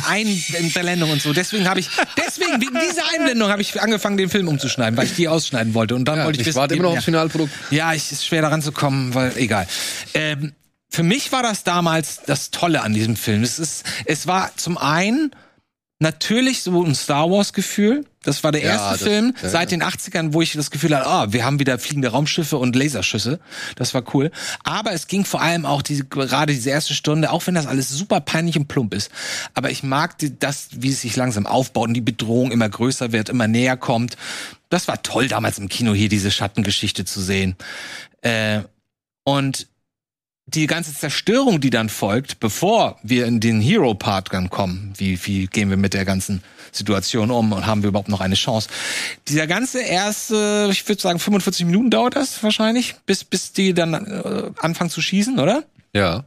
C: Einblendung und so. Deswegen habe ich, deswegen wegen dieser Einblendung habe ich angefangen, den Film umzuschneiden, weil ich die ausschneiden wollte. Und dann
A: Ja,
C: wollte ich,
A: ich
C: wissen,
A: warte
C: wie-
A: immer noch
C: ja.
A: aufs Finalprodukt.
C: Ja, ich ist schwer daran zu kommen, weil egal. Ähm, für mich war das damals das Tolle an diesem Film. Es ist, es war zum einen natürlich so ein Star Wars Gefühl. Das war der
A: Ja,
C: erste
A: das-
C: Film
A: ja,
C: seit den 80ern, wo ich das Gefühl hatte, ah, wir haben wieder fliegende Raumschiffe und Laserschüsse. Das war cool. Aber es ging vor allem auch diese, gerade diese erste Stunde, auch wenn das alles super peinlich und plump ist. Aber ich mag die- das, wie es sich langsam aufbaut und die Bedrohung immer größer wird, immer näher kommt. Das war toll damals im Kino hier diese Schattengeschichte zu sehen. Äh, und die ganze Zerstörung, die dann folgt, bevor wir in den Hero-Part dann kommen, wie, wie gehen wir mit der ganzen Situation um und haben wir überhaupt noch eine Chance? Dieser ganze erste, ich würde sagen, 45 Minuten dauert das wahrscheinlich, bis, bis die dann äh, anfangen zu schießen, oder?
A: Ja.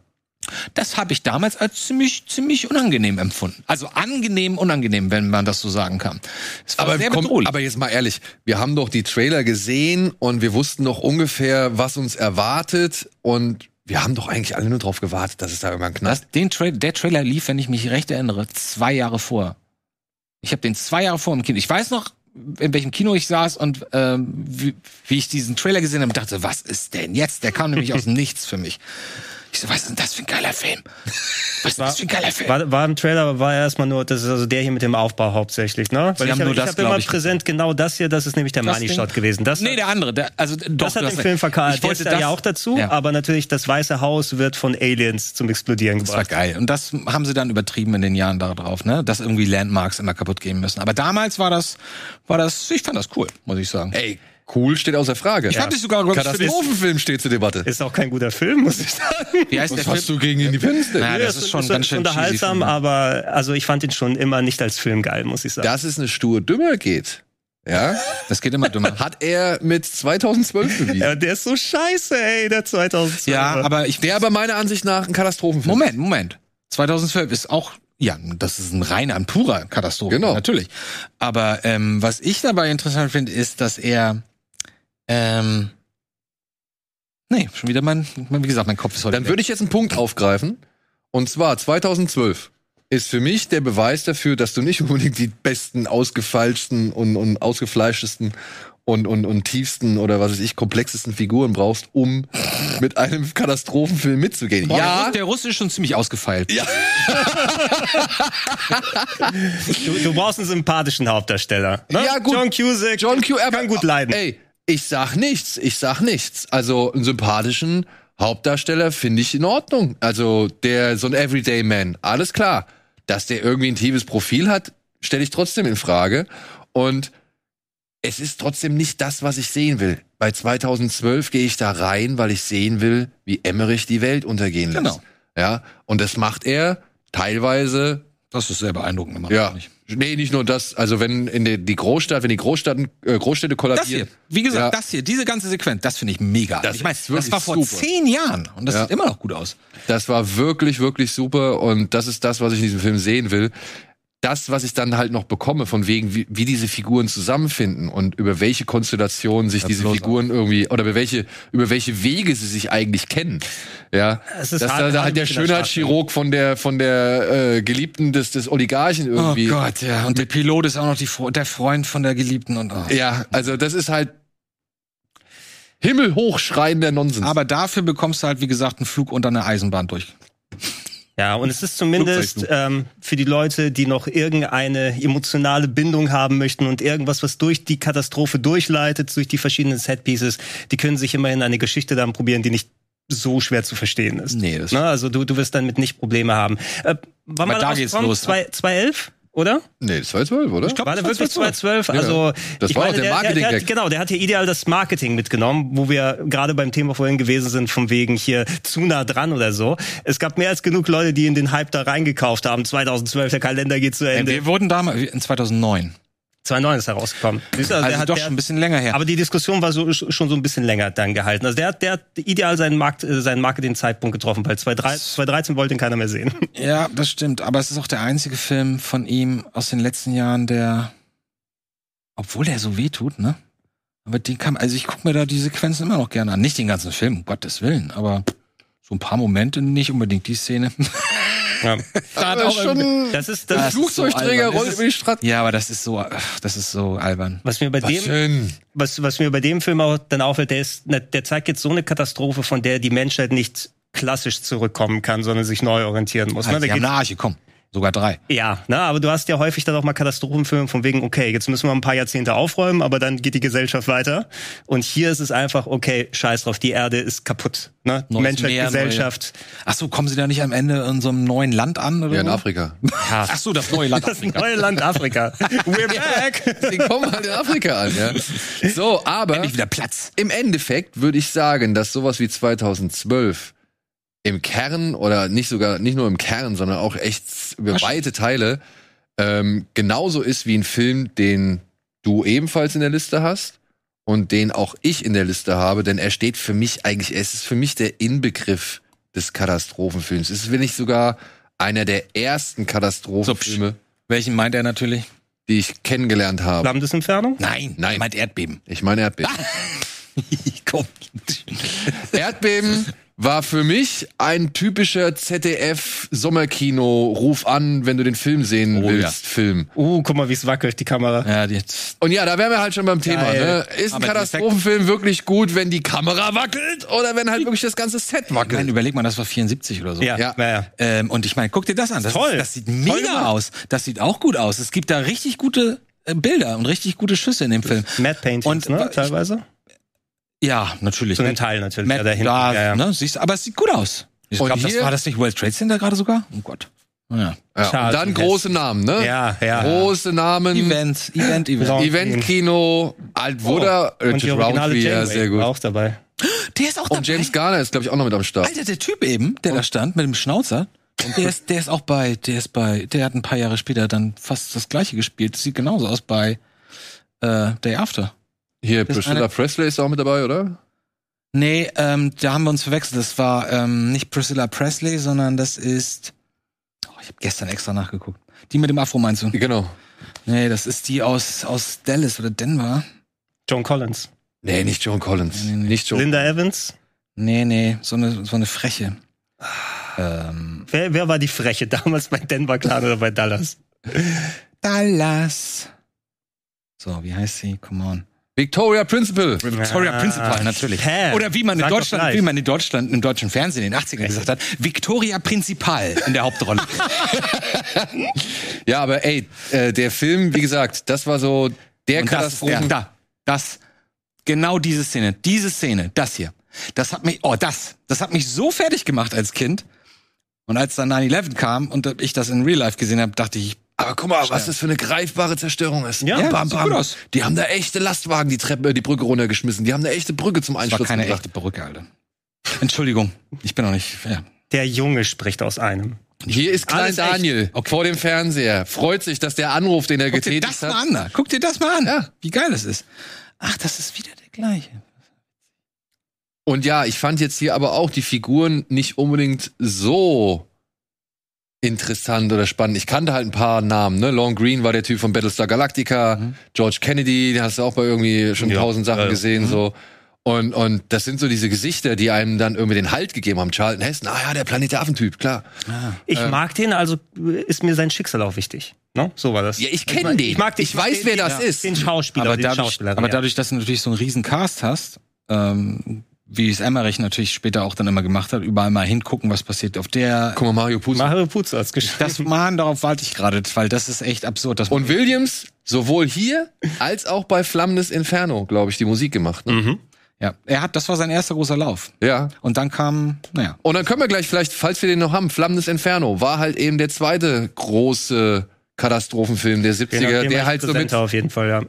C: Das habe ich damals als ziemlich, ziemlich unangenehm empfunden. Also angenehm, unangenehm, wenn man das so sagen kann. Es war
A: Aber,
C: sehr
A: komm,
C: bedrohlich.
A: aber jetzt mal ehrlich, wir haben doch die Trailer gesehen und wir wussten doch ungefähr, was uns erwartet und wir haben doch eigentlich alle nur drauf gewartet, dass es da irgendwann knallt.
C: Das, den Tra der Trailer lief, wenn ich mich recht erinnere, zwei Jahre vor. Ich habe den zwei Jahre vor im Kino. Ich weiß noch, in welchem Kino ich saß und ähm, wie, wie ich diesen Trailer gesehen habe und dachte, was ist denn jetzt? Der kam nämlich aus dem Nichts für mich. Ich so, was ist denn das für ein geiler Film? Was ist das für ein geiler Film?
B: War, war im Trailer, war erstmal nur, das ist also der hier mit dem Aufbau hauptsächlich, ne?
C: Sie
B: Weil
C: haben
B: ich
C: nur
B: habe
C: das,
B: hab
C: glaub
B: immer
C: ich,
B: präsent genau das hier, das ist nämlich der
C: Das Ding?
B: Money-Shot gewesen. Das
C: nee, der andere. Der, also, äh, doch,
B: das hat den
C: du hast recht.
B: Film verkauft.
C: Ich wollte
B: da
C: das
B: ja auch dazu,
C: Ja.
B: aber natürlich das Weiße Haus wird von Aliens zum Explodieren
C: Das war
B: gebracht.
C: geil. Und das haben sie dann übertrieben in den Jahren darauf, ne? Dass irgendwie Landmarks immer kaputt gehen müssen. Aber damals war das, war das, ich fand das cool, muss ich sagen.
A: Ey, cool steht außer Frage.
C: Ich fand es sogar, glaub ich, für den
A: Katastrophenfilm steht zur Debatte.
B: Ist auch kein guter Film, muss ich sagen.
C: Wie heißt der Film?
A: du gegen Independence Day?
C: Naja, das ist schon ganz schön cheesy
B: unterhaltsam,
C: von mir.
B: aber also ich fand ihn schon immer nicht als Film geil, muss ich sagen.
A: Dass es eine stur dümmer geht, ja,
C: Das geht immer dümmer.
A: hat er mit 2012 bewiesen.
B: Ja, der ist so scheiße, ey, der 2012.
C: ja, aber ich
A: Der aber meiner Ansicht nach ein Katastrophenfilm.
C: Moment, Moment. 2012 ist auch ja, das ist ein reiner, ein purer Katastrophe.
A: Genau.
C: natürlich. Aber ähm, was ich dabei interessant finde, ist, dass er ähm, nee, schon wieder mein, mein- wie gesagt, mein Kopf ist heute.
A: Dann würde ich jetzt einen Punkt aufgreifen. Und zwar 2012 ist für mich der Beweis dafür, dass du nicht unbedingt die besten, ausgefeilschten und, und ausgefleischtesten und, und, und tiefsten oder was weiß ich, komplexesten Figuren brauchst, um mit einem Katastrophenfilm mitzugehen.
C: Boah, der
A: ja,
C: Russ- der Russe ist schon ziemlich ausgefeilt. Ja.
B: du, du brauchst einen sympathischen Hauptdarsteller. Ne?
A: Ja, gut.
B: John Cusack
A: John Q.
B: kann gut leiden.
A: Ey, ich sag nichts, ich sag nichts. Also einen sympathischen Hauptdarsteller finde ich in Ordnung. Also der so ein Everyday Man, alles klar. Dass der irgendwie ein tiefes Profil hat, stelle ich trotzdem in Frage. Und es ist trotzdem nicht das, was ich sehen will. Bei 2012 gehe ich da rein, weil ich sehen will, wie Emmerich die Welt untergehen lässt.
C: Genau.
A: Ja, und das macht er teilweise
C: Das ist sehr beeindruckend gemacht.
A: ja.
C: finde ich.
A: Nee, nicht nur das. Also wenn in der, die Großstadt, wenn die Großstädten, äh, Großstädte
C: Das hier,
A: kollabieren.
C: wie gesagt,
A: Ja.
C: das hier, diese ganze Sequenz, das finde ich mega.
A: Das
C: ich meine,
A: ist
C: das
A: wirklich
C: war vor
A: super.
C: zehn Jahren und das
A: Ja.
C: sieht immer noch gut aus.
A: Das war wirklich, wirklich super. Und das ist das, was ich in diesem Film sehen will. Das, was ich dann halt noch bekomme, von wegen, wie, wie diese Figuren zusammenfinden und über welche Konstellationen sich diese
C: bloß
A: Figuren irgendwie, oder über welche, über welche Wege sie sich eigentlich kennen. Ja.
B: Es ist
A: Dass
B: hart-
A: da, da
B: hart
A: halt der
B: mit dieser
A: Schönheitschirurg von der, von der, äh, Geliebten des, des Oligarchen irgendwie.
C: Oh Gott, ja. Und der Pilot ist auch noch die, Fre- der Freund von der Geliebten und. Oh.
A: Ja, also das ist halt himmelhochschreiender Nonsens.
C: Aber dafür bekommst du halt, wie gesagt, einen Flug unter einer Eisenbahn durch.
B: Ja, und es ist zumindest ähm, für die Leute, die noch irgendeine emotionale Bindung haben möchten und irgendwas, was durch die Katastrophe durchleitet, durch die verschiedenen Setpieces, die können sich immerhin eine Geschichte dann probieren, die nicht so schwer zu verstehen ist.
C: Nee, das-
B: Na, also du, du wirst damit nicht Probleme haben. Äh, wann
C: Aber
B: war
C: da
B: das
C: geht's
B: rausgekommen?
C: los, ne?
B: Zwei- 2011, oder?
A: Nee, 212, oder? Ich
C: glaub-
B: War der wirklich
C: 2012?
B: 2012? Also,
A: Das
B: ich
A: war
B: meine,
A: doch der
B: Der, der,
A: Marketing-Gag.
B: hat- genau, der hat hier ideal das Marketing mitgenommen, wo wir gerade beim Thema vorhin gewesen sind, von wegen hier zu nah dran oder so. Es gab mehr als genug Leute, die in den Hype da reingekauft haben. 2012, der Kalender geht zu Ende.
C: Wir wurden damals, in 2009.
B: 2009 ist herausgekommen. Siehst du,
C: Also
B: der hat-
C: doch
B: der-
C: schon ein bisschen länger her.
B: aber die Diskussion war so, schon so ein bisschen länger dann gehalten. Also der hat, der hat ideal seinen, Markt, äh, seinen Marketing-Zeitpunkt getroffen, weil 2013, 2013 wollte ihn keiner mehr sehen.
C: ja, das stimmt. Aber es ist auch der einzige Film von ihm aus den letzten Jahren, der, obwohl der so weh tut, ne? Aber den kann, also ich gucke mir da die Sequenzen immer noch gerne an. Nicht den ganzen Film, um Gottes Willen, aber so ein paar Momente, nicht unbedingt die Szene.
B: Ja.
C: Da hat
A: Aber
C: auch irgendwie-
A: schon
B: Das ist das,
C: Das- ist so
A: Flugzeugträger
C: albern.
A: rollt
C: Das ist-
A: über die Straße.
C: ja, aber das ist so, ach, das ist so albern.
B: was mir bei dem
A: denn?
B: was, was mir bei dem Film auch dann auffällt, der ist, ne, der zeigt jetzt so eine Katastrophe, von der die Menschheit nicht klassisch zurückkommen kann, sondern sich neu orientieren muss.
C: Halt,
B: ne?
C: sie
B: Da
C: haben
B: gibt's-
C: eine Arche, komm. Sogar drei.
B: ja, ne, aber du hast ja häufig dann auch mal Katastrophenfilme von wegen, okay, jetzt müssen wir ein paar Jahrzehnte aufräumen, aber dann geht die Gesellschaft weiter. Und hier ist es einfach, okay, scheiß drauf, die Erde ist kaputt. Ne?
C: Neues
B: Menschheit,
C: Meer, neue-
B: Gesellschaft.
C: Ach so, kommen sie da nicht am Ende in so einem neuen Land an? Oder
A: Ja, in
C: so?
A: Afrika.
C: Ach so, das neue Land Afrika.
B: Neue Land Afrika. We're back.
A: Die kommen halt in Afrika an, ja. So, aber
C: Endlich wieder Platz.
A: im Endeffekt würde ich sagen, dass sowas wie 2012 im Kern oder nicht sogar nicht nur im Kern, sondern auch echt über weite Teile ähm, genauso ist wie ein Film, den du ebenfalls in der Liste hast und den auch ich in der Liste habe, denn er steht für mich eigentlich, es ist für mich der Inbegriff des Katastrophenfilms. Es ist, wenn nicht sogar einer der ersten Katastrophenfilme,
C: Welchen meint er natürlich?
A: die ich kennengelernt habe.
B: Flammendes Inferno?
C: Nein,
A: Nein.
C: er meint Erdbeben.
A: Ich meine Erdbeben.
C: komm.
A: Erdbeben war für mich ein typischer ZDF-Sommerkino, ruf an, wenn du den Film sehen
C: Oh,
A: willst,
C: ja.
A: Film.
B: Uh, guck mal, wie es wackelt, die Kamera.
C: Ja, jetzt.
A: Und ja, da wären wir halt schon beim Thema. Ne?
B: Geil.
A: Ist ein
C: Aber
A: Katastrophenfilm wirklich gut, wenn die Kamera wackelt oder wenn halt wirklich das ganze Set
C: Nein,
A: wackelt?
C: überleg mal, das war 74 oder so.
A: Ja.
B: naja.
C: Ähm, und ich meine, guck dir das an. Das,
B: Toll.
C: das sieht
B: Toll
C: mega
B: gemacht.
C: aus. Das sieht auch gut aus. Es gibt da richtig gute äh, Bilder und richtig gute Schüsse in dem Film.
B: Mad Paintings,
C: Und wa-
B: ne,
C: ich-
B: teilweise.
C: Ja, natürlich.
B: Zu einem Teil natürlich,
C: Matt,
B: ja, dahinten.
C: Da,
B: Ja, ja.
C: Ne, siehst, aber es sieht gut aus. Ich
A: Und
C: glaube, das
A: hier-
C: war das nicht World Trade Center gerade sogar? Oh Gott. Ja.
A: Ja, und
B: Schade,
A: dann
B: hässlich.
A: große Namen, ne?
B: Ja, ja.
A: Große Namen.
C: Event, Event, Event.
B: So.
A: Eventkino, Altwunder,
C: Oh,
A: äh,
B: Oh, Und die
A: Richard
B: originale
A: Roundtree, ja,
B: Janeway
A: sehr gut.
B: war auch dabei.
C: Der ist auch
A: Und James Garner ist, glaube ich, auch noch mit am Start.
C: Alter, der Typ eben, der da stand mit dem Schnauzer. der ist, der ist auch bei, der ist bei, der hat ein paar Jahre später dann fast das gleiche gespielt. Das sieht genauso aus bei äh, Day After.
A: Hier,
C: das ist
A: Priscilla
C: einer-
A: Presley ist auch mit dabei, oder?
C: Nee, ähm, da haben wir uns verwechselt. Das war ähm, nicht Priscilla Presley, sondern das ist. Oh, ich habe gestern extra nachgeguckt. Die mit dem Afro meinst du?
A: Genau.
C: Nee, das ist die aus, aus Dallas oder Denver.
B: John Collins.
A: Nee, nicht Joan Collins.
C: Nee, nee, nee.
A: Nicht Joan
B: Linda Evans.
C: Nee, nee, so eine, so eine Freche. ähm,
B: Wer, wer war die Freche damals bei Denver Clan oder bei Dallas?
C: Dallas. So, wie heißt sie? Come on.
A: Victoria Principal.
C: Victoria Principal, Ah, natürlich.
B: Ah, Hä?
C: Oder wie man in
B: Sag doch
C: Deutschland,
B: gleich.
C: wie man in Deutschland im deutschen Fernsehen in den 80ern gesagt hat, Victoria Principal in der Hauptrolle.
A: Ja, aber ey, äh, der Film, wie gesagt, das war so der
C: Und das,
A: Katastrophen.
C: ja, da, das, genau diese Szene, diese Szene, das hier. Das hat mich, oh, das, das hat mich so fertig gemacht als Kind. Und als dann 9-11 kam und ich das in Real Life gesehen habe, dachte ich,
A: Aber guck mal, was das für eine greifbare Zerstörung ist.
B: Ja,
A: bam,
C: sieht
A: bam.
C: gut aus.
A: Die haben da echte Lastwagen die Treppe, äh, die Brücke runtergeschmissen. Die haben eine echte Brücke zum
C: das war
A: Einsturz
C: keine
A: gebracht.
C: echte Brücke, Alter. Entschuldigung, ich bin noch nicht, ja.
B: Der Junge spricht aus einem.
A: Hier ist Klein
B: Alles echt.
A: Daniel vor dem Fernseher. Freut sich, dass der Anruf, den er
C: Guck dir
A: getätigt
C: das
A: hat.
C: mal an, da. Guck dir das mal an.
A: Ja.
C: Wie geil das ist. Ach, das ist wieder der gleiche.
A: Und ja, ich fand jetzt hier aber auch die Figuren nicht unbedingt so interessant oder spannend. Ich kannte halt ein paar Namen, ne? Long Green war der Typ von Battlestar Galactica, George Kennedy, den hast du auch bei irgendwie schon
B: Ja,
A: tausend Sachen
B: ja, ja.
A: gesehen, so. Und, und das sind so diese Gesichter, die einem dann irgendwie den Halt gegeben haben. Charlton Heston, ah ja, der Planet der Affentyp, klar.
B: Ich
A: Ähm.
B: mag den, also ist mir sein Schicksal auch wichtig. Ne? So war das.
A: Ja, ich
B: mag-
A: kenne den.
B: Ich mag den.
A: ich weiß, wer das
B: den,
A: ist.
B: Den Schauspieler,
C: aber
B: den
C: dadurch,
B: Schauspielerin,
C: aber
B: ja.
C: dadurch, dass du natürlich so einen riesen Cast hast, ähm, wie es Emmerich natürlich später auch dann immer gemacht hat, überall mal hingucken, was passiert auf der.
A: Guck mal, Mario Puzo.
B: Mario Puzo hat's geschrieben.
C: Das Mann, darauf warte ich gerade, weil das ist echt absurd. Dass man-
A: Und Williams, sowohl hier als auch bei Flammendes Inferno, glaube ich, die Musik gemacht. Ne?
C: ja, er hat, das war sein erster großer Lauf.
A: Ja.
C: Und dann kam, naja,
A: Und dann können wir gleich vielleicht, falls wir den noch haben, Flammendes Inferno war halt eben der zweite große Katastrophenfilm der 70er,
B: Genau, Den hat jemand
A: der halt so mit,
B: präsenter auf jeden Fall, ja.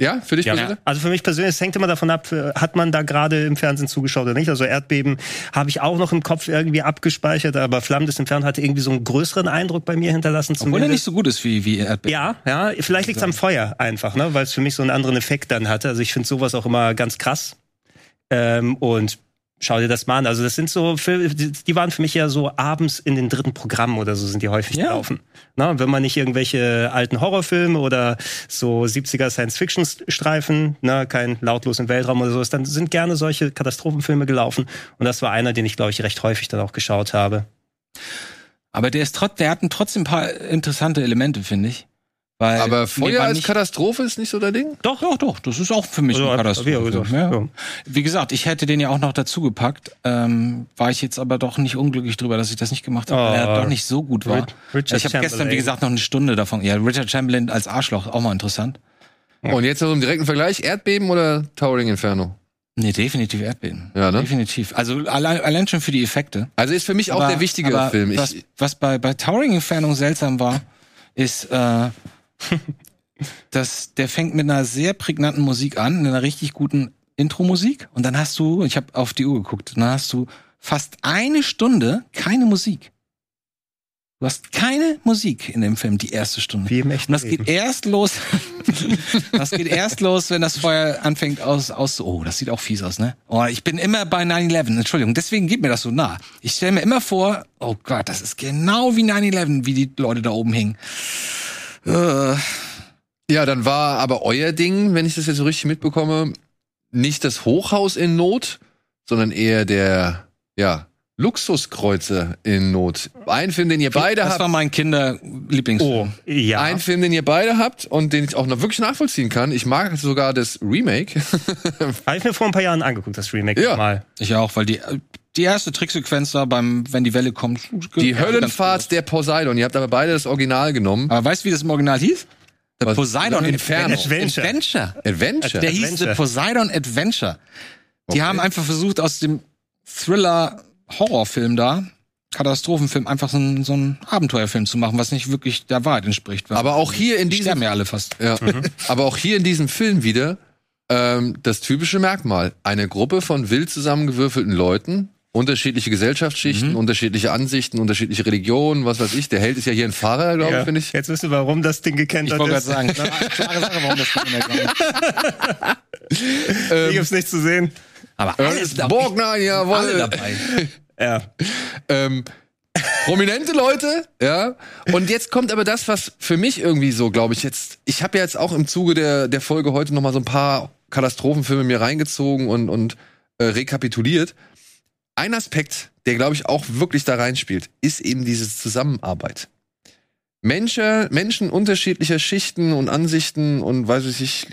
A: ja, für dich
B: Ja.
A: präsenter?
B: Also für mich persönlich, es hängt immer davon ab, äh, hat man da gerade im Fernsehen zugeschaut oder nicht. Also Erdbeben habe ich auch noch im Kopf irgendwie abgespeichert, aber Flammen des Inferno hatte irgendwie so einen größeren Eindruck bei mir hinterlassen.
C: obwohl er
B: zumindest.
C: nicht so gut ist wie, wie Erdbeben.
B: Ja, ja, vielleicht liegt's am Feuer einfach, ne? weil es für mich so einen anderen Effekt dann hatte. Also ich finde sowas auch immer ganz krass. Ähm, und schau dir das mal an. Also das sind so, Filme, die die waren für mich ja so abends in den dritten Programmen oder so sind die häufig
C: Ja.
B: gelaufen. Na, und wenn man nicht irgendwelche alten Horrorfilme oder so 70er Science-Fiction-Streifen, ne, kein lautlos im Weltraum oder sowas, dann sind gerne solche Katastrophenfilme gelaufen. Und das war einer, den ich, glaube ich, recht häufig dann auch geschaut habe.
C: Aber der ist trotz, der hatten trotzdem ein paar interessante Elemente, finde ich. Weil,
A: Aber
C: nee,
A: Feuer
C: war
A: als
C: nicht-
A: Katastrophe ist nicht so dein Ding?
C: Doch, doch, doch. Das ist auch für mich
B: Also,
C: eine
B: hab- hab
C: Katastrophe.
B: ich auch gesagt,
C: ja.
B: ja.
C: Wie gesagt, ich hätte den ja auch noch dazu gepackt. Ähm, war ich jetzt aber doch nicht unglücklich drüber, dass ich das nicht gemacht habe, weil
B: Ah,
C: er doch nicht so gut war.
B: Rich- Richard
C: ich habe gestern,
B: Chamberlain.
C: wie gesagt, noch eine Stunde davon. Ja, Richard Chamberlain als Arschloch, auch mal interessant.
A: Und jetzt noch im direkten Vergleich, Erdbeben oder Towering Inferno?
C: Nee, definitiv Erdbeben.
A: Ja, ne?
C: Definitiv. Also allein, allein schon für die Effekte.
A: Also ist für mich auch
C: Aber-
A: der wichtigere
C: aber
A: Film.
C: was
A: Ich,
C: was bei, bei Towering Inferno seltsam war, ist, äh, dass der fängt mit einer sehr prägnanten Musik an, mit einer richtig guten Intro-Musik. Und dann hast du, ich habe auf die Uhr geguckt, dann hast du fast eine Stunde keine Musik. Du hast keine Musik in dem Film, die erste Stunde.
B: Wie im echten
C: Und das
B: Leben.
C: geht erst los. das geht erst los, wenn das Feuer anfängt aus, aus. Oh, das sieht auch fies aus, ne? Oh, ich bin immer bei 9-11. Entschuldigung, deswegen geht mir das so nah. Ich stelle mir immer vor, oh Gott, das ist genau wie 9-11, wie die Leute da oben hingen. Äh,
A: ja, dann war aber euer Ding, wenn ich das jetzt so richtig mitbekomme, nicht das Hochhaus in Not, sondern eher der, ja, Luxuskreuzer in Not. Ein Film, den ihr beide
C: das
A: habt.
C: war mein Kinderlieblingsfilm.
B: Oh, ja.
A: Ein Film, den ihr beide habt und den ich auch noch wirklich nachvollziehen kann. Ich mag sogar das Remake.
B: Habe ich mir vor ein paar Jahren angeguckt, das Remake
A: Ja.
B: mal.
C: Ich auch, weil die, die erste Tricksequenz da beim, wenn die Welle kommt.
A: Die
C: ganz genau.
A: Höllenfahrt der Poseidon. Ihr habt aber beide das Original genommen.
C: Aber weißt du, wie das im Original hieß? The
A: Was?
C: Poseidon
A: Inferno.
C: Adventure.
B: Adventure.
A: Adventure.
C: Adventure. Der hieß The
B: Adventure.
C: Poseidon Adventure. Die haben einfach versucht, aus dem Thriller-Horrorfilm da, Katastrophenfilm, einfach so einen, so einen Abenteuerfilm zu machen, was nicht wirklich der Wahrheit entspricht. Weil
A: Aber auch hier in
C: die Mhm.
A: diesem,
C: sterben ja alle fast.
A: ja, aber auch hier in diesem Film wieder ähm, das typische Merkmal: eine Gruppe von wild zusammengewürfelten Leuten, unterschiedliche Gesellschaftsschichten,
C: Mhm.
A: unterschiedliche Ansichten, unterschiedliche Religionen, was weiß ich. Der Held ist ja hier ein Fahrer, glaube ich,
B: Ja.
A: finde ich.
B: Jetzt wissen wir, warum das Ding
C: Ich
B: gekentert
C: wollte gerade
B: ist.
C: sagen, klare klare Sache, warum das nicht mehr gegangen ist.
B: Hier
C: Ähm,
B: gibt's nichts zu sehen.
C: Aber
A: Ernst Äh, Borgnine,
C: alle
A: jawohl.
C: dabei.
B: Ja.
A: ähm, prominente Leute, ja. Und jetzt kommt aber das, was für mich irgendwie so, glaube ich, jetzt, ich habe ja jetzt auch im Zuge der, der Folge heute noch mal so ein paar Katastrophenfilme mir reingezogen und, und äh, rekapituliert. Ein Aspekt, der, glaube ich, auch wirklich da reinspielt, ist eben diese Zusammenarbeit. Menschen, Menschen unterschiedlicher Schichten und Ansichten und weiß ich nicht,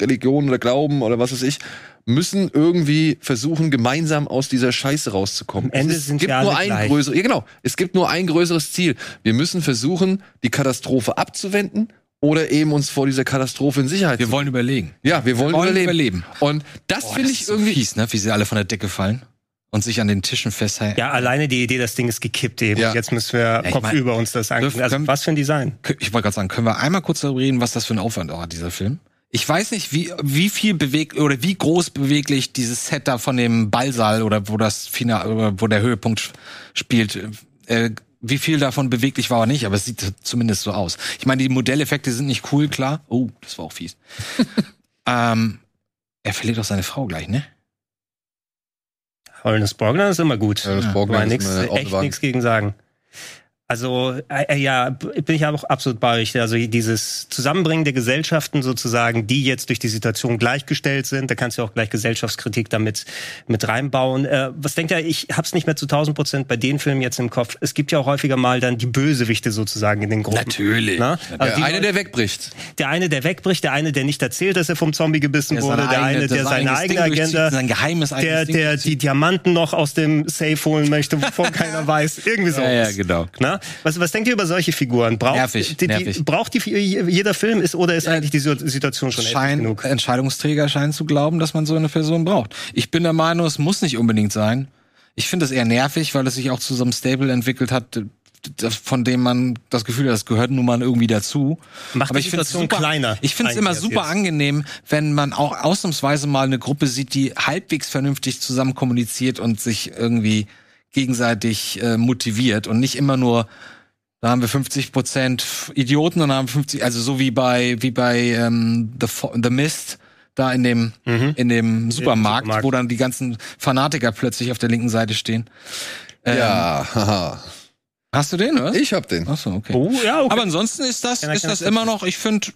A: Religion oder Glauben oder was weiß ich, müssen irgendwie versuchen, gemeinsam aus dieser Scheiße rauszukommen.
B: Am Ende
A: es
B: sind
A: gibt
B: wir alle
A: nur ein
B: gleich.
A: größeres, ja genau, es gibt nur ein größeres Ziel. Wir müssen versuchen, die Katastrophe abzuwenden oder eben uns vor dieser Katastrophe in Sicherheit
C: Wir wollen überlegen.
A: Ja, wir wollen,
C: wollen
A: überleben.
C: überleben.
A: Und das
C: Boah,
A: finde
C: das
A: ich
C: ist so
A: irgendwie
C: fies, ne? Wie sie alle von der Decke fallen und sich an den Tischen festhalten.
B: ja, alleine die Idee, das Ding ist gekippt eben.
A: Ja.
B: Jetzt müssen wir
C: ich
B: Kopf
C: mein,
B: über uns das angucken.
C: dürfen-
B: Also, was für ein Design.
C: Kö- ich wollte gerade sagen, können wir einmal kurz darüber reden, was das für ein Aufwand war, dieser Film? Ich weiß nicht, wie, wie viel bewegt oder wie groß beweglich dieses Set da von dem Ballsaal oder wo das Final, oder wo der Höhepunkt sch- spielt, äh, wie viel davon beweglich war oder nicht, aber es sieht zumindest so aus. Ich meine, die Modelleffekte sind nicht cool, klar. Oh, das war auch fies. ähm, er verliert auch seine Frau gleich, ne?
B: Hollendes Borgner ist immer gut.
A: Ja, das Borgnine
B: War
A: ist
B: nix,
A: immer auf
B: echt
A: der Waage.
B: nichts gegen sagen. Also, äh, äh, ja, b- bin ich aber auch absolut bei euch. Also, dieses Zusammenbringen der Gesellschaften sozusagen, die jetzt durch die Situation gleichgestellt sind, da kannst du auch gleich Gesellschaftskritik damit mit reinbauen. Äh, was denkt ihr, ich hab's nicht mehr zu 1000 Prozent bei den Filmen jetzt im Kopf. Es gibt ja auch häufiger mal dann die Bösewichte sozusagen in den Gruppen.
C: Natürlich.
B: Na? Also
A: ja,
B: die
A: einer,
B: Leute-
A: der wegbricht.
B: der eine, der wegbricht, der eine, der nicht erzählt, dass er vom Zombie gebissen wurde, der eine, der seine eigene Agenda,
C: Sein geheimes
B: der,
C: eigenes Ding
B: der die Diamanten noch aus dem Safe holen möchte, wovon keiner weiß. Irgendwie so.
C: ja, genau.
B: Na, was, was denkt ihr über solche Figuren? Braucht
C: Nervig,
B: die, die,
C: nervig.
B: Braucht die jeder Film ist oder ist eigentlich die Su- Situation schon heftig
C: Schein,
B: genug?
C: Entscheidungsträger scheinen zu glauben, dass man so eine Person braucht. Ich bin der Meinung, es muss nicht unbedingt sein. Ich finde es eher nervig, weil es sich auch zu so einem Stable entwickelt hat, d- d- von dem man das Gefühl hat, das gehört nun mal irgendwie dazu.
B: Macht die
C: ich finde es
B: Situation kleiner
C: Ich finde es immer
B: eigentlich
C: super
B: jetzt.
C: angenehm, wenn man auch ausnahmsweise mal eine Gruppe sieht, die halbwegs vernünftig zusammen kommuniziert und sich irgendwie gegenseitig äh, motiviert und nicht immer nur da haben wir 50 Prozent Idioten und haben 50, also so wie bei wie bei ähm, The, Fo- The Mist da in dem in dem Supermarkt,
B: Supermarkt.
C: wo dann die ganzen Fanatiker plötzlich auf der linken Seite stehen.
A: Ja, haha.
C: Hast du den? Oder?
A: Ich hab den.
C: Ach so, okay.
B: Oh, ja, okay.
C: Aber ansonsten ist das
B: Ja, dann
C: ist
B: kann
C: das
B: ich das
C: immer noch, ich finde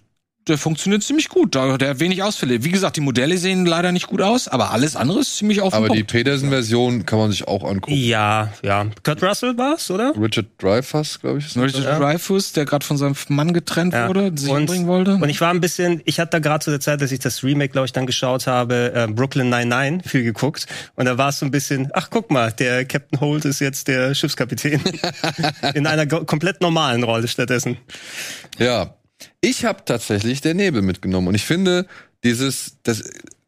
C: der funktioniert ziemlich gut. Da der hat wenig Ausfälle. Wie gesagt, die Modelle sehen leider nicht gut aus, aber alles andere ist ziemlich auf dem
A: Aber die
C: Punkt.
A: Petersen-Version kann man sich auch angucken.
B: Ja, ja. Kurt Russell war's, oder?
A: Richard Dreyfuss, glaube ich. ist das.
C: Richard Dreyfus, der gerade von seinem Mann getrennt
B: Ja.
C: wurde, sich
B: und,
C: umbringen wollte.
B: Und ich war ein bisschen, ich hatte da gerade zu der Zeit, dass ich das Remake, glaube ich, dann geschaut habe, äh, Brooklyn 99 viel geguckt. Und da war es so ein bisschen, ach guck mal, der Captain Holt ist jetzt der Schiffskapitän. In einer go- komplett normalen Rolle stattdessen.
A: Ja, ich habe tatsächlich der Nebel mitgenommen und ich finde, dieses, das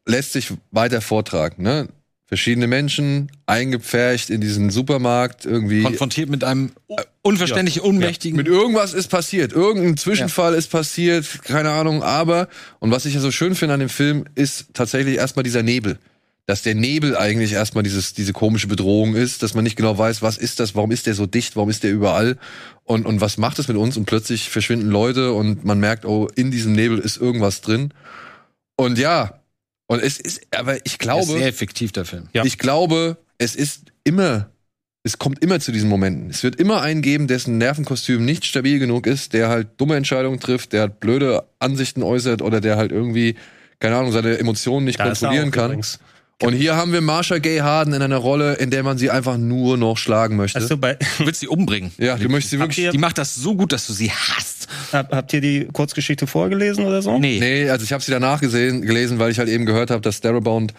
A: lässt sich weiter vortragen. Ne? Verschiedene Menschen eingepfercht in diesen Supermarkt irgendwie.
C: konfrontiert mit einem unverständlich unmächtigen.
A: mit irgendwas ist passiert, irgendein Zwischenfall ist passiert, keine Ahnung, aber, und was ich ja so schön finde an dem Film, ist tatsächlich erstmal dieser Nebel. Dass der Nebel eigentlich erstmal dieses, diese komische Bedrohung ist, dass man nicht genau weiß, was ist das, warum ist der so dicht, warum ist der überall und, und was macht es mit uns und plötzlich verschwinden Leute und man merkt, oh, in diesem Nebel ist irgendwas drin. Und ja, und es ist, aber ich
C: Der
A: glaube.
C: ist sehr effektiv, der Film.
B: Ja.
A: Ich glaube, es ist immer, es kommt immer zu diesen Momenten. Es wird immer einen geben, dessen Nervenkostüm nicht stabil genug ist, der halt dumme Entscheidungen trifft, der halt blöde Ansichten äußert oder der halt irgendwie, keine Ahnung, seine Emotionen nicht
B: Da ist er
A: kontrollieren
B: auch
A: kann.
B: übrigens.
A: Und hier haben wir Marsha Gay Harden in einer Rolle, in der man sie einfach nur noch schlagen möchte.
B: Also bei,
C: Du willst sie umbringen.
A: ja, du möchtest sie
B: Habt
A: wirklich.
B: ihr-
C: Die macht das so gut, dass du sie hasst.
B: hab, habt ihr die Kurzgeschichte vorgelesen oder so?
C: Nee.
A: Nee, also ich habe sie danach gesehen, gelesen, weil ich halt eben gehört habe, dass Starbound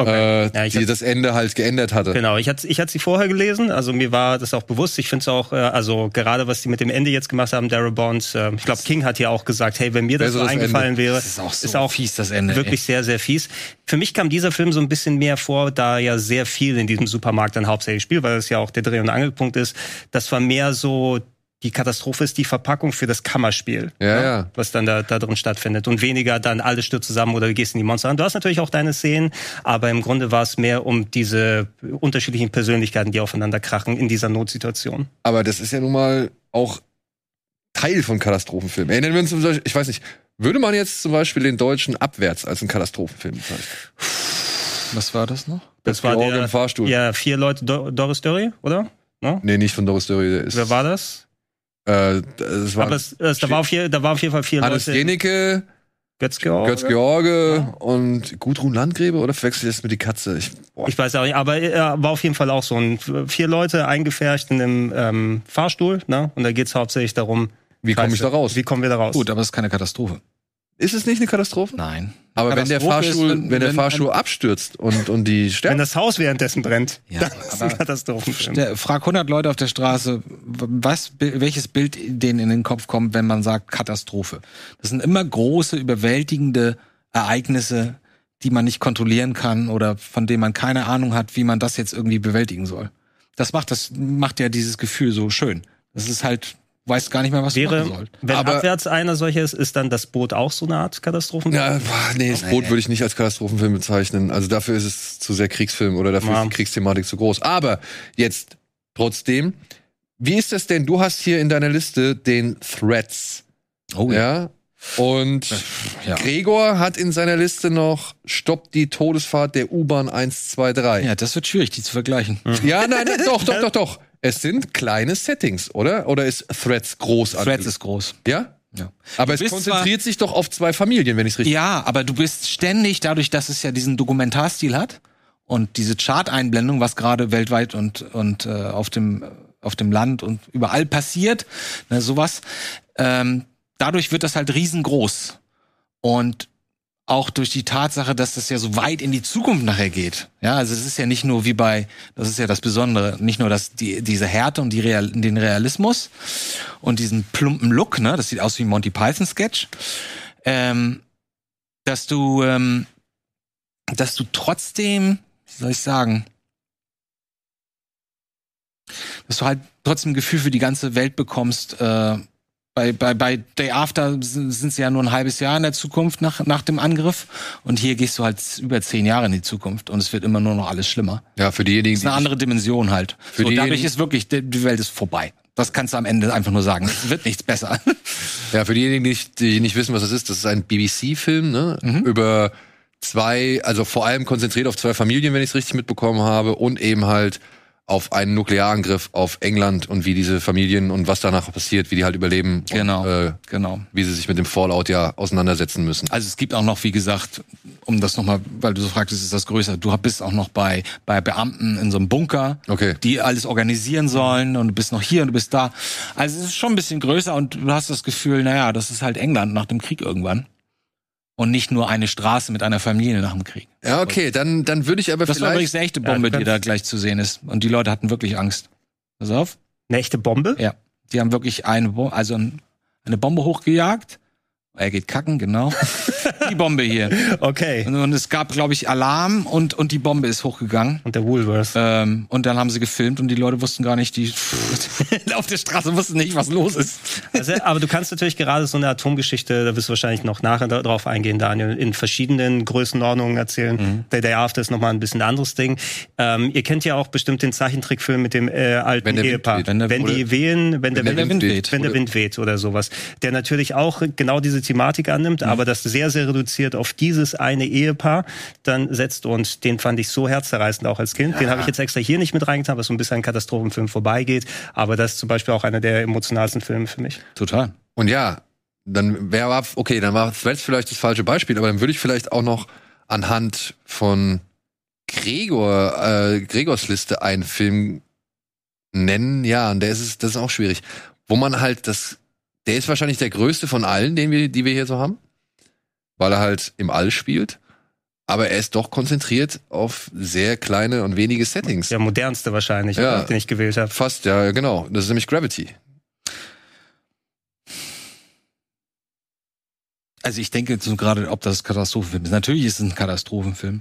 B: Okay.
A: äh,
B: Ja, ich
A: die,
B: hab-
A: das Ende halt geändert hatte.
B: Genau, ich hatte ich hatte sie vorher gelesen, also mir war das auch bewusst. Ich finde es auch, äh, also gerade was die mit dem Ende jetzt gemacht haben, Daryl Bonds, äh, ich glaube King hat ja auch gesagt, hey, wenn mir das
A: Wäre so
B: so
A: das
B: eingefallen wäre,
C: Das ist auch so fies, das Ende,
B: Wirklich
C: ey.
B: sehr, sehr fies. Für mich kam dieser Film so ein bisschen mehr vor, da ja sehr viel in diesem Supermarkt dann hauptsächlich spielt, weil das ja auch der Dreh- und Angelpunkt ist. Das war mehr so, die Katastrophe ist die Verpackung für das Kammerspiel ne,
A: Ja, ja.
B: was dann da, da drin stattfindet und weniger dann alles stürzt zusammen oder du gehst in die Monster an. Du hast natürlich auch deine Szenen, aber im Grunde war es mehr um diese unterschiedlichen Persönlichkeiten, die aufeinander krachen in dieser Notsituation.
A: Aber das ist ja nun mal auch Teil von Katastrophenfilmen. Erinnern wir uns zum Beispiel, ich weiß nicht, würde man jetzt zum Beispiel den Deutschen abwärts als einen Katastrophenfilm bezeichnen?
C: Was war das noch?
B: Das
A: Georg im Fahrstuhl.
B: Ja, vier Leute, Do Doris Dörry, oder? No?
A: Nee, nicht von Doris Dörry, der ist.
B: Wer war das?
A: Äh, das war
B: Aber es, es, da, war auf je, da war auf jeden Fall vier
A: Hannes
B: Leute.
A: Genecke,
B: Götz George.
A: Götz George und Gudrun Landgräbe oder verwechsel ich das mit die Katze? Ich, boah,
B: Ich weiß auch nicht, aber er war auf jeden Fall auch so ein vier Leute eingefärcht in einem ähm, Fahrstuhl, ne? Und da geht's hauptsächlich darum,
A: wie komme ich da raus?
B: Wie kommen wir da raus?
C: Gut, aber das ist keine Katastrophe.
A: Ist es nicht eine Katastrophe?
C: Nein.
A: Aber wenn der
C: Katastrophe
A: Fahrstuhl,
C: ist,
A: wenn, der Fahrstuhl abstürzt und, und die
B: Wenn
A: sterben.
B: das Haus währenddessen brennt,
C: Ja,
B: dann ist es
C: aber-
B: ein Katastrophenfilm.
C: Der, frag 100 Leute auf der Straße, w- was, bi- welches Bild denen in den Kopf kommt, wenn man sagt Katastrophe. Das sind immer große, überwältigende Ereignisse, die man nicht kontrollieren kann oder von denen man keine Ahnung hat, wie man das jetzt irgendwie bewältigen soll. Das macht das macht ja dieses Gefühl so schön. Das ist halt weißt gar nicht mehr, was du machen
B: Wäre,
C: sollst.
B: wenn
A: Aber-
B: abwärts einer solcher ist, ist dann das Boot auch so eine Art Katastrophenfilm?
A: Ja, boah, nee, das Boot würde ich nicht als Katastrophenfilm bezeichnen. Also dafür ist es zu sehr Kriegsfilm oder dafür
B: Ja.
A: ist die Kriegsthematik zu groß. Aber jetzt trotzdem, wie ist das denn? Du hast hier in deiner Liste den Threats.
C: Oh
A: Ja. Und
C: ja.
A: Gregor hat in seiner Liste noch Stopp die Todesfahrt der U-Bahn 123.
C: Ja, das wird schwierig, die zu vergleichen.
A: Ja, nein, nein, doch, doch, doch, doch. Es sind kleine Settings, oder? Oder ist Threats groß?
C: Threads ist groß.
A: ja?
C: Ja.
A: Aber
C: Du
A: es
C: bist
A: konzentriert sich doch auf zwei Familien, wenn ich es richtig
C: Ja, aber du bist ständig, dadurch, dass es ja diesen Dokumentarstil hat und diese Chart-Einblendung, was gerade weltweit und, und äh, auf, dem, auf dem Land und überall passiert, ne, sowas, ähm, dadurch wird das halt riesengroß. Und auch durch die Tatsache, dass das ja so weit in die Zukunft nachher geht. Ja, also es ist ja nicht nur wie bei, das ist ja das Besondere, nicht nur das, die, diese Härte und die Real, den Realismus und diesen plumpen Look, ne, das sieht aus wie ein Monty Python Sketch, ähm, dass du, ähm, dass du trotzdem, wie soll ich sagen, dass du halt trotzdem ein Gefühl für die ganze Welt bekommst. Äh, bei, bei, bei Day After sind sind sie ja nur ein halbes Jahr in der Zukunft nach, nach dem Angriff. Und hier gehst du halt über zehn Jahre in die Zukunft und es wird immer nur noch alles schlimmer.
A: Ja, für diejenigen,
C: Das ist eine andere Dimension halt.
A: Für
C: so, dadurch
A: diejenigen-
C: ist wirklich, die- die Welt ist vorbei. Das kannst du am Ende einfach nur sagen. Es wird nichts besser.
A: Ja, für diejenigen, die nicht, die nicht wissen, was das ist, das ist ein BBC-Film, ne?
C: Mhm.
A: Über zwei, also vor allem konzentriert auf zwei Familien, wenn ich es richtig mitbekommen habe, und eben halt auf einen Nuklearangriff auf England und wie diese Familien und was danach passiert, wie die halt überleben
C: Genau.
A: und äh,
C: Genau.
A: wie sie sich mit dem Fallout ja auseinandersetzen müssen.
C: Also es gibt auch noch, wie gesagt, um das nochmal, weil du so fragtest, ist das größer. Du bist auch noch bei, bei Beamten in so einem Bunker,
A: Okay.
C: die alles organisieren sollen und du bist noch hier und du bist da. Also es ist schon ein bisschen größer und du hast das Gefühl, naja, das ist halt England nach dem Krieg irgendwann. Und nicht nur eine Straße mit einer Familie nach dem Krieg.
A: Ja, okay, dann, dann würde ich aber
C: Das war übrigens
A: vielleicht.
C: eine echte
B: Ja,
C: Bombe,
B: du
C: die
B: kannst-
C: da gleich zu sehen ist. Und die Leute hatten wirklich Angst. Pass auf.
B: Eine echte Bombe?
C: Ja, die haben wirklich eine, Bo also ein, eine Bombe hochgejagt. Er geht kacken, genau. die Bombe hier.
B: Okay.
C: Und, und es gab, glaube ich, Alarm und, und die Bombe ist hochgegangen.
B: Und der Woolworth.
C: Ähm, und dann haben sie gefilmt und die Leute wussten gar nicht, die auf der Straße wussten nicht, was los ist.
B: Also, aber du kannst natürlich gerade so eine Atomgeschichte, da wirst du wahrscheinlich noch nachher da- drauf eingehen, Daniel, in verschiedenen Größenordnungen erzählen. Der Day After ist nochmal ein bisschen anderes Ding. Ähm, ihr kennt ja auch bestimmt den Zeichentrickfilm mit dem äh, alten
A: Wenn der Wind
B: Ehepaar.
A: weht.
C: Wenn der-
B: wenn die wehen, wenn der,
A: Wenn der Wind weht.
B: wenn der
A: Oder-
B: Wind weht oder sowas. Der natürlich auch genau diese Thematik annimmt, aber das sehr, sehr reduziert auf dieses eine Ehepaar dann setzt. Und den fand ich so herzzerreißend auch als Kind. Den habe ich jetzt extra hier nicht mit reingetan, was so ein bisschen an Katastrophenfilm vorbeigeht. Aber das ist zum Beispiel auch einer der emotionalsten Filme für mich.
C: Total.
A: Und ja, dann wäre okay, dann war Threads vielleicht das falsche Beispiel, aber dann würde ich vielleicht auch noch anhand von Gregor, äh, Gregors Liste einen Film nennen. Ja, und der ist es, das ist auch schwierig. Wo man halt das, der ist wahrscheinlich der größte von allen, den wir, die wir hier so haben, weil er halt im All spielt. Aber er ist doch konzentriert auf sehr kleine und wenige Settings.
B: Der modernste wahrscheinlich,
A: Ja.
B: oder? den ich gewählt habe.
A: Fast, ja, genau. Das ist nämlich Gravity.
C: Also ich denke jetzt so gerade, ob das ein Katastrophenfilm ist. Natürlich ist es ein Katastrophenfilm,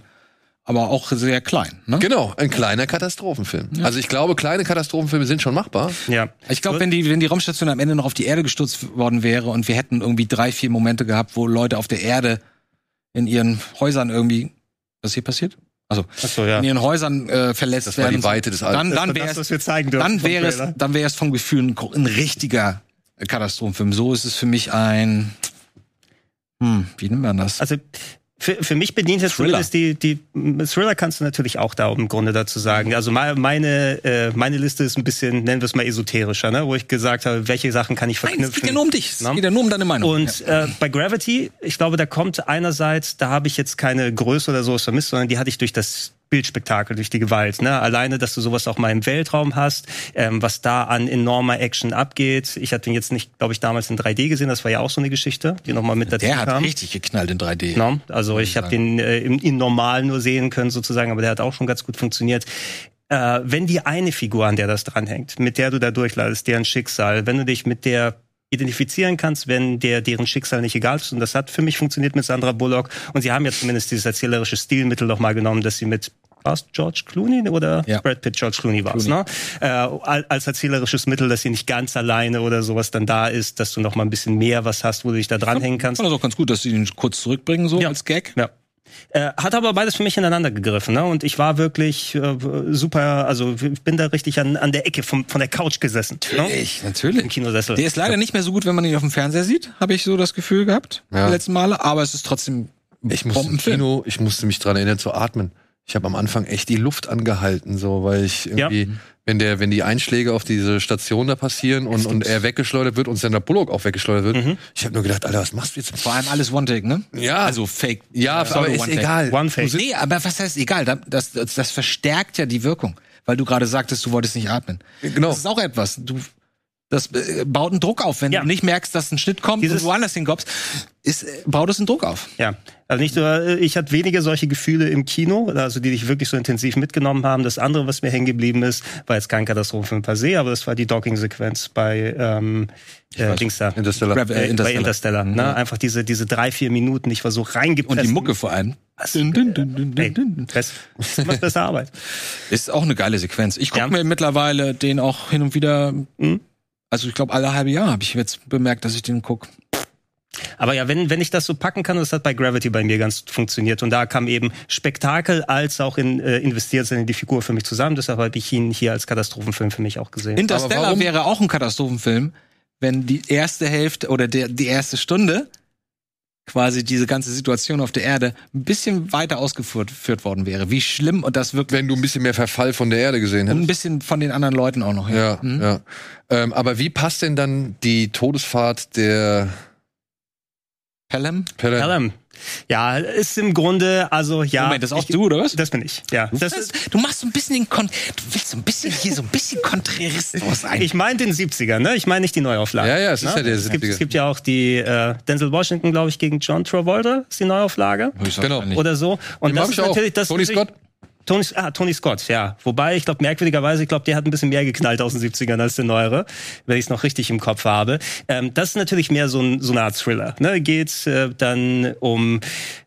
C: aber auch sehr klein. Ne?
A: Genau, ein kleiner Katastrophenfilm. Also ich glaube, kleine Katastrophenfilme sind schon machbar.
B: Ja.
C: Ich glaube, wenn die, wenn die Raumstation am Ende noch auf die Erde gestürzt worden wäre und wir hätten irgendwie drei, vier Momente gehabt, wo Leute auf der Erde in ihren Häusern irgendwie, was hier passiert? Also
B: Achso, ja.
C: in ihren Häusern äh, verletzt
A: Das war
C: werden.
A: die Weite des All.
C: dann,
B: Das
C: dann
B: war
C: wäre
B: das,
C: es,
B: was wir zeigen dürfen
C: dann
B: vom
C: wäre es,
B: Trailer.
C: dann wäre es vom Gefühl ein, gro- ein richtiger Katastrophenfilm. So ist es für mich ein, hm, wie nennt man das?
B: Also für, für mich bedient jetzt
C: Thriller.
B: zumindest die, die m, Thriller kannst du natürlich auch da im Grunde dazu sagen. Also me- meine, äh, meine Liste ist ein bisschen, nennen wir es mal esoterischer, ne? wo ich gesagt habe, welche Sachen kann ich
C: Nein,
B: verknüpfen.
C: es geht ja nur um dich. Es
B: Ne?
C: geht ja nur um deine Meinung.
B: Und äh, bei Gravity, ich glaube, da kommt einerseits, da habe ich jetzt keine Größe oder sowas vermisst, sondern die hatte ich durch das Bildspektakel, durch die Gewalt. Ne? Alleine, dass du sowas auch mal im Weltraum hast, ähm, was da an enormer Action abgeht. Ich hatte ihn jetzt nicht, glaube ich, damals in 3D gesehen. Das war ja auch so eine Geschichte, die nochmal mit dazu
C: der hat
B: kam.
C: richtig geknallt in 3D.
B: Ne? Also ich habe den äh, im, im Normal nur sehen können sozusagen, aber der hat auch schon ganz gut funktioniert. Äh, wenn die eine Figur, an der das dranhängt, mit der du da durchleidest, deren Schicksal, wenn du dich mit der identifizieren kannst, wenn der deren Schicksal nicht egal ist. Und das hat für mich funktioniert mit Sandra Bullock. Und sie haben ja zumindest dieses erzählerische Stilmittel noch mal genommen, dass sie mit war's George Clooney oder
C: Ja.
B: Brad Pitt, George Clooney war's,
C: Clooney.
B: ne? Äh, al- als erzählerisches Mittel, dass sie nicht ganz alleine oder sowas dann da ist, dass du noch mal ein bisschen mehr was hast, wo du dich da dranhängen kannst.
C: Ich fand das auch ganz gut, dass sie den kurz zurückbringen, so als Gag.
B: Ja. Äh, hat aber beides für mich ineinander gegriffen, ne? Und ich war wirklich äh, super, also ich bin da richtig an, an der Ecke vom, von der Couch gesessen. Ne?
C: Ich, natürlich.
B: Im Kinosessel.
C: Der ist leider nicht mehr so gut, wenn man ihn auf dem Fernseher sieht, habe ich so das Gefühl gehabt,
A: Ja.
C: die letzten Male. Aber es ist trotzdem
A: Ich musste im
C: Bombenfilm.
A: Kino, ich musste mich dran erinnern zu atmen. Ich habe am Anfang echt die Luft angehalten, so weil ich irgendwie, wenn der, wenn die Einschläge auf diese Station da passieren und, und er weggeschleudert wird und Sandra Bullock auch weggeschleudert wird,
B: Mhm.
A: ich habe nur gedacht, Alter, was machst du jetzt?
C: Vor allem alles One-Take, ne?
A: Ja.
C: Also Fake.
A: Ja,
C: Solo
A: aber ist
C: One-Take.
A: egal.
B: One Face.
C: Nee, aber was heißt egal? Da- Das, das, das verstärkt ja die Wirkung. Weil du gerade sagtest, du wolltest nicht atmen.
A: Genau.
C: Das ist auch etwas. Du, das äh, baut einen Druck auf. Wenn
B: Ja.
C: du nicht merkst, dass ein Schnitt kommt
B: Dieses-
C: und woanders hingobst, ist, äh, baut es einen Druck auf.
B: Ja, also nicht nur, ich hatte weniger solche Gefühle im Kino, also die dich wirklich so intensiv mitgenommen haben. Das andere, was mir hängen geblieben ist, war jetzt kein Katastrophenfilm per se, aber das war die Docking-Sequenz bei ähm, äh, Dings da.
A: Interstellar.
C: Grav- äh,
B: Bei Interstellar. Ne? Einfach diese, diese drei, vier Minuten, ich war so reingepresst.
C: Und die Mucke vor allem.
B: Also, äh,
C: Dün, dün, dün, dün,
B: Ey,
C: dün, dün.
B: das das macht bessere Arbeit.
C: Ist auch eine geile Sequenz. Ich gucke
B: Ja. Mhm.
C: mir mittlerweile den auch hin und wieder. Also ich glaube, alle halbe Jahr habe ich jetzt bemerkt, dass ich den gucke.
B: Aber ja, wenn, wenn ich das so packen kann, das hat bei Gravity bei mir ganz funktioniert. Und da kam eben Spektakel als auch in, äh, investiert sind in die Figur für mich zusammen. Deshalb habe ich ihn hier als Katastrophenfilm für mich auch gesehen.
A: Aber
C: Interstellar
A: warum-
C: wäre auch ein Katastrophenfilm, wenn die erste Hälfte oder der, die erste Stunde quasi diese ganze Situation auf der Erde ein bisschen weiter ausgeführt führt worden wäre. Wie schlimm und das wirklich
A: Wenn du ein bisschen mehr Verfall von der Erde gesehen
C: und ein
A: hättest.
C: bisschen von den anderen Leuten auch noch. Hm?
A: Ja,
B: Mhm.
A: ja. Ähm, aber wie passt denn dann die Todesfahrt der
C: Pelham?
A: Pelham?
B: Pelham. ähm, Ja, ist im Grunde, also ja.
C: Moment, das ist auch du, oder was?
B: Das bin ich, ja.
A: Hm?
B: Das ist,
C: du machst so ein bisschen den Kon du willst so ein bisschen hier so ein bisschen Kontrarismus ein.
B: ich meine den 70er, ne? Ich meine nicht die Neuauflage. Ne?
A: Ja, ja, es ist ja der
B: Es gibt,
A: 70er.
B: es gibt ja auch die äh, Denzel Washington, glaube ich, gegen John Travolta, ist die Neuauflage.
A: Genau.
B: Oder so. Und
A: Den hab ich auch. Tony
B: natürlich-
A: Scott.
B: Tony, ah, Tony Scott, ja. Wobei, ich glaube, merkwürdigerweise, ich glaube, der hat ein bisschen mehr geknallt aus den 70ern als der neuere, wenn ich es noch richtig im Kopf habe. Ähm, das ist natürlich mehr so, ein, so eine Art Thriller. Ne? Geht äh, dann um,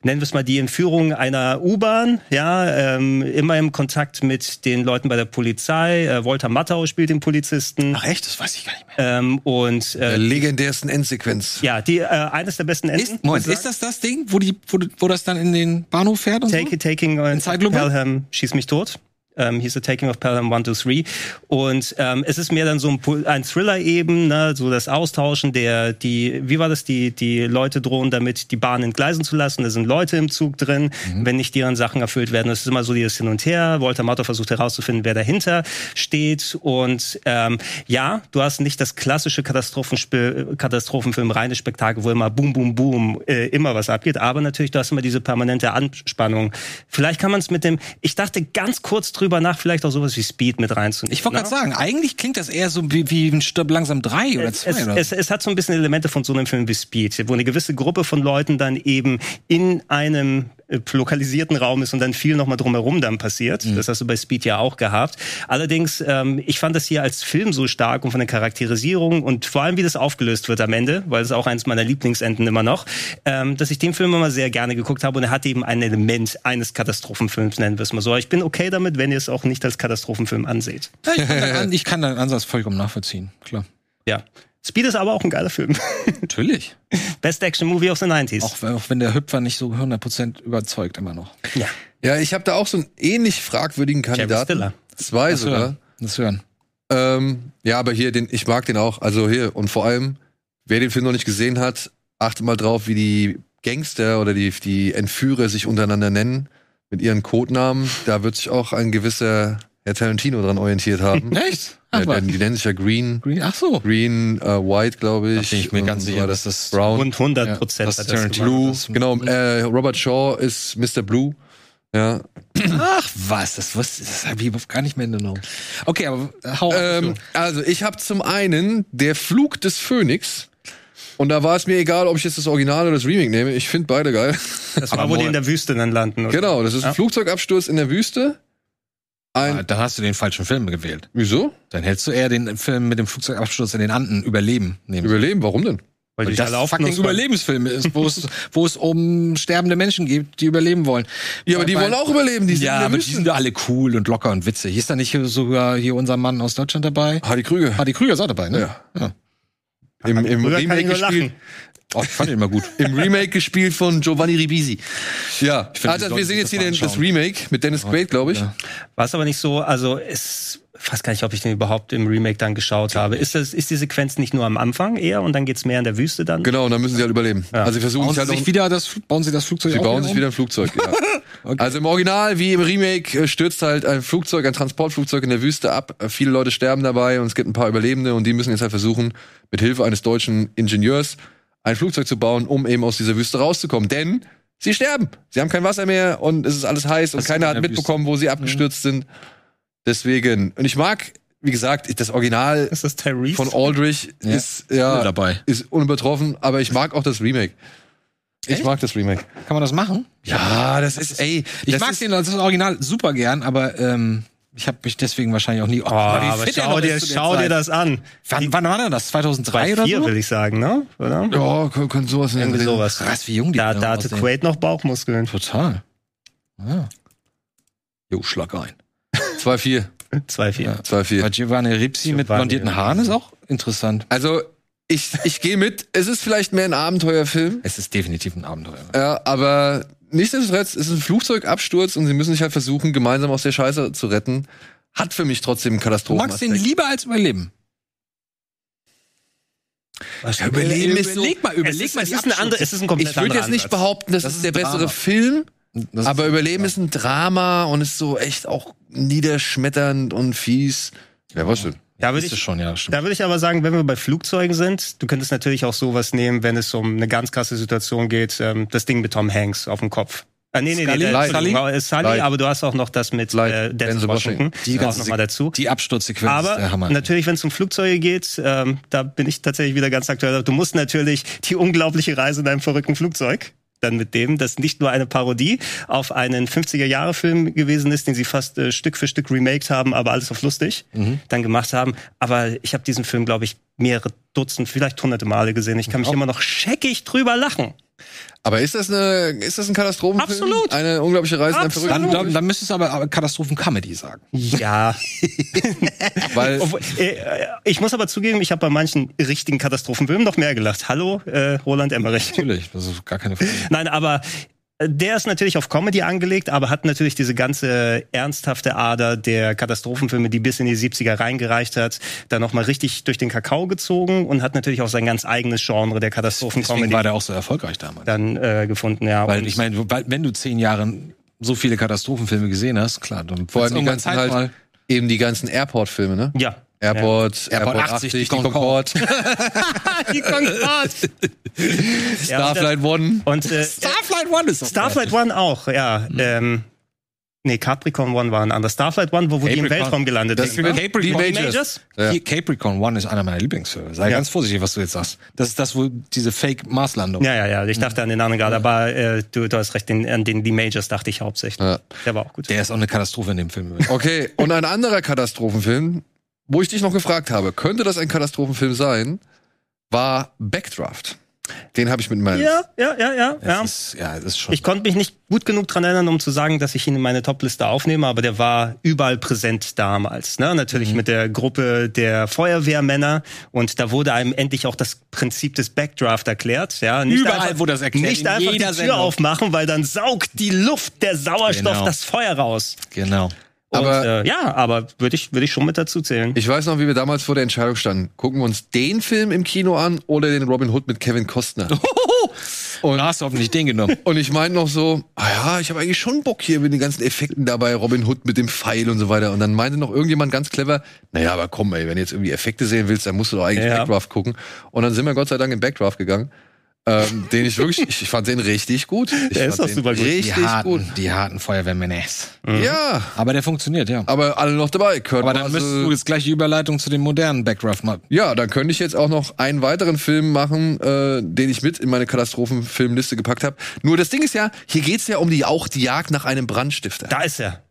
B: nennen wir es mal, die Entführung einer U-Bahn, ja, ähm, immer im Kontakt mit den Leuten bei der Polizei. Äh, Walter Matthau spielt den Polizisten.
C: Ach echt, das weiß ich gar nicht mehr.
B: Ähm, und
A: Der
B: äh,
A: legendärsten Endsequenz.
B: ja, die äh, eines der besten Enden.
C: Ist, Moment, ist das das Ding, wo, die, wo, wo das dann in den Bahnhof fährt und
B: Take, Taking on
C: Zeitlupe?
B: Pelham schieß mich tot. Ähm, hieß The Taking of Pelham 1, 2, 3. Und ähm, es ist mehr dann so ein, Pu- ein Thriller eben, ne? so das Austauschen der, die, wie war das, die, die Leute drohen damit, die Bahn entgleisen zu lassen. Da sind Leute im Zug drin, wenn nicht deren Sachen erfüllt werden. Das ist immer so dieses Hin und Her. Walter Matthau versucht herauszufinden, wer dahinter steht. Und ähm, ja, du hast nicht das klassische Katastrophenspiel, Katastrophenfilm, reines Spektakel, wo immer Boom, Boom, Boom, äh, immer was abgeht. Aber natürlich, du hast immer diese permanente Anspannung. Vielleicht kann man es mit dem, ich dachte ganz kurz drüber nach, vielleicht auch sowas wie Speed mit reinzunehmen.
C: Ich wollte gerade sagen, eigentlich klingt das eher so wie, wie ein Stirb langsam drei oder
B: Es,
C: zwei
B: es,
C: oder so.
B: es, es hat so ein bisschen Elemente von so einem Film wie Speed, wo eine gewisse Gruppe von Leuten dann eben in einem äh, lokalisierten Raum ist und dann viel nochmal drumherum dann passiert.
C: Mhm.
B: Das hast du bei Speed ja auch gehabt. Allerdings, ähm, ich fand das hier als Film so stark und von der Charakterisierung und vor allem, wie das aufgelöst wird am Ende, weil es auch eines meiner Lieblingsenden immer noch, ähm, dass ich den Film immer sehr gerne geguckt habe und er hat eben ein Element eines Katastrophenfilms, nennen wir es mal so. Ich bin okay damit, wenn ihr es auch nicht als Katastrophenfilm anseht.
C: Ja, Ich, kann den An- ich kann deinen Ansatz vollkommen nachvollziehen, klar.
B: Ja. Speed ist aber auch ein geiler Film.
C: Natürlich.
B: Best Action Movie of the 90s.
C: Auch, wenn- auch wenn der Hüpfer nicht so 100% überzeugt immer noch.
B: ja.
A: Ja, ich habe da auch so einen ähnlich fragwürdigen Kandidaten.
B: Stiller.
A: Zwei
C: Das
A: sogar.
C: hören. Das hören.
A: Ähm, ja, aber hier, den, ich mag den auch. Also hier, und vor allem, wer den Film noch nicht gesehen hat, achte mal drauf, wie die Gangster oder die, die Entführer sich untereinander nennen, mit ihren Codenamen. Da wird sich auch ein gewisser Herr Tarantino dran orientiert haben.
C: Echt? Ach,
A: ja,
C: was.
A: denn die nennen sich ja Green,
C: Green, ach so.
A: Green, äh, White, glaube ich.
G: bin ich mir
A: und
G: ganz
A: so
G: sicher,
A: weiter.
G: dass das
A: Brown,
B: Und 100
G: Ja,
B: Prozent
G: das
B: hat
G: ist
B: das
G: Tarantino.
B: gemacht.
A: Blue.
G: das-
A: Genau, äh, Robert Shaw ist Mr. Blue. Ja,
C: Ach was, das wusste das habe ich überhaupt gar nicht mehr in Erinnerung. Okay, aber äh, hau
A: Ähm,
C: ab.
A: also ich habe zum einen der Flug des Phönix. Und da war es mir egal, ob ich jetzt das Original oder das Remake nehme. Ich finde beide geil.
B: Das war, wo die in der Wüste dann landen. oder?
A: genau, das ist ein
B: Ja.
A: Flugzeugabsturz in der Wüste. Ein
C: Ah, Dann hast du den falschen Film gewählt.
A: wieso?
C: Dann hättest du eher den Film mit dem Flugzeugabsturz in den Anden Überleben nehmen.
A: Überleben, warum denn?
B: Weil die
C: Weil
B: sich
C: das
B: alle
C: fucking
B: aufgenommen haben.
C: Überlebensfilm ist, wo es, wo es um sterbende Menschen geht, die überleben wollen.
A: Ja, aber die
C: Weil-
A: wollen auch überleben, die sind in
C: ja,
A: der
C: aber
A: Wüste.
C: die sind ja alle cool und locker und witzig. Ist da nicht hier sogar hier unser Mann aus Deutschland dabei?
A: Hardy Krüger.
C: Hardy Krüger ist auch dabei, ne? Ah. Ja.
A: Im, im,
B: Krüger kann
A: Remake
B: ich nur
A: gespielt,
B: lachen.
C: Oh, ich fand ihn immer gut.
A: Im Remake gespielt von Giovanni Ribisi. Ja,
C: finde,
A: also,
C: wir
A: wir
C: sollten
A: sehen
C: uns
A: jetzt
C: das
A: hier
C: mal
A: den, das
C: anschauen.
A: Remake mit Dennis Quaid, glaube ich.
B: War es aber nicht so, also es ich weiß gar nicht, ob ich den überhaupt im Remake dann geschaut habe. Ist, das, ist die Sequenz nicht nur am Anfang eher und dann geht's mehr in der Wüste dann?
A: Genau, und dann müssen sie halt überleben. Also sie versuchen
C: Bauen
A: es
C: sie
A: halt
C: sich
A: auch,
C: wieder das, bauen sie das Flugzeug
A: Sie
C: auch
A: bauen sich
C: um?
A: wieder ein Flugzeug, ja. Also im Original wie im Remake äh, stürzt halt ein Flugzeug, ein Transportflugzeug in der Wüste ab. Äh, Viele Leute sterben dabei und es gibt ein paar Überlebende und die müssen jetzt halt versuchen, mit Hilfe eines deutschen Ingenieurs ein Flugzeug zu bauen, um eben aus dieser Wüste rauszukommen. Denn sie sterben. Sie haben kein Wasser mehr und es ist alles heiß und
C: Das
A: keiner
C: ist
A: hat
C: in der Mhm.
A: mitbekommen, wo sie abgestürzt sind. Deswegen, und ich mag, wie gesagt, das Original
B: Ist das Tyrese?
A: von Aldrich
C: Ja.
A: ist ja
C: Nur dabei.
A: ist unübertroffen, aber ich mag auch das Remake. Ich
C: Echt?
A: mag das Remake.
C: Kann man das machen?
A: Ja, Ah, das ist, ey,
C: Ich
A: das
C: mag
A: ist,
C: den, das Original super gern, aber ähm, ich habe mich deswegen wahrscheinlich auch nie. Oh,
B: Oh, aber
C: fit der
B: schau
C: noch
B: dir,
C: ist zu der
B: schau dir
C: Zeit.
B: das an.
C: Wann, wann war denn das? 2003
B: Bei
C: oder
B: vier,
C: so?
B: will ich sagen, ne? Oder?
A: ja, kann, kann sowas nicht
B: Irgendwie sowas.
C: Krass, wie jung die
B: Da,
C: noch
B: da hatte
C: aussehen.
B: Quaid noch Bauchmuskeln.
C: Total. Ah. Ja. Jo, schlag ein.
A: 2-4,
B: Zwei, vier.
A: 2-4.
C: Bei Giovanni Ripsi mit
B: Giovanni
C: blondierten Haaren ist auch interessant.
A: Also, ich, ich gehe mit, es ist vielleicht mehr ein Abenteuerfilm,
C: Es ist definitiv ein Abenteuer.
A: ja, aber nichtsdestotrotz ist es ein Flugzeugabsturz und sie müssen sich halt versuchen, gemeinsam aus der Scheiße zu retten. Hat für mich trotzdem einen
C: Du
A: Katastrophen.
C: magst ihn lieber als überleben.
A: Ja, Überleben
B: Äh,
A: ist so.
C: Äh, überleg mal, überleg
B: es ist,
C: mal.
B: es
C: die
B: ist ein andere,
C: Abschnitt.
B: es ist ein komplett
A: Ich würde jetzt
B: anderer
A: nicht
B: Ansatz.
A: behaupten, das,
C: Das
A: ist
C: ist
A: der
C: ein Drama.
A: bessere Film,
C: Das
A: aber
C: ist-
A: Überleben ist ein Drama und ist so echt auch niederschmetternd und fies. Ja, was denn?
B: Da würde
C: ist es
B: ich,
C: schon, ja, stimmt.
B: da würde ich aber sagen, wenn wir bei Flugzeugen sind, du könntest natürlich auch sowas nehmen, wenn es um eine ganz krasse Situation geht, ähm, das Ding mit Tom Hanks auf dem Kopf. Ah, nee, nee, nee,
C: Scully?
B: der-
A: Light.
B: Entschuldigung, äh, Sully,
A: Light.
B: aber du hast auch noch das mit
A: Light.
B: äh, Denzel
A: Denzel Washington.
B: Washington.
C: Die
B: Die auch
C: ganze
B: noch mal dazu.
C: Die Absturzsequenz ist der
B: Aber
C: Hammer.
B: natürlich, wenn es um Flugzeuge geht, ähm, da bin ich tatsächlich wieder ganz aktuell. Du musst natürlich die unglaubliche Reise in einem verrückten Flugzeug. Dann mit dem, das nicht nur eine Parodie auf einen 50er-Jahre-Film gewesen ist, den sie fast äh, Stück für Stück remaked haben, aber alles auf lustig
C: Mhm.
B: dann gemacht haben. Aber ich habe diesen Film, glaube ich, mehrere Dutzend, vielleicht hunderte Male gesehen. Ich kann mich immer noch scheckig drüber lachen.
A: Aber ist das eine, ist das ein Katastrophenfilm?
B: Absolut.
A: Eine unglaubliche Reise in einem
B: Absolut.
A: verrückten
C: Dann, dann, dann müsstest du aber Katastrophen-Comedy sagen.
B: Ja.
A: Weil
B: Obwohl, äh, äh, ich muss aber zugeben, ich habe bei manchen richtigen Katastrophenfilmen noch mehr gelacht. Hallo, äh, Roland Emmerich.
C: Natürlich, das ist gar keine Frage.
B: Nein, aber äh, der ist natürlich auf Comedy angelegt, aber hat natürlich diese ganze äh, ernsthafte Ader der Katastrophenfilme, die bis in die 70er reingereicht hat, dann nochmal richtig durch den Kakao gezogen und hat natürlich auch sein ganz eigenes Genre der
C: Deswegen
B: Katastrophenkomödie
C: war der auch so erfolgreich damals.
B: dann äh, gefunden. Ja,
C: Weil
B: Und
C: ich meine, weil- wenn du zehn Jahre so viele Katastrophenfilme gesehen hast, klar, dann
A: vor allem die
C: irgendwann
A: ganzen
C: Zeit
A: halt,
C: mal-
A: eben die ganzen Airport-Filme, ne?
B: ja.
A: Airport, Airport
C: Airport 80,
A: 80, die
C: die Concorde.
A: Concorde,
B: Ah, Die Konkurrenz.
A: Starflight One.
B: Und äh,
C: Starflight One ist
B: Starflight One auch, ja.
C: Mhm.
B: Ähm, nee, Capricorn One war ein anderer. Starflight One, wo, wo die im
C: Capricorn.
B: Weltraum gelandet
A: Das
B: sind.
A: sind
B: ne?
A: Capricorn.
B: Die
A: Majors. Ja.
C: Hier, Capricorn One ist einer meiner Lieblingsfilme. Sei
B: Ja.
C: ganz vorsichtig, was du jetzt sagst. Das ist das, wo diese Fake-Marslandung.
B: Ja, ja, ja.
C: Mhm.
B: Ich dachte an den anderen gerade, aber äh, du, du hast recht, den, an den die Majors dachte ich hauptsächlich.
A: Ja.
B: Der war auch gut.
C: Der ist auch eine Katastrophe in dem Film.
A: Okay, und ein anderer Katastrophenfilm, wo ich dich noch gefragt habe, könnte das ein Katastrophenfilm sein, war Backdraft. Den habe ich mit meinem.
B: ja, ja, ja, ja. ja.
C: Das ist, ja, das ist schon.
B: Ich konnte mich nicht gut genug dran erinnern, um zu sagen, dass ich ihn in meine Topliste aufnehme, aber der war überall präsent damals. Ne?
C: Mhm.
B: Natürlich mit der Gruppe der Feuerwehrmänner und da wurde einem endlich auch das Prinzip des Backdraft erklärt. Ja? Nicht
C: Überall
B: einfach,
C: wurde das erklärt,
B: Nicht
C: in
B: einfach
C: jeder
B: die Tür
C: Sendung.
B: aufmachen, weil dann saugt die Luft, der Sauerstoff,
C: Genau.
B: das Feuer raus.
C: genau.
B: Und,
A: Aber-
B: äh, ja, aber würde ich, würde ich schon mit dazu zählen.
A: Ich weiß noch, wie wir damals vor der Entscheidung standen. Gucken wir uns den Film im Kino an oder den Robin Hood mit Kevin Costner?
C: Und da hast du hoffentlich den genommen.
A: Und ich meinte noch so, ah ja, ich habe eigentlich schon Bock hier mit den ganzen Effekten dabei, Robin Hood mit dem Pfeil und so weiter. Und dann meinte noch irgendjemand ganz clever, naja, aber komm, ey, wenn du jetzt irgendwie Effekte sehen willst, dann musst du doch eigentlich
B: Ja.
A: Backdraft gucken. Und dann sind wir Gott sei Dank in Backdraft gegangen. Ähm, den ich wirklich, ich, ich fand den richtig gut. Ich fand
B: Der ist auch
A: den
B: super gut. Mhm.
A: Richtig
C: die
A: gut.
C: harten, die harten Feuerwehrmänner.
A: Ja,
C: Aber der funktioniert, ja.
A: aber also alle noch dabei. Kurt
C: Aber dann
A: Russell.
C: müsstest du jetzt gleich die Überleitung zu dem modernen Backdraft machen.
A: ja, dann könnte ich jetzt auch noch einen weiteren Film machen, äh, den ich mit in meine Katastrophenfilmliste gepackt habe. Nur das Ding ist ja, hier geht's ja um die auch die Jagd nach einem Brandstifter.
B: Da ist er.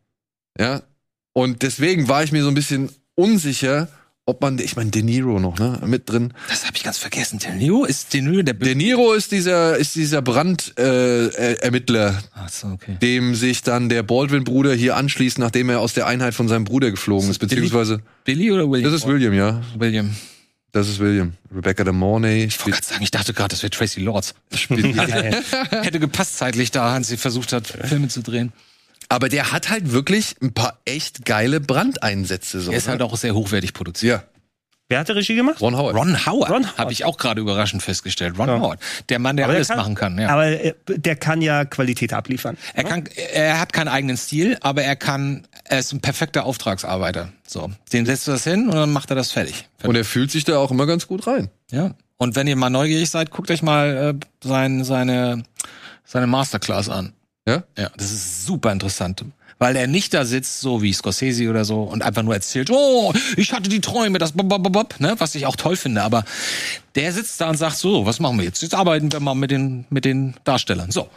A: Ja. Und deswegen war ich mir so ein bisschen unsicher, ob man, ich meine, De Niro noch, ne, mit drin.
C: Das habe ich ganz vergessen. De Niro ist De Niro der
A: De Niro ist dieser, ist dieser Brandermittler, äh, Ermittler,
C: Achso, okay.
A: dem sich dann der Baldwin-Bruder hier anschließt, nachdem er aus der Einheit von seinem Bruder geflogen ist, beziehungsweise,
C: Billy oder William?
A: das ist William, ja.
C: William.
A: Das ist William. Rebecca de Mornay
C: Ich wollte
A: spielt,
C: gerade sagen, ich dachte gerade, das wäre Tracy Lords.
A: spielt
C: Hätte gepasst zeitlich da, als sie versucht hat, Filme zu drehen.
A: Aber der hat halt wirklich ein paar echt geile Brandeinsätze, so. ne?
C: Er ist halt auch sehr hochwertig produziert.
A: ja.
B: Wer hat die Regie gemacht?
A: Ron Howard.
C: Ron Howard,
B: Ron Howard.
C: habe ich auch gerade überraschend festgestellt. Ron Howard, der Mann, der
B: Aber der
C: alles
B: kann-
C: machen kann. Ja.
B: Aber äh, der kann ja Qualität abliefern.
C: Er, kann, er hat keinen eigenen Stil, aber er kann, er ist ein perfekter Auftragsarbeiter. So, dem setzt du das hin und dann macht er das fertig.
A: Und er fühlt sich da auch immer ganz gut rein.
C: Ja. Und wenn ihr mal neugierig seid, guckt euch mal äh, sein, seine, seine Masterclass an.
A: Ja?
C: Ja, das ist super interessant. Weil er nicht da sitzt, so wie Scorsese oder so, und einfach nur erzählt, oh, ich hatte die Träume, das bob, bob, bob, bob, ne, was ich auch toll finde. Aber der sitzt da und sagt, so, was machen wir jetzt? Jetzt arbeiten wir mal mit den, mit den Darstellern. So.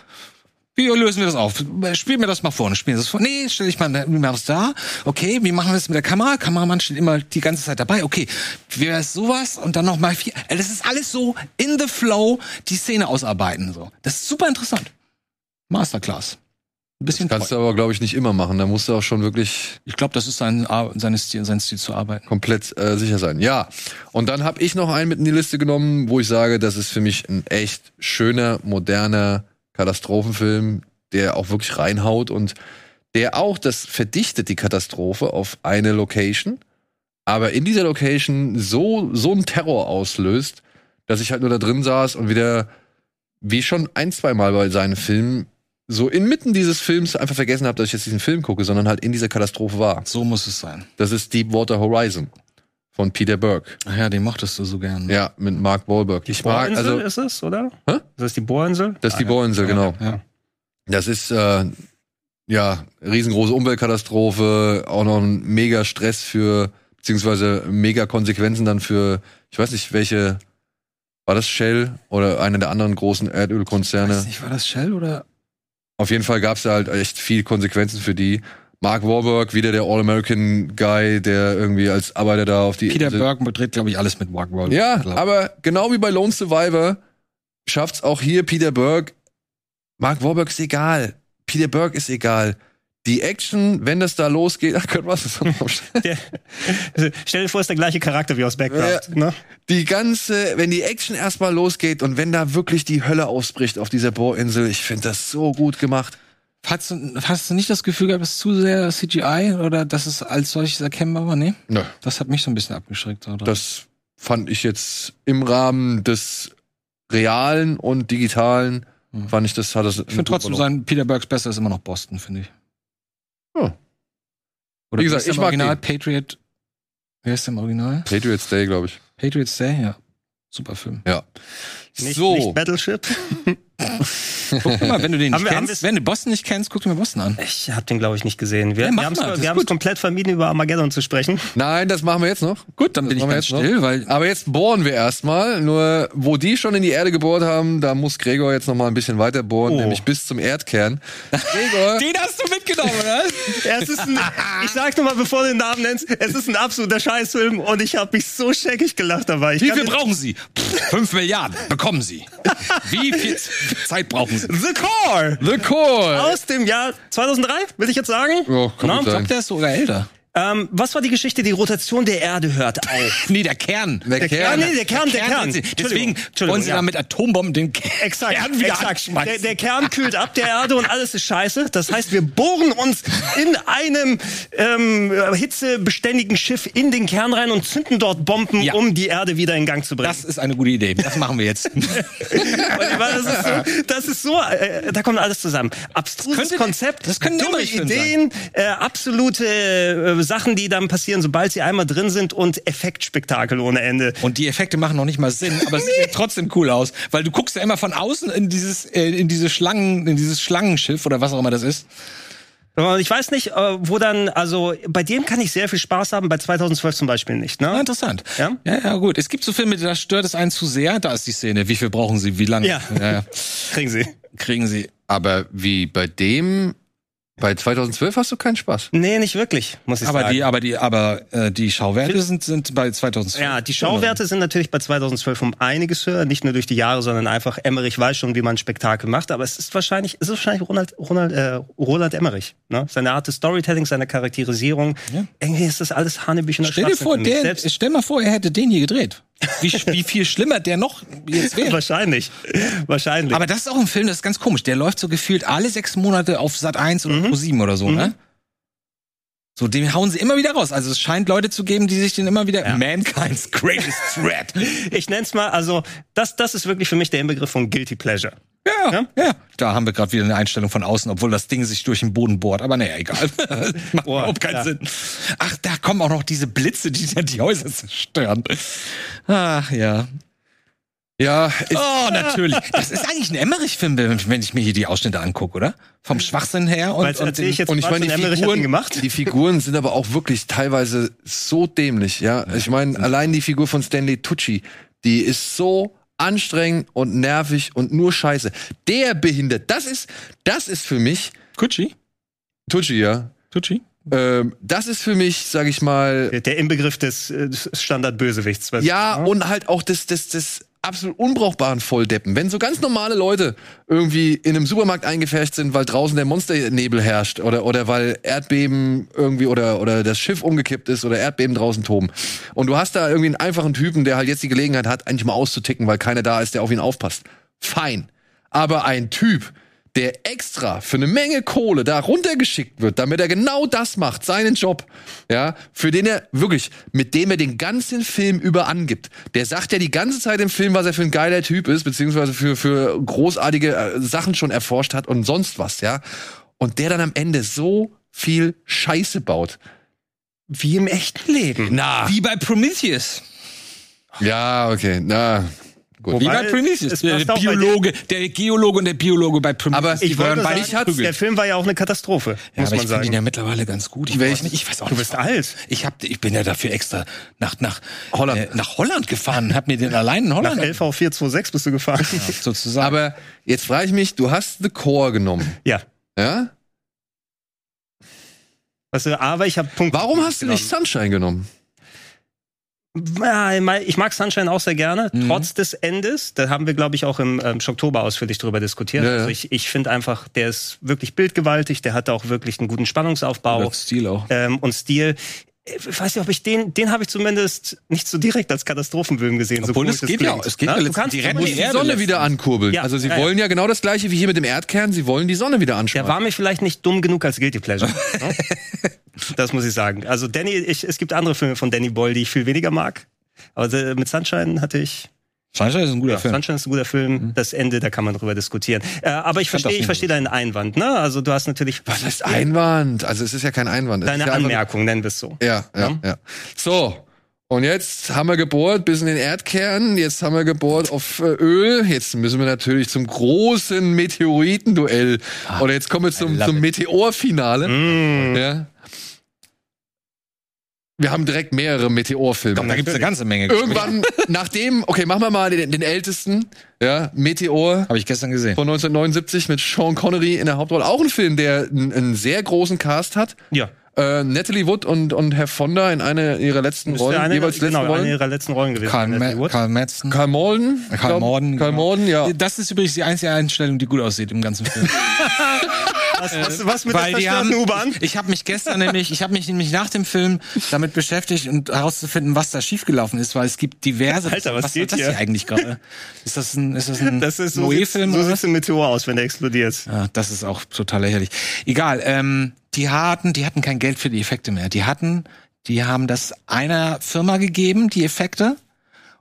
C: Wie lösen wir das auf? Spiel mir das mal vor. Spiel mir das vor. Nee, stell ich mal mir aufs da. Okay, wie machen wir das mit der Kamera? Kameramann steht immer die ganze Zeit dabei. Okay, wie wäre es sowas? Und dann nochmal vier. Äh, Das ist alles so in the flow, die Szene ausarbeiten. So. Das ist super interessant. Masterclass. Ein bisschen
A: Kannst du
C: toll.
A: aber, glaube ich, nicht immer machen. Da musst du auch schon wirklich
C: Ich glaube, das ist sein, Ar- seine Stil, sein Stil zu arbeiten.
A: komplett äh, sicher sein. Ja. Und dann habe ich noch einen mit in die Liste genommen, wo ich sage, das ist für mich ein echt schöner, moderner Katastrophenfilm, der auch wirklich reinhaut und der auch, das verdichtet die Katastrophe auf eine Location, aber in dieser Location so, so einen Terror auslöst, dass ich halt nur da drin saß und wieder, wie schon ein, zweimal bei seinen Filmen, so inmitten dieses Films einfach vergessen habe, dass ich jetzt diesen Film gucke, sondern halt in dieser Katastrophe war.
C: So muss es sein.
A: Das ist Deepwater Horizon von Peter Burke.
C: Ach ja, den mochtest du so gern.
A: Ja, mit Mark Wahlberg.
B: Die
A: Ich mag,
B: Bohrinsel
A: also,
B: ist es, oder?
A: Hä?
B: Das ist die Bohrinsel?
A: das ist die Bohrinsel, genau.
C: Ah, Ja.
A: Das ist äh, ja riesengroße Umweltkatastrophe, auch noch ein mega Stress für beziehungsweise mega Konsequenzen dann für ich weiß nicht welche war das Shell oder einer der anderen großen Erdölkonzerne.
C: Weiß nicht, war das Shell oder?
A: Auf jeden Fall gab es da halt echt viel Konsequenzen für die. Mark Wahlberg, wieder der All-American-Guy, der irgendwie als Arbeiter da auf die
C: Peter
A: Insel-
C: Burke dreht, glaube ich, alles mit Mark Wahlberg.
A: ja,
C: glaub.
A: aber genau wie bei Lone Survivor schafft's auch hier Peter Berg. Mark Warburg ist egal. Peter Berg ist egal. Die Action, wenn das da losgeht, ach Gott, was ist das?
B: Der, stell dir vor, ist der gleiche Charakter wie aus Backdraft. Ne?
A: Die ganze, wenn die Action erstmal losgeht und wenn da wirklich die Hölle ausbricht auf dieser Bohrinsel, ich finde das so gut gemacht.
C: Hast du, hast du nicht das Gefühl gehabt, es ist zu sehr CGI oder dass es als solches erkennbar war? Nee.
A: Nö,
C: Das hat mich so ein bisschen abgeschreckt. Oder?
A: das fand ich jetzt im Rahmen des Realen und Digitalen,
C: Hm.
A: fand ich das, hat das.
C: ich finde trotzdem sein Peter Burks besser ist immer noch Boston, finde ich.
A: Ja.
C: Oder
A: Wie gesagt,
C: ist der
A: ich
C: im
A: mag
C: Original Patriot. Wer ist der im Original?
A: Patriots Day, glaube ich.
C: Patriots Day, ja. Super Film.
A: Ja.
B: Nicht, nicht Battleship.
C: Guck dir mal, wenn du den
B: Haben
C: nicht
B: wir- haben
C: kennst,
B: wir's-
C: wenn du Boston nicht kennst, guck dir mal Boston an.
B: Ich habe den, glaube ich, nicht gesehen. Wir,
C: Ja, mach
B: wir haben's-
C: mal, das ist
B: wir haben es
C: gut.
B: komplett vermieden, über Armageddon zu sprechen.
A: Nein, das machen wir jetzt noch.
C: Gut, dann
A: Das
C: bin ich
A: machen wir
C: ganz
A: jetzt noch.
C: still, weil
A: Aber jetzt bohren wir erstmal. Nur, wo die schon in die Erde gebohrt haben, da muss Gregor jetzt nochmal ein bisschen weiter bohren,
B: Oh.
A: nämlich bis zum Erdkern. Gregor,
C: Den hast du mitgenommen, oder?
B: Es ist ein, ich sag nur mal, bevor du den Namen nennst, es ist ein absoluter Scheißfilm und ich habe mich so scheckig gelacht dabei. Ich
C: Wie
B: kann
C: viel
B: den-
C: brauchen Sie? Pff, Fünf Milliarden bekommen Sie. Wie viel Zeit brauchen Sie?
B: The Core!
A: The
C: Äh.
A: Core.
B: Aus dem Jahr 2003, will ich jetzt sagen.
A: Oh, kann
B: Na?
A: gut sein.
C: der ist sogar älter.
B: ähm, was war die Geschichte? Die Rotation der Erde hört auf.
C: Nee, der Kern.
A: Der Kern.
B: nee, der Kern, der Kern.
C: den Sie-
B: Entschuldigung,
C: Deswegen
B: Entschuldigung,
C: wollen Sie
B: ja.
C: da mit Atombomben den K-
B: Exakt,
C: Kern wieder
B: exakt. Der,
C: anschmeißen.
B: der Kern kühlt ab der Erde und alles ist scheiße. Das heißt, wir bohren uns in einem ähm, hitzebeständigen Schiff in den Kern rein und zünden dort Bomben,
C: Ja.
B: um die Erde wieder in Gang zu bringen.
C: das ist eine gute Idee. Das machen wir jetzt.
B: Und ich meine, das ist so, das ist so äh, da kommt alles zusammen. Abstruses
C: könnte-
B: Konzept,
C: das können
B: dumme
C: Nummerchen
B: Ideen, äh, absolute äh, Sachen, die dann passieren, sobald sie einmal drin sind und Effektspektakel ohne Ende.
C: Und die Effekte machen noch nicht mal Sinn, aber es sieht trotzdem cool aus, weil du guckst ja immer von außen in dieses äh, in diese Schlangen in dieses Schlangenschiff oder was auch immer das ist.
B: Und ich weiß nicht, äh, wo dann, also bei dem kann ich sehr viel Spaß haben, bei 2012 zum Beispiel nicht.
C: Ja,
B: Ne?
C: interessant.
B: Ja?
C: ja, ja, gut. Es gibt so Filme, da stört es einen zu sehr. Da ist die Szene. Wie viel brauchen Sie? Wie lange?
B: Ja. Kriegen sie.
C: Kriegen Sie?
A: Aber wie bei dem, bei 2012 hast du keinen Spaß.
B: Nee, nicht wirklich, muss ich
C: Aber
B: sagen.
C: die, aber die, aber äh, die Schauwerte sind sind bei 2012.
B: ja, die Schauwerte sind natürlich bei 2012 um einiges höher, nicht nur durch die Jahre, sondern einfach Emmerich weiß schon, wie man ein Spektakel macht. Aber es ist wahrscheinlich, es ist wahrscheinlich Ronald, Ronald, äh, Roland Emmerich. Ne? Seine Art des Storytellings, seine Charakterisierung. Irgendwie ist das alles Hanebüchen.
C: Stell dir vor, der,
B: selbst
C: stell mal vor, er hätte den hier gedreht. Wie, sch- wie viel schlimmer der noch jetzt wäre.
B: wahrscheinlich, wahrscheinlich.
C: Aber das ist auch ein Film, das ist ganz komisch. Der läuft so gefühlt alle sechs Monate auf Sat 1
B: Mhm.
C: oder Pro 7 oder so, ne? So, den hauen sie immer wieder raus. Also es scheint Leute zu geben, die sich den immer wieder. Mankind's greatest threat.
B: ich nenn's mal, also das, das ist wirklich für mich der Inbegriff von Guilty Pleasure.
C: ja,
B: Ja?
C: ja, Da haben wir gerade wieder eine Einstellung von außen, obwohl das Ding sich durch den Boden bohrt. Aber naja, egal. Macht
B: Boah,
C: überhaupt keinen
B: ja.
C: Sinn. Ach, da kommen auch noch diese Blitze, die dann die Häuser zerstören. Ach ja.
A: Ja, ich,
C: Oh, natürlich. Das ist eigentlich ein Emmerich-Film, wenn wenn ich mir hier die Ausschnitte angucke, oder? Vom Schwachsinn her und,
B: Weil
C: und
B: erzähle ich jetzt
A: und ich
B: was
A: meine, die
B: Emmerich hat ihn
A: Figuren,
B: gemacht.
A: die Figuren sind aber auch wirklich teilweise so dämlich, ja. Ich meine, allein die Figur von Stanley Tucci, die ist so anstrengend und nervig und nur scheiße. Der behindert, das ist, das ist für mich,
C: Kutschi?
A: Tucci, ja,
C: Tucci?
A: Ähm, das ist für mich, sag ich mal,
B: Der- Der Inbegriff des, äh, des Standardbösewichts. Weißt du?
A: ja, und halt auch des, des, des absolut unbrauchbaren Volldeppen. Wenn so ganz normale Leute irgendwie in einem Supermarkt eingefärscht sind, weil draußen der Monsternebel herrscht oder, oder weil Erdbeben irgendwie oder, oder das Schiff umgekippt ist oder Erdbeben draußen toben. Und du hast da irgendwie einen einfachen Typen, der halt jetzt die Gelegenheit hat, eigentlich mal auszuticken, weil keiner da ist, der auf ihn aufpasst. Fein. Aber ein Typ, der extra für eine Menge Kohle da runtergeschickt wird, damit er genau das macht, seinen Job, ja, für den er wirklich, mit dem er den ganzen Film über angibt. Der sagt ja die ganze Zeit im Film, was er für ein geiler Typ ist, beziehungsweise für, für großartige äh, Sachen schon erforscht hat und sonst was, ja. Und der dann am Ende so viel Scheiße baut.
B: Wie im echten Leben.
A: Na.
C: Wie bei Prometheus.
A: Ja, okay, na.
C: Wie
B: Wobei,
C: bei Prometheus.
B: es
C: Der
B: passt auch bei
C: Biologe, der Geologe und der Biologe bei Prometheus.
A: Aber
C: die
B: Ich wollte
C: waren beide
B: sagen,
C: verprügelt.
B: der Film war ja auch eine Katastrophe,
C: Ja,
B: muss man
C: aber ich finde ihn
B: sagen.
C: ja mittlerweile ganz gut. Ich
A: Welchen?
C: weiß nicht, ich weiß auch
B: Du
C: nicht.
B: bist alt.
C: Ich, hab, ich bin ja dafür extra nach, nach,
A: Holland.
C: Äh, nach Holland gefahren und hab mir den allein in
B: Nach
C: Holland
B: LV426 bist du gefahren.
C: sozusagen.
A: Aber jetzt frage ich mich, du hast The Core genommen,
B: Ja.
A: ja?
B: Weißt du, aber ich habe Punkt.
A: Warum hast du
B: genommen.
A: nicht Sunshine genommen?
B: Ja, mal- ich mag Sunshine auch sehr gerne,
C: Mhm.
B: trotz des Endes. Da haben wir, glaube ich, auch im ähm, Oktober ausführlich drüber diskutiert.
A: Ja, ja.
B: Also ich, ich finde einfach, der ist wirklich bildgewaltig, der hat auch wirklich einen guten Spannungsaufbau
C: Oder Stil auch.
B: ähm, und Stil. Äh, Ich weiß nicht, ob ich den, den habe ich zumindest nicht so direkt als Katastrophenfilm gesehen.
C: Obwohl,
B: so
C: es geht ja auch. Es geht ja
B: ja, ne? du
C: letztendlich
B: kannst
C: direkt
B: direkt
A: Muss
C: Die
A: die
C: Erde
A: Sonne
C: letztens.
A: wieder ankurbeln.
B: Ja,
A: also sie
B: ja, ja.
A: wollen ja genau das gleiche wie hier mit dem Erdkern, sie wollen die Sonne wieder
B: Der
A: anschmeißen.
B: war mir vielleicht nicht dumm genug als Guilty Pleasure. ne? das muss ich sagen. Also Danny, ich, es gibt andere Filme von Danny Boyle, die ich viel weniger mag. Aber äh, mit Sunshine hatte ich
C: Sunshine ist ein guter
B: Ja,
C: Film. Mhm.
B: Sunshine ist ein guter Film. Das Ende, da kann man drüber diskutieren. Äh, aber ich
C: fand
B: verstehe,
C: auch
B: ich
C: den
B: verstehe deinen Einwand. Ne? Also du hast natürlich
A: Was heißt Einwand? Also es ist ja kein Einwand. Es ist
B: deine
A: ja einfach-
B: Anmerkung, nennen wir es so.
A: Ja, ja, ja. So. Und jetzt haben wir gebohrt bis in den Erdkern, jetzt haben wir gebohrt auf äh, Öl, jetzt müssen wir natürlich zum großen Meteoritenduell. Oder jetzt kommen wir
C: I
A: zum,
C: love
A: zum
C: it.
A: Meteorfinale.
B: Mm.
A: Ja. Wir haben direkt mehrere Meteorfilme.
C: Da gibt's eine ganze Menge.
A: Irgendwann, nachdem, okay, machen wir mal den, den ältesten, ja, Meteor
C: Habe ich gestern gesehen.
A: von 1979 mit Sean Connery in der Hauptrolle. Auch ein Film, der einen, einen sehr großen Cast hat.
B: Ja.
A: Äh, Natalie Wood und, und Herr Fonda in einer ihrer letzten
B: Ist
A: Rollen,
B: eine,
A: jeweils letzten
B: genau, eine
A: Rollen.
B: ihrer letzten Rollen gewesen.
C: Karl,
B: Natalie
C: Ma
B: Wood.
C: Karl Madsen.
A: Karl Morden.
C: Karl Morden,
A: Karl
C: genau.
A: Morden, ja.
C: Das ist übrigens die einzige Einstellung, die gut aussieht im ganzen Film.
B: was, was, was mit
C: Weil
B: der
C: die haben,
B: zerstörten U-Bahn?
C: ich habe mich gestern nämlich, ich habe mich nämlich nach dem Film damit beschäftigt und herauszufinden, was da schiefgelaufen ist, weil es gibt diverse.
B: Alter, was geht
C: das
B: hier?
C: eigentlich gerade? Ist das ein, ist das ein
B: Das ist so, sieht,
C: Noé-Film
B: so
C: oder
B: sieht ein Meteor aus, wenn der explodiert.
C: Ah, das ist auch total lächerlich. Egal, ähm, die hatten, die hatten kein Geld für die Effekte mehr. Die hatten, die haben das einer Firma gegeben, die Effekte,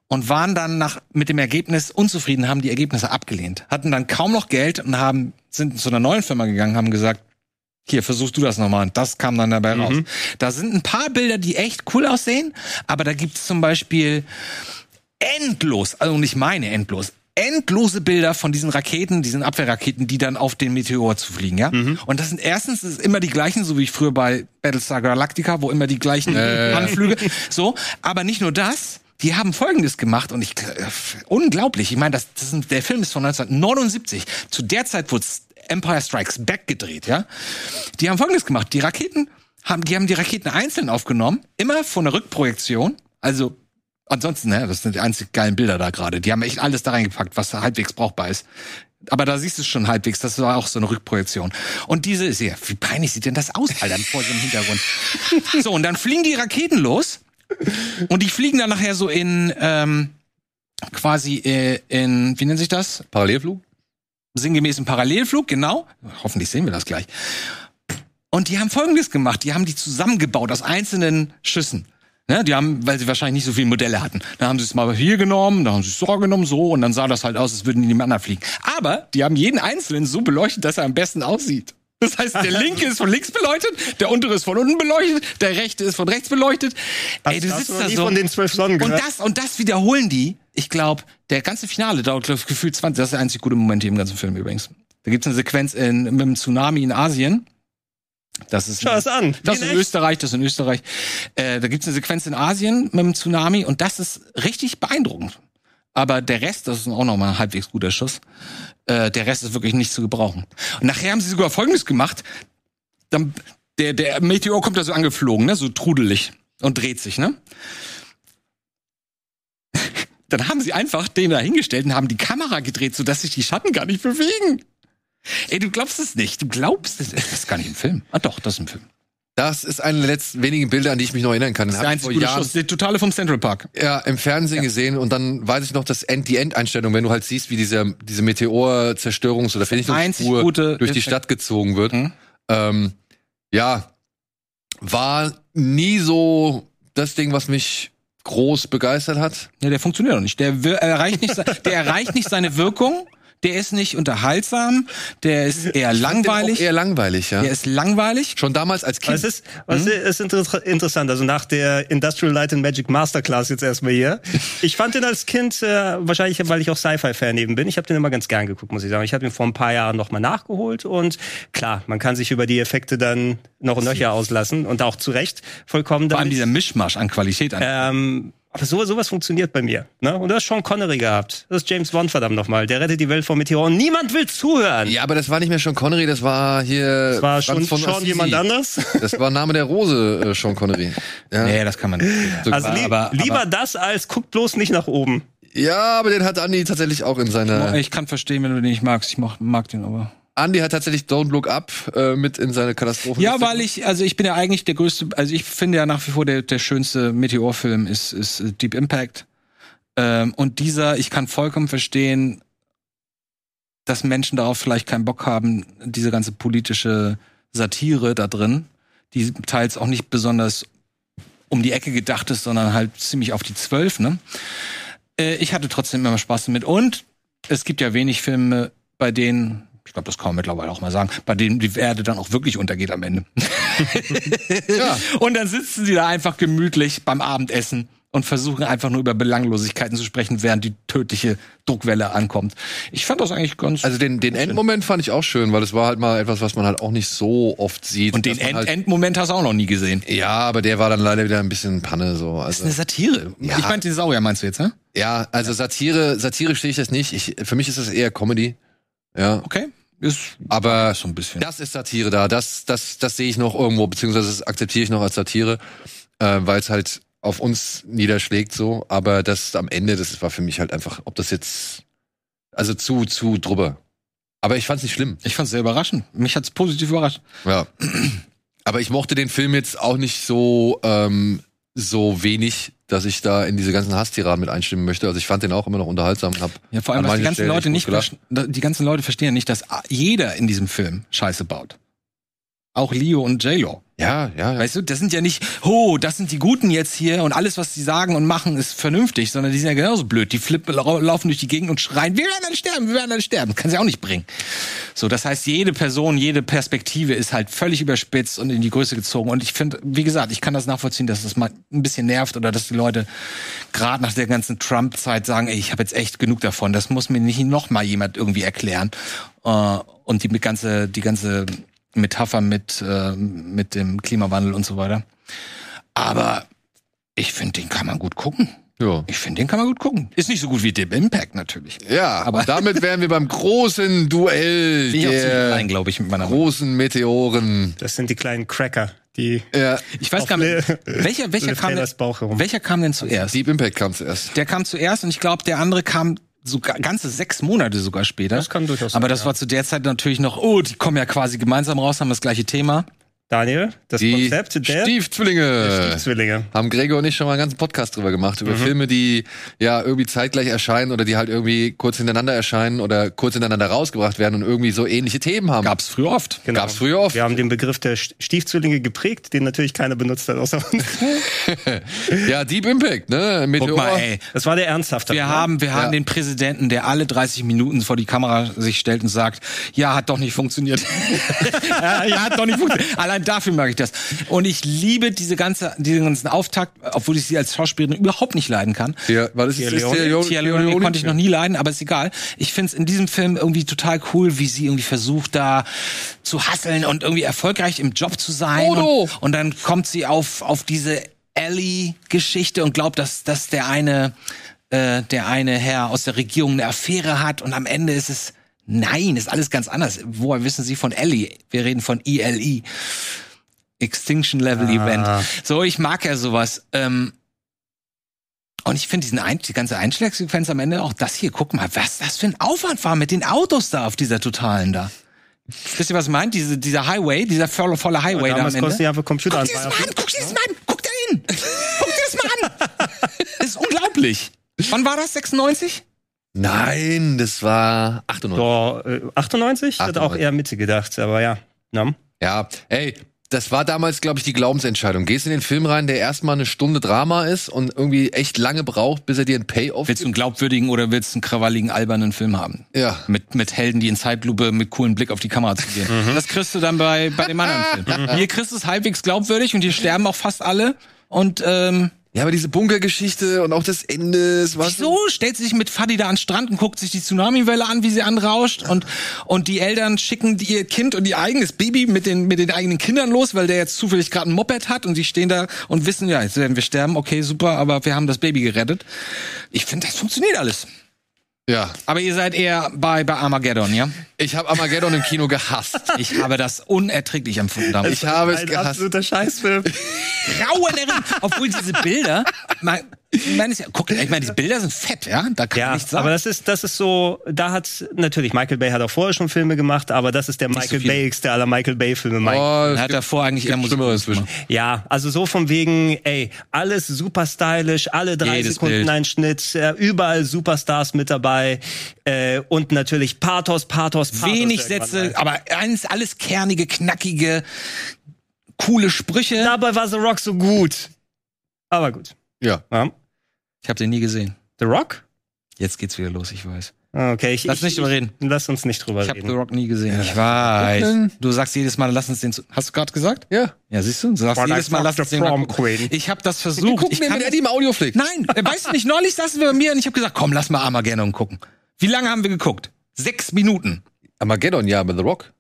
C: und waren dann nach, mit dem Ergebnis unzufrieden, haben die Ergebnisse abgelehnt. Hatten dann kaum noch Geld und haben, sind zu einer neuen Firma gegangen, haben gesagt, hier, versuchst du das nochmal. Und das kam dann dabei raus. Da sind ein paar Bilder, die echt cool aussehen, aber da gibt's zum Beispiel endlos, also nicht meine endlos, endlose Bilder von diesen Raketen, diesen Abwehrraketen, die dann auf den Meteor zu fliegen, ja? Und das sind erstens ist immer die gleichen, so wie ich früher bei Battlestar Galactica, wo immer die gleichen Anflüge, so. Aber nicht nur das. Die haben Folgendes gemacht und ich äh, unglaublich. Ich meine, das, das sind, der Film ist von 1979. Zu der Zeit wurde Empire Strikes Back gedreht, ja. Die haben Folgendes gemacht: Die Raketen haben, die haben die Raketen einzeln aufgenommen, immer von der Rückprojektion. Also Ansonsten, ne, das sind die einzig geilen Bilder da gerade. Die haben echt alles da reingepackt, was halbwegs brauchbar ist. Aber da siehst du es schon halbwegs, das war auch so eine Rückprojektion. Und diese ist hier, wie peinlich sieht denn das aus, Alter, vor so einem Hintergrund. So, und dann fliegen die Raketen los. Und die fliegen dann nachher so in, ähm, quasi äh, in, wie nennt sich das?
A: Parallelflug?
C: sinngemäß im Parallelflug, genau. Hoffentlich sehen wir das gleich. Und die haben Folgendes gemacht. Die haben die zusammengebaut aus einzelnen Schüssen. Ne, die haben, weil sie wahrscheinlich nicht so viele Modelle hatten. Dann haben sie es mal hier genommen, dann haben sie es so genommen, so, und dann sah das halt aus, als würden die nebeneinander fliegen. Aber die haben jeden Einzelnen so beleuchtet, dass er am besten aussieht. Das heißt, der linke ist von links beleuchtet, der untere ist von unten beleuchtet, der rechte ist von rechts beleuchtet. Ey, du
B: hast
C: sitzt
B: du noch
C: da
B: nie
C: so.
B: von den zwölf Sonnen
C: und
B: gehört?
C: das, und das wiederholen die. Ich glaube, der ganze Finale dauert glaub, ich, gefühlt 20. Das ist der einzig gute Moment hier im ganzen Film übrigens. Da gibt's eine Sequenz in, mit dem Tsunami in Asien. Das ist
B: Schau es an.
C: das
B: Wie
C: in
B: in echt.
C: Österreich, das in Österreich. Äh, da gibt's eine Sequenz in Asien mit dem Tsunami und das ist richtig beeindruckend. Aber der Rest, das ist auch nochmal ein halbwegs guter Schuss. Äh, der Rest ist wirklich nicht zu gebrauchen. Und nachher haben sie sogar Folgendes gemacht. Dann, der, der Meteor kommt da so angeflogen, ne? so trudelig und dreht sich. Ne? Dann haben sie einfach den da hingestellt und haben die Kamera gedreht, sodass sich die Schatten gar nicht bewegen. Ey, du glaubst es nicht. Du glaubst es. Das ist gar nicht ein Film. Ah doch, das ist ein Film.
A: Das ist eine der letzten wenigen Bilder, an die ich mich noch erinnern kann. Den
C: Der
A: hab ich
C: einzige
A: vor
C: gute
A: Jahren
C: Schuss. Der totale vom Central Park.
A: ja, im Fernsehen gesehen und dann weiß ich noch das End-to-End-Einstellung, wenn du halt siehst, wie diese, diese Meteor-Zerstörungs- oder
C: einzig
A: Vernichtungsspur
C: gute
A: durch die
C: Effekt.
A: Stadt gezogen wird.
C: Mhm.
A: Ähm, ja, war nie so das Ding, was mich groß begeistert hat.
C: Ja, der funktioniert noch nicht. Der wir- erreicht nicht, se- der erreicht nicht seine Wirkung. Der ist nicht unterhaltsam. Der ist eher
A: Den
C: langweilig.
A: Auch eher langweilig, ja.
C: der ist langweilig.
A: Schon damals als
B: Aber
A: Kind.
B: Es ist, aber
C: Hm?
B: es ist inter interessant, also nach der Industrial Light and Magic Masterclass jetzt erstmal hier. Ich fand den als Kind, äh, wahrscheinlich weil ich auch Sci-Fi-Fan eben bin, ich habe den immer ganz gern geguckt, muss ich sagen. Ich habe ihn vor ein paar Jahren nochmal nachgeholt und klar, man kann sich über die Effekte dann noch und nöcher auslassen und auch zu Recht vollkommen
C: Vor allem
B: damit.
C: dieser Mischmasch an Qualität an.
B: Ähm, aber sowas, sowas funktioniert bei mir. Ne? Und du hast Sean Connery gehabt. Das ist James Bond, verdammt nochmal. Der rettet die Welt vor Meteoren. Niemand will zuhören.
A: ja, aber das war nicht mehr Sean Connery, das war hier
B: Das war schon,
A: Franz von
B: schon
A: Assisi.
B: jemand anders.
A: Das war Name der Rose, äh, Sean Connery. Ja.
C: nee, das kann man nicht.
A: So-
B: Also lieb,
C: aber-
B: lieber
C: aber-
B: das als guckt bloß nicht nach oben.
A: ja, aber den hat Andy tatsächlich auch in seiner
C: Ich kann verstehen, wenn du den nicht magst. Ich mag, mag den aber.
A: Andy hat tatsächlich Don't Look Up äh, mit in seine Katastrophen.
C: Ja, weil ich, also ich bin ja eigentlich der größte, also ich finde ja nach wie vor der, der schönste Meteorfilm ist, ist äh, Deep Impact. Ähm, und dieser, ich kann vollkommen verstehen, dass Menschen darauf vielleicht keinen Bock haben, diese ganze politische Satire da drin, die teils auch nicht besonders um die Ecke gedacht ist, sondern halt ziemlich auf die Zwölf, ne? Äh, ich hatte trotzdem immer Spaß damit. Und es gibt ja wenig Filme, bei denen, ich glaube, das kann man mittlerweile auch mal sagen, bei denen die Erde dann auch wirklich untergeht am Ende.
A: Ja.
C: Und dann sitzen sie da einfach gemütlich beim Abendessen und versuchen einfach nur über Belanglosigkeiten zu sprechen, während die tödliche Druckwelle ankommt. Ich fand das eigentlich ganz.
A: Also den, den Endmoment fand ich auch schön, weil es war halt mal etwas, was man halt auch nicht so oft sieht.
C: und den
A: Dass man
C: End
A: halt,
C: Endmoment hast du auch noch nie gesehen.
A: Ja, aber der war dann leider wieder ein bisschen Panne so. Also,
C: Satire.
A: Ja.
C: Ich meinte Dinosaurier, meinst du jetzt, ne?
A: ja, also Satire, Satire stehe ich das nicht. Ich, für mich ist das eher Comedy. Ja,
C: Okay. Ist
A: aber
C: so ein bisschen.
A: das ist Satire da. Das, das, das sehe ich noch irgendwo, beziehungsweise das akzeptiere ich noch als Satire, äh, weil es halt auf uns niederschlägt so. Aber das am Ende, das war für mich halt einfach, ob das jetzt, also zu, zu drüber. Aber ich fand's nicht schlimm.
C: Ich fand's sehr überraschend. Mich hat's positiv überrascht.
A: Ja. Aber ich mochte den Film jetzt auch nicht so, ähm, so wenig, dass ich da in diese ganzen Hasstiraden mit einstimmen möchte. Also ich fand den auch immer noch unterhaltsam und hab
C: Ja, vor allem,
A: an
C: was die
A: manchen
C: ganzen
A: Stellen
C: Leute
A: gut
C: nicht,
A: gelacht.
C: verste- die ganzen Leute verstehen ja nicht, dass jeder in diesem Film Scheiße baut. Auch Leo und J-Lo.
A: Ja, ja, ja.
C: Weißt du, das sind ja nicht, ho, das sind die Guten jetzt hier und alles, was sie sagen und machen, ist vernünftig, sondern die sind ja genauso blöd. Die flippen, lau- laufen durch die Gegend und schreien, wir werden dann sterben, wir werden dann sterben. Kann sie auch nicht bringen. So, das heißt, jede Person, jede Perspektive ist halt völlig überspitzt und in die Größe gezogen. Und ich finde, wie gesagt, ich kann das nachvollziehen, dass das mal ein bisschen nervt oder dass die Leute gerade nach der ganzen Trump-Zeit sagen, ey, ich habe jetzt echt genug davon. Das muss mir nicht noch mal jemand irgendwie erklären. Äh, und die ganze, die ganze Metapher mit, äh, mit dem Klimawandel und so weiter. Aber ich finde, den kann man gut gucken.
A: Ja.
C: Ich finde, den kann man gut gucken. Ist nicht so gut wie Deep Impact natürlich.
A: Ja,
C: Aber-
A: aber damit wären wir beim großen Duell
C: Bin ich auch zu
A: der
C: klein, glaube ich, mit meiner
A: großen Meteoren.
B: Das sind die kleinen Cracker, die
C: Äh,
A: Ja,
C: Ich weiß
B: Auf
C: gar nicht,
B: Le-
C: welcher, welcher,
B: Le
C: kam denn,
B: Frelers Bauch herum.
C: welcher kam denn zuerst?
A: Deep Impact kam zuerst.
C: Der kam zuerst und ich glaube, der andere kam sogar ganze sechs Monate sogar später.
B: Das kann durchaus sein,
C: Aber das
B: ja.
C: war zu der Zeit natürlich noch, oh, die kommen ja quasi gemeinsam raus, haben das gleiche Thema.
B: Daniel, das
A: Die
B: Konzept der
C: äh,
A: Stiefzwillinge.
B: Stiefzwillinge.
A: Haben Gregor und ich schon mal einen ganzen Podcast drüber gemacht,
C: Mhm.
A: über Filme, die ja irgendwie zeitgleich erscheinen oder die halt irgendwie kurz hintereinander erscheinen oder kurz hintereinander rausgebracht werden und irgendwie so ähnliche Themen haben.
C: Gab's früher oft.
B: Genau.
A: Gab's früher oft.
B: Wir haben den Begriff der St- Stiefzwillinge geprägt, den natürlich keiner benutzt hat, außer uns.
A: Ja, Deep Impact, ne? Meteor.
C: Guck mal, ey.
B: Das war der ernsthafte.
C: Wir haben, wir haben
A: Ja.
C: den Präsidenten, der alle 30 Minuten vor die Kamera sich stellt und sagt, ja, hat doch nicht funktioniert. ja, ja, hat doch nicht funktioniert. Allein dafür mag ich das. Und ich liebe diese ganze, diesen ganzen Auftakt, obwohl ich sie als Schauspielerin überhaupt nicht leiden kann.
A: Ja, weil es ist, ist
B: Leone.
A: Leone-
C: Tia Leone
A: Leone-
C: konnte ich noch nie leiden, aber ist egal. Ich finde es in diesem Film irgendwie total cool, wie sie irgendwie versucht, da zu hasseln und irgendwie erfolgreich im Job zu sein.
A: Odo.
C: Und, und dann kommt sie auf, auf diese Ellie-Geschichte und glaubt, dass, dass der eine, äh, der eine Herr aus der Regierung eine Affäre hat und am Ende ist es, nein, ist alles ganz anders. Woher wissen Sie von Ellie? Wir reden von ELE. Extinction Level Event. So, ich mag ja sowas. Ähm, und ich finde diesen ein, die ganze Einschlagsequenz am Ende auch das hier. Guck mal, was das für ein Aufwand war mit den Autos da auf dieser totalen da. Wisst ihr, was ich meine? Diese, dieser Highway, dieser volle, volle Highway da am
B: Damals
C: Ende.
B: kostet ja einfach Computer
C: Guck dir das mal an, guck dir das mal an, guck da hin. Guck dir das mal an. Das ist unglaublich. Wann war das? 96?
A: Nein, das war 98.
B: Doch, äh, 98? Hat auch
A: 98.
B: eher Mitte gedacht, aber ja. ne? Na?
A: Ja, ey, das war damals, glaube ich, die Glaubensentscheidung. Gehst in den Film rein, der erstmal eine Stunde Drama ist und irgendwie echt lange braucht, bis er dir einen Payoff
C: Willst du einen glaubwürdigen oder willst du einen krawalligen, albernen Film haben?
A: Ja.
C: Mit, mit Helden, die in Zeitlupe mit coolen Blick auf die Kamera zu gehen. Das kriegst du dann bei, bei dem anderen Film. Hier kriegst du es halbwegs glaubwürdig und hier sterben auch fast alle. Und ähm,
A: Ja, aber diese Bunkergeschichte und auch das Ende, es war
C: wieso stellt sie sich mit Fadi da an den Strand und guckt sich die Tsunamiwelle an, wie sie anrauscht und und die Eltern schicken ihr Kind und ihr eigenes Baby mit den mit den eigenen Kindern los, weil der jetzt zufällig gerade ein Moped hat und sie stehen da und wissen ja, jetzt werden wir sterben. Okay, super, aber wir haben das Baby gerettet. Ich finde, das funktioniert alles.
A: Ja,
C: Aber ihr seid eher bei bei Armageddon, ja?
A: ich habe Armageddon im Kino gehasst.
C: Ich habe das unerträglich empfunden damals.
A: Ich habe es
B: Ein
A: gehasst.
B: absoluter Scheißfilm.
C: grauenerregend. Obwohl diese Bilder, man, man ist ja, guck, ich meine, diese Bilder sind fett, ja? Da kann man
B: Ja,
C: nichts sagen.
B: aber das ist, das ist so, da hat natürlich, Michael Bay hat auch vorher schon Filme gemacht, aber das ist der
C: so
B: Michael
C: viele.
B: Bayigste aller Michael Bay-Filme. Mike.
A: Oh,
C: er
A: es
C: hat
A: gibt
C: davor eigentlich eher Musik.
A: Schlimmeres zwischen.
B: Ja, also so von wegen, ey, alles super stylisch, alle drei
C: Jedes
B: Sekunden
C: Bild.
B: ein Schnitt, äh, überall Superstars mit dabei äh, und natürlich Pathos, Pathos, Pathos.
C: Wenig
B: irgendwann
C: Sätze,
B: mal.
C: aber eins, alles kernige, knackige, coole Sprüche.
B: Dabei war The Rock so gut. Aber gut.
A: Ja.
B: Ja.
C: Ich habe den nie gesehen.
B: The Rock?
C: Jetzt geht's wieder los, ich weiß.
B: Ah, Okay, ich,
C: Lass
B: ich,
C: nicht drüber reden.
B: Lass uns nicht drüber
C: Ich habe The
B: reden.
C: Rock nie gesehen. Ich weiß. Du sagst jedes Mal, lass uns den zu. Hast du gerade gesagt?
A: Ja.
C: Ja, siehst du? Du sagst
B: But I
C: jedes Mal,
B: fucked
C: lass
B: the
C: uns den mal
B: prom
C: gucken.
B: queen.
C: Ich habe das
A: Wir
C: versucht.
A: gucken
C: Ich
A: den
C: kann
A: mit Eddie im Audioflick.
C: Nein, äh, weißt du nicht, neulich saßen wir bei mir und ich habe gesagt, komm, lass mal Armageddon gucken. Wie lange haben wir geguckt? Sechs Minuten.
A: Armageddon, ja, aber The Rock.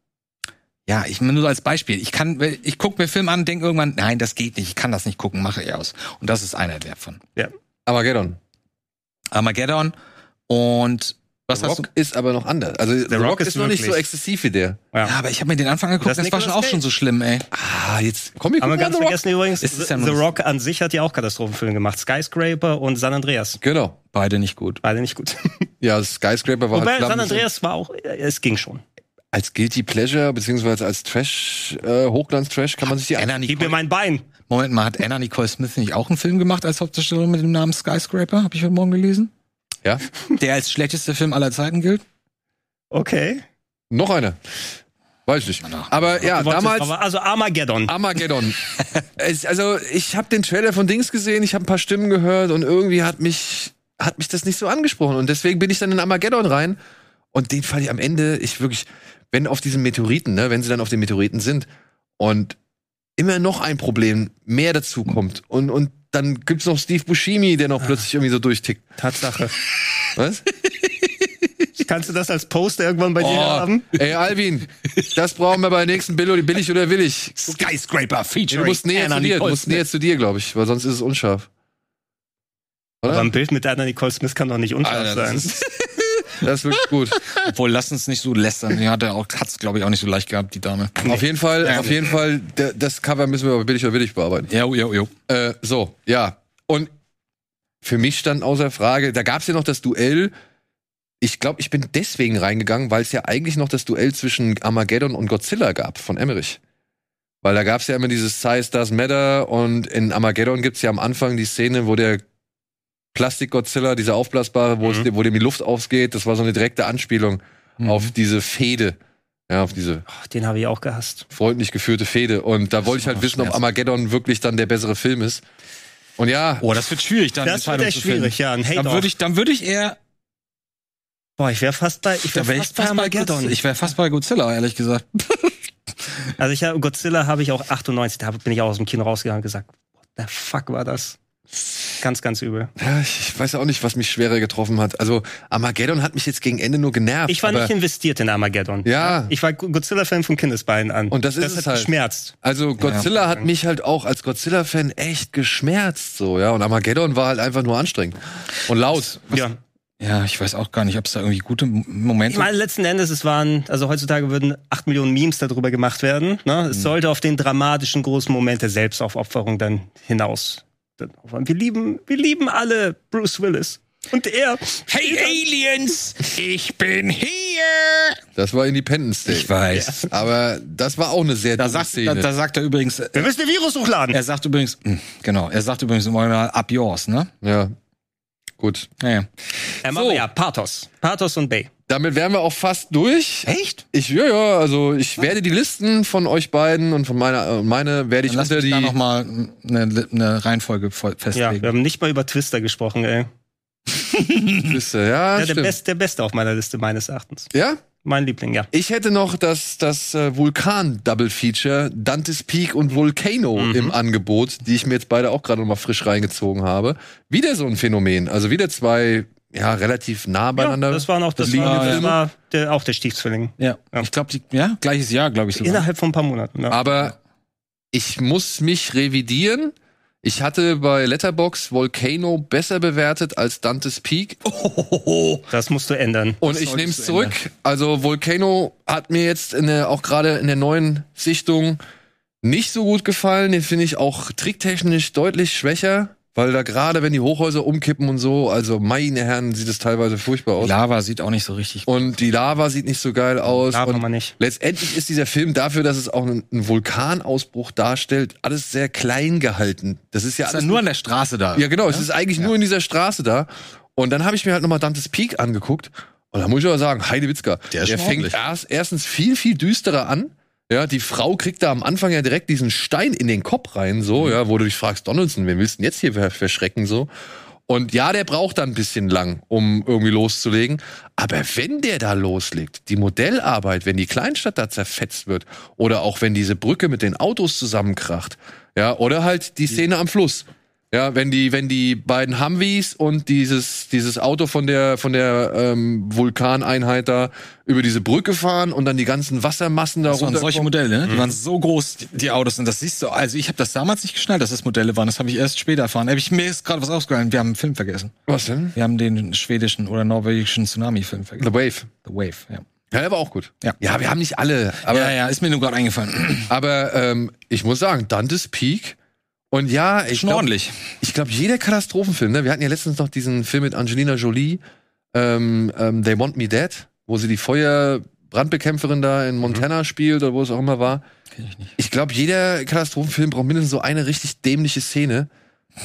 C: Ja, ich nur als Beispiel. Ich kann, ich gucke mir Film an, denke irgendwann, nein, das geht nicht, ich kann das nicht gucken, mache ich aus. Und das ist einer der von
B: Ja.
A: Armageddon.
C: Armageddon und was
A: The
C: hast
A: Rock ist aber noch anders. Also The, Rock,
B: Rock
A: ist,
B: ist
A: noch nicht so
B: wirklich-
A: exzessiv wie der.
C: du? Ja, aber ich habe mir den Anfang angeguckt, das,
B: Das
C: war
B: Nicolas
C: schon auch
B: Cage.
C: schon so schlimm, ey.
A: Ah, jetzt komm, wir
B: Haben
A: gucken mal
B: wir ganz
A: The Rock.
B: vergessen übrigens,
C: Es ist
B: The
C: ja nur-
B: Rock an sich hat ja auch Katastrophenfilme gemacht. Skyscraper und San Andreas.
A: Genau.
C: Beide nicht gut.
B: Beide nicht gut.
C: Oh,
A: Ja, Skyscraper war
B: Wobei
A: halt
B: San
A: Flammen-
B: Andreas war auch, äh, es ging schon.
A: als Guilty Pleasure beziehungsweise als Trash, äh, Hochglanz-Trash kann man sich die
C: Anna
B: Gib mir
C: Nicole,
B: mein Bein.
C: Moment mal, hat Anna Nicole Smith nicht auch einen Film gemacht als Hauptdarstellerin mit dem Namen Skyscraper? Habe ich heute Morgen gelesen.
A: Ja.
C: Der als schlechtester Film aller Zeiten gilt.
B: Okay.
A: Noch eine. Weiß nicht. Aber ja,
B: Du wolltest
A: damals Ah.
B: aber- also Armageddon.
A: Armageddon. es, also ich habe den Trailer von Dings gesehen, ich habe ein paar Stimmen gehört und irgendwie hat mich hat mich das nicht so angesprochen und deswegen bin ich dann in Armageddon rein und den fand ich am Ende ich wirklich, wenn auf diesem Meteoriten, ne, wenn sie dann auf dem Meteoriten sind und immer noch ein Problem mehr dazu kommt und und dann gibt's noch Steve Buscemi, der noch plötzlich irgendwie so durchtickt.
B: Tatsache.
A: Was?
B: Kannst du das als Poster irgendwann bei dir haben?
A: ey Alvin, das brauchen wir bei der nächsten Bill billig oder willig. Du
C: Skyscraper featuring
A: musst näher zu dir, du musst näher zu dir, glaube ich, weil sonst ist es unscharf.
B: Aber
A: Oder?
B: ein Bild mit einer Nicole Smith kann doch nicht unscharf
C: Alter, das
B: sein.
A: Das ist wirklich gut.
C: Obwohl, lass uns nicht so lästern. Die hat er auch, hat's, glaube ich, auch nicht so leicht gehabt, die Dame.
A: Auf jeden Fall, auf jeden Fall, d- das Cover müssen wir aber billig oder billig bearbeiten.
C: Ja, oh, ja, ja.
A: Äh, so, ja. Und für mich stand außer Frage, da gab es ja noch das Duell. Ich glaube, ich bin deswegen reingegangen, weil es ja eigentlich noch das Duell zwischen Armageddon und Godzilla gab von Emmerich. Weil da gab es ja immer dieses Size Does Matter und in Armageddon gibt es ja am Anfang die Szene, wo der Plastik-Godzilla, dieser aufblasbare, wo, es, wo dem die Luft ausgeht, das war so eine direkte Anspielung auf diese Fehde. Ja, auf diese
B: Ach, Oh, den habe ich auch gehasst.
A: freundlich geführte Fehde. Und da wollte ich halt wissen, ob Armageddon wirklich dann der bessere Film ist. Und ja,
C: Oh, das wird schwierig, dann
B: Das wird
C: Entscheidung
B: echt
C: zu finden.
B: schwierig, ja. Ein
C: Dann
B: Hate-Off.
C: würde ich, dann würde ich eher,
B: Boah, ich wäre fast bei, ich wär
C: da wäre ich
B: fast bei
C: fast bei
B: Armageddon.
C: Godzilla. Ich wäre fast bei Godzilla, ehrlich gesagt.
B: also ich hab, Godzilla habe ich auch 98, da hab- bin ich auch aus dem Kino rausgegangen und gesagt, what the fuck war das? Ganz, ganz übel.
A: ja, ich ich weiß auch nicht, was mich schwerer getroffen hat. Also Armageddon hat mich jetzt gegen Ende nur genervt.
B: Ich war
A: aber,
B: nicht investiert in Armageddon.
A: Ja.
B: Ich war Godzilla-Fan von Kindesbeinen an.
A: Und das ist
B: das
A: es
B: hat
A: halt.
B: geschmerzt.
A: Also Godzilla hat mich halt auch als Godzilla-Fan echt geschmerzt, so ja. Und Armageddon war halt einfach nur anstrengend und laut.
B: Ja.
C: Ja, ich weiß auch gar nicht, ob es da irgendwie gute M- Momente
B: Ich meine, letzten Endes, es waren, also heutzutage würden acht Millionen Memes darüber gemacht werden. Ne?
A: Mhm.
B: Es sollte auf den dramatischen großen Moment der Selbstaufopferung dann hinaus. Dann- Wir lieben, wir lieben alle Bruce Willis. Und er.
C: Hey Aliens, ich bin hier!
A: Das war Independence Day.
C: Ich weiß.
A: Aber das war auch eine sehr
C: Da
A: dumme
C: sagt, da, da sagt er übrigens, äh,
B: Wir müssen den Virus hochladen.
C: er sagt übrigens, mh, genau, er sagt übrigens im Original up yours, ne?
A: ja. Gut.
C: Naja.
B: Ähm, aber ja, Pathos. Pathos und Bay.
A: Damit wären wir auch fast durch.
C: Echt?
A: Ich, ja, ja, also ich werde die Listen von euch beiden und von meiner, äh, meine werde ich
C: Dann lass
A: unter
C: mich
A: die.
C: da hm, nochmal eine, eine ne, Reihenfolge voll-
B: Ja,
C: festlegen.
B: wir haben nicht mal über Twister gesprochen, ey.
A: Liste. Ja,
B: Ja, der,
A: stimmt.
B: Best, der Beste auf meiner Liste, meines Erachtens.
A: ja?
B: Mein Liebling, ja.
A: Ich hätte noch das, das äh, Vulkan-Double-Feature, Dantes Peak und Volcano im Angebot, die ich mir jetzt beide auch gerade noch mal frisch reingezogen habe. Wieder so ein Phänomen. Also wieder zwei, ja, relativ nah
B: ja
A: beieinander.
B: das war noch das
A: liegende
B: war, das
A: Filme.
B: war der, auch der Stiefzwilling.
C: Ja.
B: Ja.
C: Ich glaube, ja, gleiches Jahr, glaube ich sogar.
B: Innerhalb von ein paar Monaten. ne? Ja.
A: Aber ich muss mich revidieren. Ich hatte bei Letterbox Volcano besser bewertet als Dantes Peak.
B: Das musst du ändern.
A: Und ich nehme es zurück. Also Volcano hat mir jetzt in der, auch gerade in der neuen Sichtung nicht so gut gefallen. Den finde ich auch tricktechnisch deutlich schwächer, weil da gerade, wenn die Hochhäuser umkippen und so, also meine Herren, sieht es teilweise furchtbar aus.
C: Lava sieht auch nicht so richtig.
A: Und die Lava sieht nicht so geil aus.
B: Darf
A: und
B: man nicht.
A: letztendlich ist dieser Film dafür, dass es auch einen einen Vulkanausbruch darstellt, alles sehr klein gehalten. Das ist ja
C: Ist
A: alles
C: ja nur an der Straße da.
A: ja, genau. Es ist eigentlich nur in dieser Straße da. Und dann habe ich mir halt nochmal Dantes Peak angeguckt. Und da muss ich aber sagen, Heide Witzka,
G: Der ist schon
A: fängt
G: ordentlich.
A: erst, erstens viel, viel düsterer an. Ja, die Frau kriegt da am Anfang ja direkt diesen Stein in den Kopf rein, so, ja, wo du dich fragst, Donaldson, wen willst du denn jetzt hier ver- verschrecken, so? Und ja, der braucht da ein bisschen lang, um irgendwie loszulegen. Aber wenn der da loslegt, die Modellarbeit, wenn die Kleinstadt da zerfetzt wird, oder auch wenn diese Brücke mit den Autos zusammenkracht, ja, oder halt die Szene am Fluss. Ja, wenn die, wenn die beiden Humvees und dieses, dieses Auto von der, von der ähm, Vulkaneinheit da über diese Brücke fahren und dann die ganzen Wassermassen da
C: Das waren solche
A: runterkommen.
C: Modelle, ne? Die waren so groß, die- die Autos. Und das siehst du, also ich habe das damals nicht geschnallt, dass das Modelle waren. Das habe ich erst später erfahren. Hab ich, mir ist gerade was ausgefallen. Wir haben einen Film vergessen.
A: Was denn?
C: Wir haben den schwedischen oder norwegischen Tsunami-Film
A: The
C: vergessen.
A: Wave.
C: The Wave, ja.
A: Ja, der war auch gut.
C: Ja.
A: ja wir haben nicht alle, aber
C: ja, ja, ist mir nur gerade eingefallen.
A: Aber ähm, ich muss sagen, Dantes Peak. Und ja, ich
C: Schon
A: glaube,
C: ordentlich.
A: glaub, jeder Katastrophenfilm, ne? wir hatten ja letztens noch diesen Film mit Angelina Jolie, ähm, ähm, They Want Me Dead, wo sie die Feuerbrandbekämpferin da in Montana spielt oder wo es auch immer war.
C: Mhm. Kenn ich nicht.
A: Ich glaube, jeder Katastrophenfilm braucht mindestens so eine richtig dämliche Szene.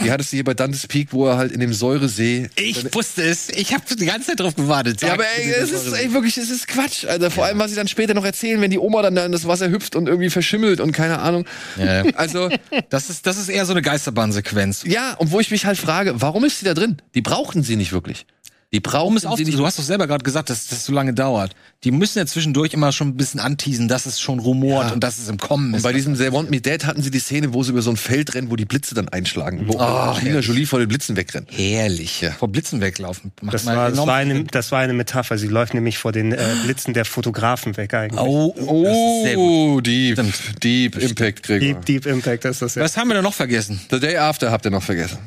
A: Die hattest du hier bei Dantes Peak, wo er halt in dem Säuresee
C: Ich wusste es. Ich habe die ganze Zeit drauf gewartet.
A: ja,
C: Sag,
A: aber ey, es ist ey, wirklich, es ist Quatsch. Also vor allem, was sie dann später noch erzählen, wenn die Oma dann da in das Wasser hüpft und irgendwie verschimmelt und keine Ahnung.
C: Ja.
A: Also,
C: Das ist, das ist eher so eine Geisterbahnsequenz.
A: ja, und wo ich mich halt frage, warum ist sie da drin? Die brauchten sie nicht wirklich. Die brauchen
C: Ist auch,
A: sie nicht.
C: du hast doch selber gerade gesagt, dass das so lange dauert. Die müssen ja zwischendurch immer schon ein bisschen anteasen, dass es schon rumort und dass es im Kommen
A: Und
C: ist.
A: bei diesem They Want Me Dead hatten sie die Szene, wo sie über so ein Feld rennen, wo die Blitze dann einschlagen. Wo Angelina Jolie vor den Blitzen wegrennt.
C: Herrlich. Vor Blitzen weglaufen. Macht
B: Das
C: mal
B: war, das,
C: enorm-
B: war eine, das war eine Metapher. Sie läuft nämlich vor den äh, Blitzen der Fotografen weg eigentlich.
C: Oh, oh, das ist sehr gut.
A: Oh, Deep,
C: Stimmt.
A: Deep Impact, Gregor.
B: Deep, Deep Impact ist das ja.
C: Was haben wir denn noch vergessen?
A: The Day After habt ihr noch vergessen.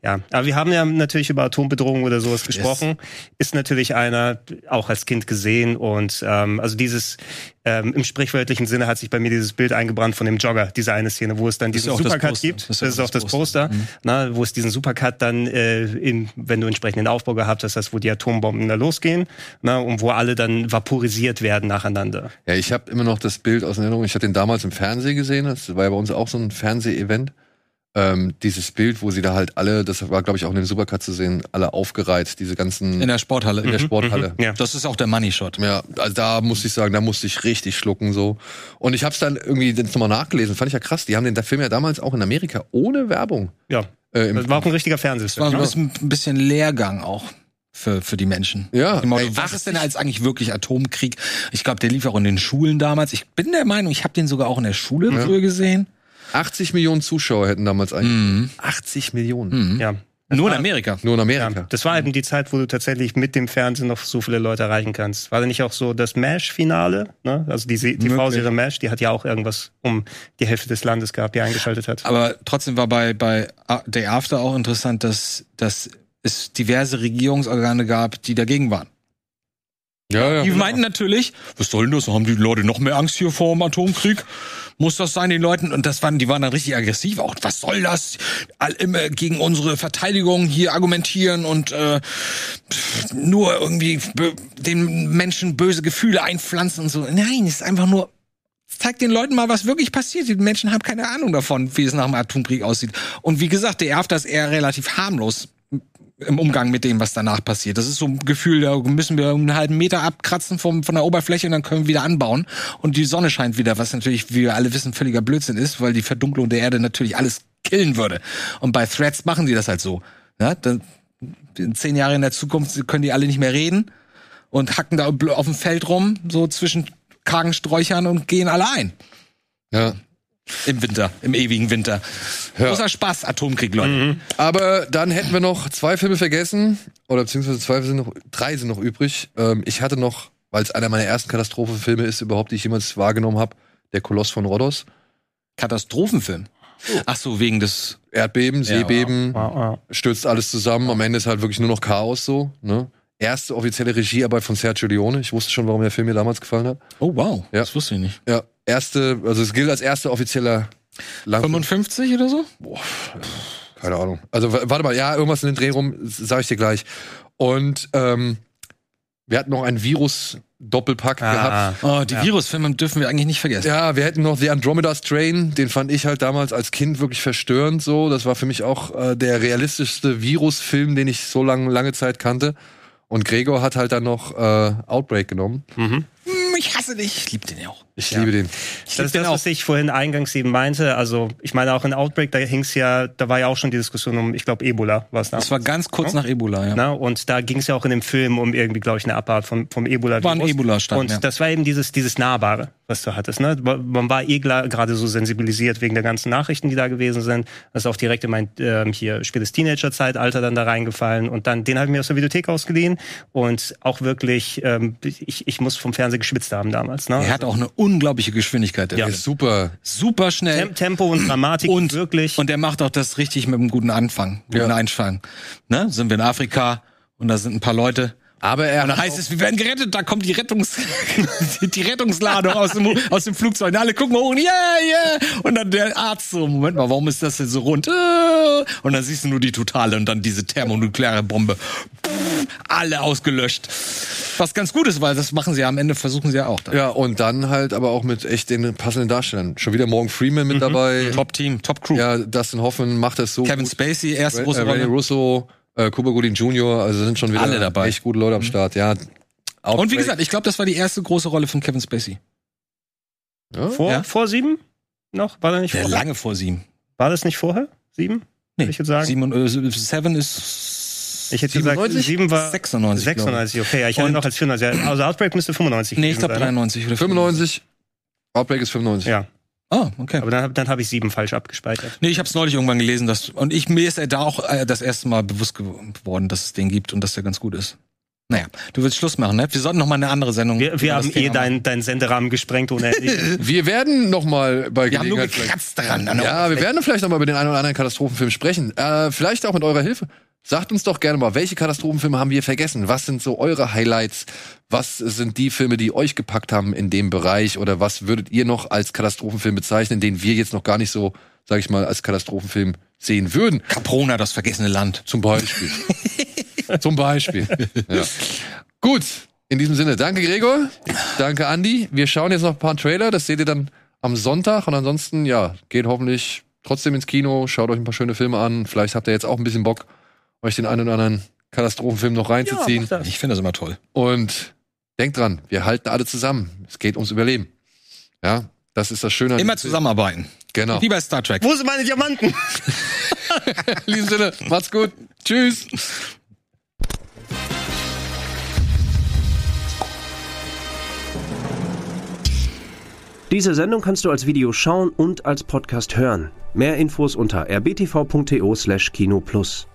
B: Ja, aber wir haben ja natürlich über Atombedrohung oder sowas gesprochen. Ist natürlich einer auch als Kind gesehen und ähm, also dieses ähm, im sprichwörtlichen Sinne hat sich bei mir dieses Bild eingebrannt von dem Jogger, diese eine Szene, wo es dann
C: ja
B: diesen
C: auch das
B: Supercut
C: Poster.
B: gibt.
C: Das Mhm.
B: Das
C: ist ja
B: ist auch das Poster, na, wo es diesen Supercut dann, äh, in, wenn du entsprechenden Aufbau gehabt hast, das, wo die Atombomben da losgehen na, und wo alle dann vaporisiert werden nacheinander.
A: Ja, ich habe immer noch das Bild aus Erinnerung. Ich hatte den damals im Fernsehen gesehen. Das war ja bei uns auch so ein Fernseh-Event. Ähm, dieses Bild, wo sie da halt alle, das war glaube ich auch in dem Supercut zu sehen, alle aufgereiht, diese ganzen
C: In der Sporthalle.
A: in der Mhm, Sporthalle.
B: Ja.
C: Das ist auch der Money Shot.
A: Ja, also da musste ich sagen, da musste ich richtig schlucken so. Und ich habe es dann irgendwie jetzt nochmal nachgelesen, fand ich ja krass. Die haben den Film ja damals auch in Amerika ohne Werbung.
B: Ja,
A: Äh,
B: das
A: im,
B: war auch ein richtiger
C: Das war
B: Fernsehfilm.
C: so ein
B: ne?
C: bisschen, ein bisschen Lehrgang auch für, für die Menschen.
A: Ja.
C: Im Motto,
A: Ey,
C: was ist denn als eigentlich wirklich Atomkrieg? Ich glaube, der lief auch in den Schulen damals. Ich bin der Meinung, ich habe den sogar auch in der Schule früher gesehen.
A: 80 Millionen Zuschauer hätten damals eigentlich. 80 Millionen.
C: mhm.
B: Ja.
C: Nur in Amerika.
A: Nur in
B: Ja,
A: Amerika.
B: das war
C: Mhm.
B: eben die Zeit, wo du tatsächlich mit dem Fernsehen noch so viele Leute erreichen kannst. War da nicht auch so das MASH-Finale? Ne? Also die Se- TV-Serie MASH, die hat ja auch irgendwas um die Hälfte des Landes gehabt, die eingeschaltet hat.
C: Aber trotzdem war bei, bei A- Day After auch interessant, dass, dass es diverse Regierungsorgane gab, die dagegen waren.
A: Ja, ja.
C: Die meinten natürlich, was soll denn das? Haben die Leute noch mehr Angst hier vor dem Atomkrieg? Muss das sein, den Leuten? Und das waren, die waren dann richtig aggressiv auch. Was soll das? All, immer gegen unsere Verteidigung hier argumentieren und äh, pff, nur irgendwie bö- den Menschen böse Gefühle einpflanzen und so. Nein, es ist einfach nur. Zeigt den Leuten mal, was wirklich passiert. Die Menschen haben keine Ahnung davon, wie es nach dem Atomkrieg aussieht. Und wie gesagt, der Erft ist eher relativ harmlos im Umgang mit dem, was danach passiert. Das ist so ein Gefühl, da müssen wir einen halben Meter abkratzen vom, von der Oberfläche und dann können wir wieder anbauen. Und die Sonne scheint wieder, was natürlich, wie wir alle wissen, völliger Blödsinn ist, weil die Verdunklung der Erde natürlich alles killen würde. Und bei Threads machen die das halt so. Ja, dann, in zehn Jahren in der Zukunft können die alle nicht mehr reden und hacken da bl- auf dem Feld rum, so zwischen Kragensträuchern und gehen alle ein.
A: ja.
C: Im Winter, im ewigen Winter. Großer Spaß, Atomkrieg, Leute.
A: Aber dann hätten wir noch zwei Filme vergessen. Oder beziehungsweise zwei sind noch, drei sind noch übrig. Ähm, ich hatte noch, weil es einer meiner ersten Katastrophenfilme ist, überhaupt, die ich jemals wahrgenommen habe, der Koloss von Rhodos.
C: Katastrophenfilm. Ach so, wegen des
A: Erdbeben,
C: Ja,
A: Seebeben,
B: Ah, ah.
A: stürzt alles zusammen. Am Ende ist halt wirklich nur noch Chaos so. Ne? Erste offizielle Regiearbeit von Sergio Leone. Ich wusste schon, warum der Film mir damals gefallen hat.
C: Oh wow,
A: Ja.
C: das wusste ich nicht.
A: Ja, erste, also es gilt als erster offizieller Langfilm.
C: 55 oder so?
A: Keine Ahnung. Also wa- warte mal, ja, irgendwas in den Dreh rum, s- sag ich dir gleich. Und ähm, wir hatten noch einen Virus-Doppelpack
B: Ah.
A: gehabt.
C: Oh, die Virusfilme dürfen wir eigentlich nicht vergessen.
A: Ja, wir hätten noch The Andromeda Strain, den fand ich halt damals als Kind wirklich verstörend so. Das war für mich auch äh, der realistischste Virusfilm, den ich so lang, lange Zeit kannte. Und Gregor hat halt dann noch äh, Outbreak genommen.
C: Hm, Ich hasse dich. Ich liebe den ja auch.
A: Ich liebe den.
B: Das ist das, was ich vorhin eingangs eben meinte. Also, ich meine, auch in Outbreak, da hing's ja, da war ja auch schon die Diskussion um, ich glaube, Ebola war es
C: Das war ganz kurz nach Ebola, ja.
B: Ne? Und da ging es ja auch in dem Film um irgendwie, glaube ich, eine Abart vom, vom Ebola.
C: War ein Ebola-Stand,
B: Und
C: ja.
B: das war eben dieses, dieses Nahbare, was du hattest. Ne? Man war eh gra- gerade so sensibilisiert wegen der ganzen Nachrichten, die da gewesen sind. Das ist auch direkt in mein ähm, hier spätes Teenager-Zeitalter dann da reingefallen. Und dann, den habe ich mir aus der Videothek ausgeliehen. Und auch wirklich, ähm, ich, ich muss vom Fernseher geschwitzt haben damals. Ne?
C: Er hat auch eine unglaubliche Geschwindigkeit. Der
B: Ja.
C: ist
A: Super.
C: super schnell.
B: Tem Tempo und Dramatik
C: Und,
B: wirklich.
C: und er macht auch das richtig mit einem guten Anfang, guten
A: Ja.
C: Einschlag. Ne? Sind wir in Afrika und da sind ein paar Leute.
A: Aber er
C: Und da
A: hat
C: heißt es, wir werden gerettet, da kommt die Rettungs die Rettungsladung aus dem, aus dem Flugzeug. Und alle gucken hoch und yeah, yeah. Und dann der Arzt so, Moment mal, warum ist das denn so rund? Äh. Und dann siehst du nur die totale und dann diese thermonukleare Bombe. Pff, Alle ausgelöscht. Was ganz gut ist, weil das machen sie ja am Ende, versuchen sie ja auch.
A: Ja, und dann halt aber auch mit echt den passenden Darstellern. Schon wieder Morgan Freeman
C: Mhm.
A: mit dabei.
C: Top-Team, Top-Crew.
A: Ja, Dustin Hoffman macht das so.
C: Kevin
A: gut.
C: Spacey, erste
A: Ra-
C: große
A: äh, Randy
C: Rolle.
A: Russo, äh, Cuba Gooding Jr., also sind schon wieder
C: Alle dabei. Mhm.
A: echt gute Leute am Start, ja.
C: Und wie
A: Outbreak.
C: gesagt, ich glaube, das war die erste große Rolle von Kevin Spacey.
A: ja?
B: vor,
C: ja.
B: vor sieben noch? War, da nicht vorher?
C: lange vor sieben.
B: war das nicht vorher? Sieben?
C: Nee,
B: Würde ich jetzt sagen.
C: Sieben, und- äh, Seven ist
B: Ich hätte gesagt, 7 war
C: 96, glaub ich.
B: 96, okay. Ja, ich hatte
C: Und-
B: noch als 94. ja, Also Outbreak müsste 95
C: Nee, ich
B: gewesen
C: glaube
B: sein, ne?
C: 93 oder
A: 95, Outbreak ist 95.
B: Ja,
C: Ah, okay.
B: aber dann, hab- dann habe ich 7 falsch abgespeichert.
C: Nee, ich habe es neulich irgendwann gelesen, dass und ich mir ist er da auch äh, das erste Mal bewusst geworden, dass es den gibt und dass der ganz gut ist. Naja, du willst Schluss machen, ne? Wir sollten noch mal eine andere Sendung.
B: Wir, wir
C: über das
B: haben
C: Thema
B: eh
C: machen.
B: deinen deinen Senderahmen gesprengt ohne Ende.
A: Wir werden noch mal bei
C: Wir haben nur
A: Gelegenheit vielleicht-
C: gekratzt daran. an der
A: Ja, wir werden vielleicht noch mal über den einen oder anderen Katastrophenfilm sprechen. Äh, vielleicht auch mit eurer Hilfe. Sagt uns doch gerne mal, welche Katastrophenfilme haben wir vergessen? Was sind so eure Highlights? Was sind die Filme, die euch gepackt haben in dem Bereich? Oder was würdet ihr noch als Katastrophenfilm bezeichnen, den wir jetzt noch gar nicht so, sag ich mal, als Katastrophenfilm sehen würden?
C: Caprona, das vergessene Land.
A: Zum Beispiel. Zum Beispiel. Ja. Gut, in diesem Sinne, danke Gregor, danke Andi. Wir schauen jetzt noch ein paar Trailer, das seht ihr dann am Sonntag und ansonsten, ja, geht hoffentlich trotzdem ins Kino, schaut euch ein paar schöne Filme an. Vielleicht habt ihr jetzt auch ein bisschen Bock, euch den einen oder anderen Katastrophenfilm noch reinzuziehen.
B: Ja, mach das.
C: Ich finde das immer toll.
A: und denkt dran, wir halten alle zusammen. Es geht ums Überleben. Ja, das ist das Schöne. an
C: Immer
A: diesem
C: zusammenarbeiten.
A: Film. Genau.
C: Wie bei Star Trek.
B: Wo sind meine Diamanten?
A: In diesem Sinne, macht's gut. Tschüss.
G: Diese Sendung kannst du als Video schauen und als Podcast hören. Mehr Infos unter rbtv.to/kinoplus.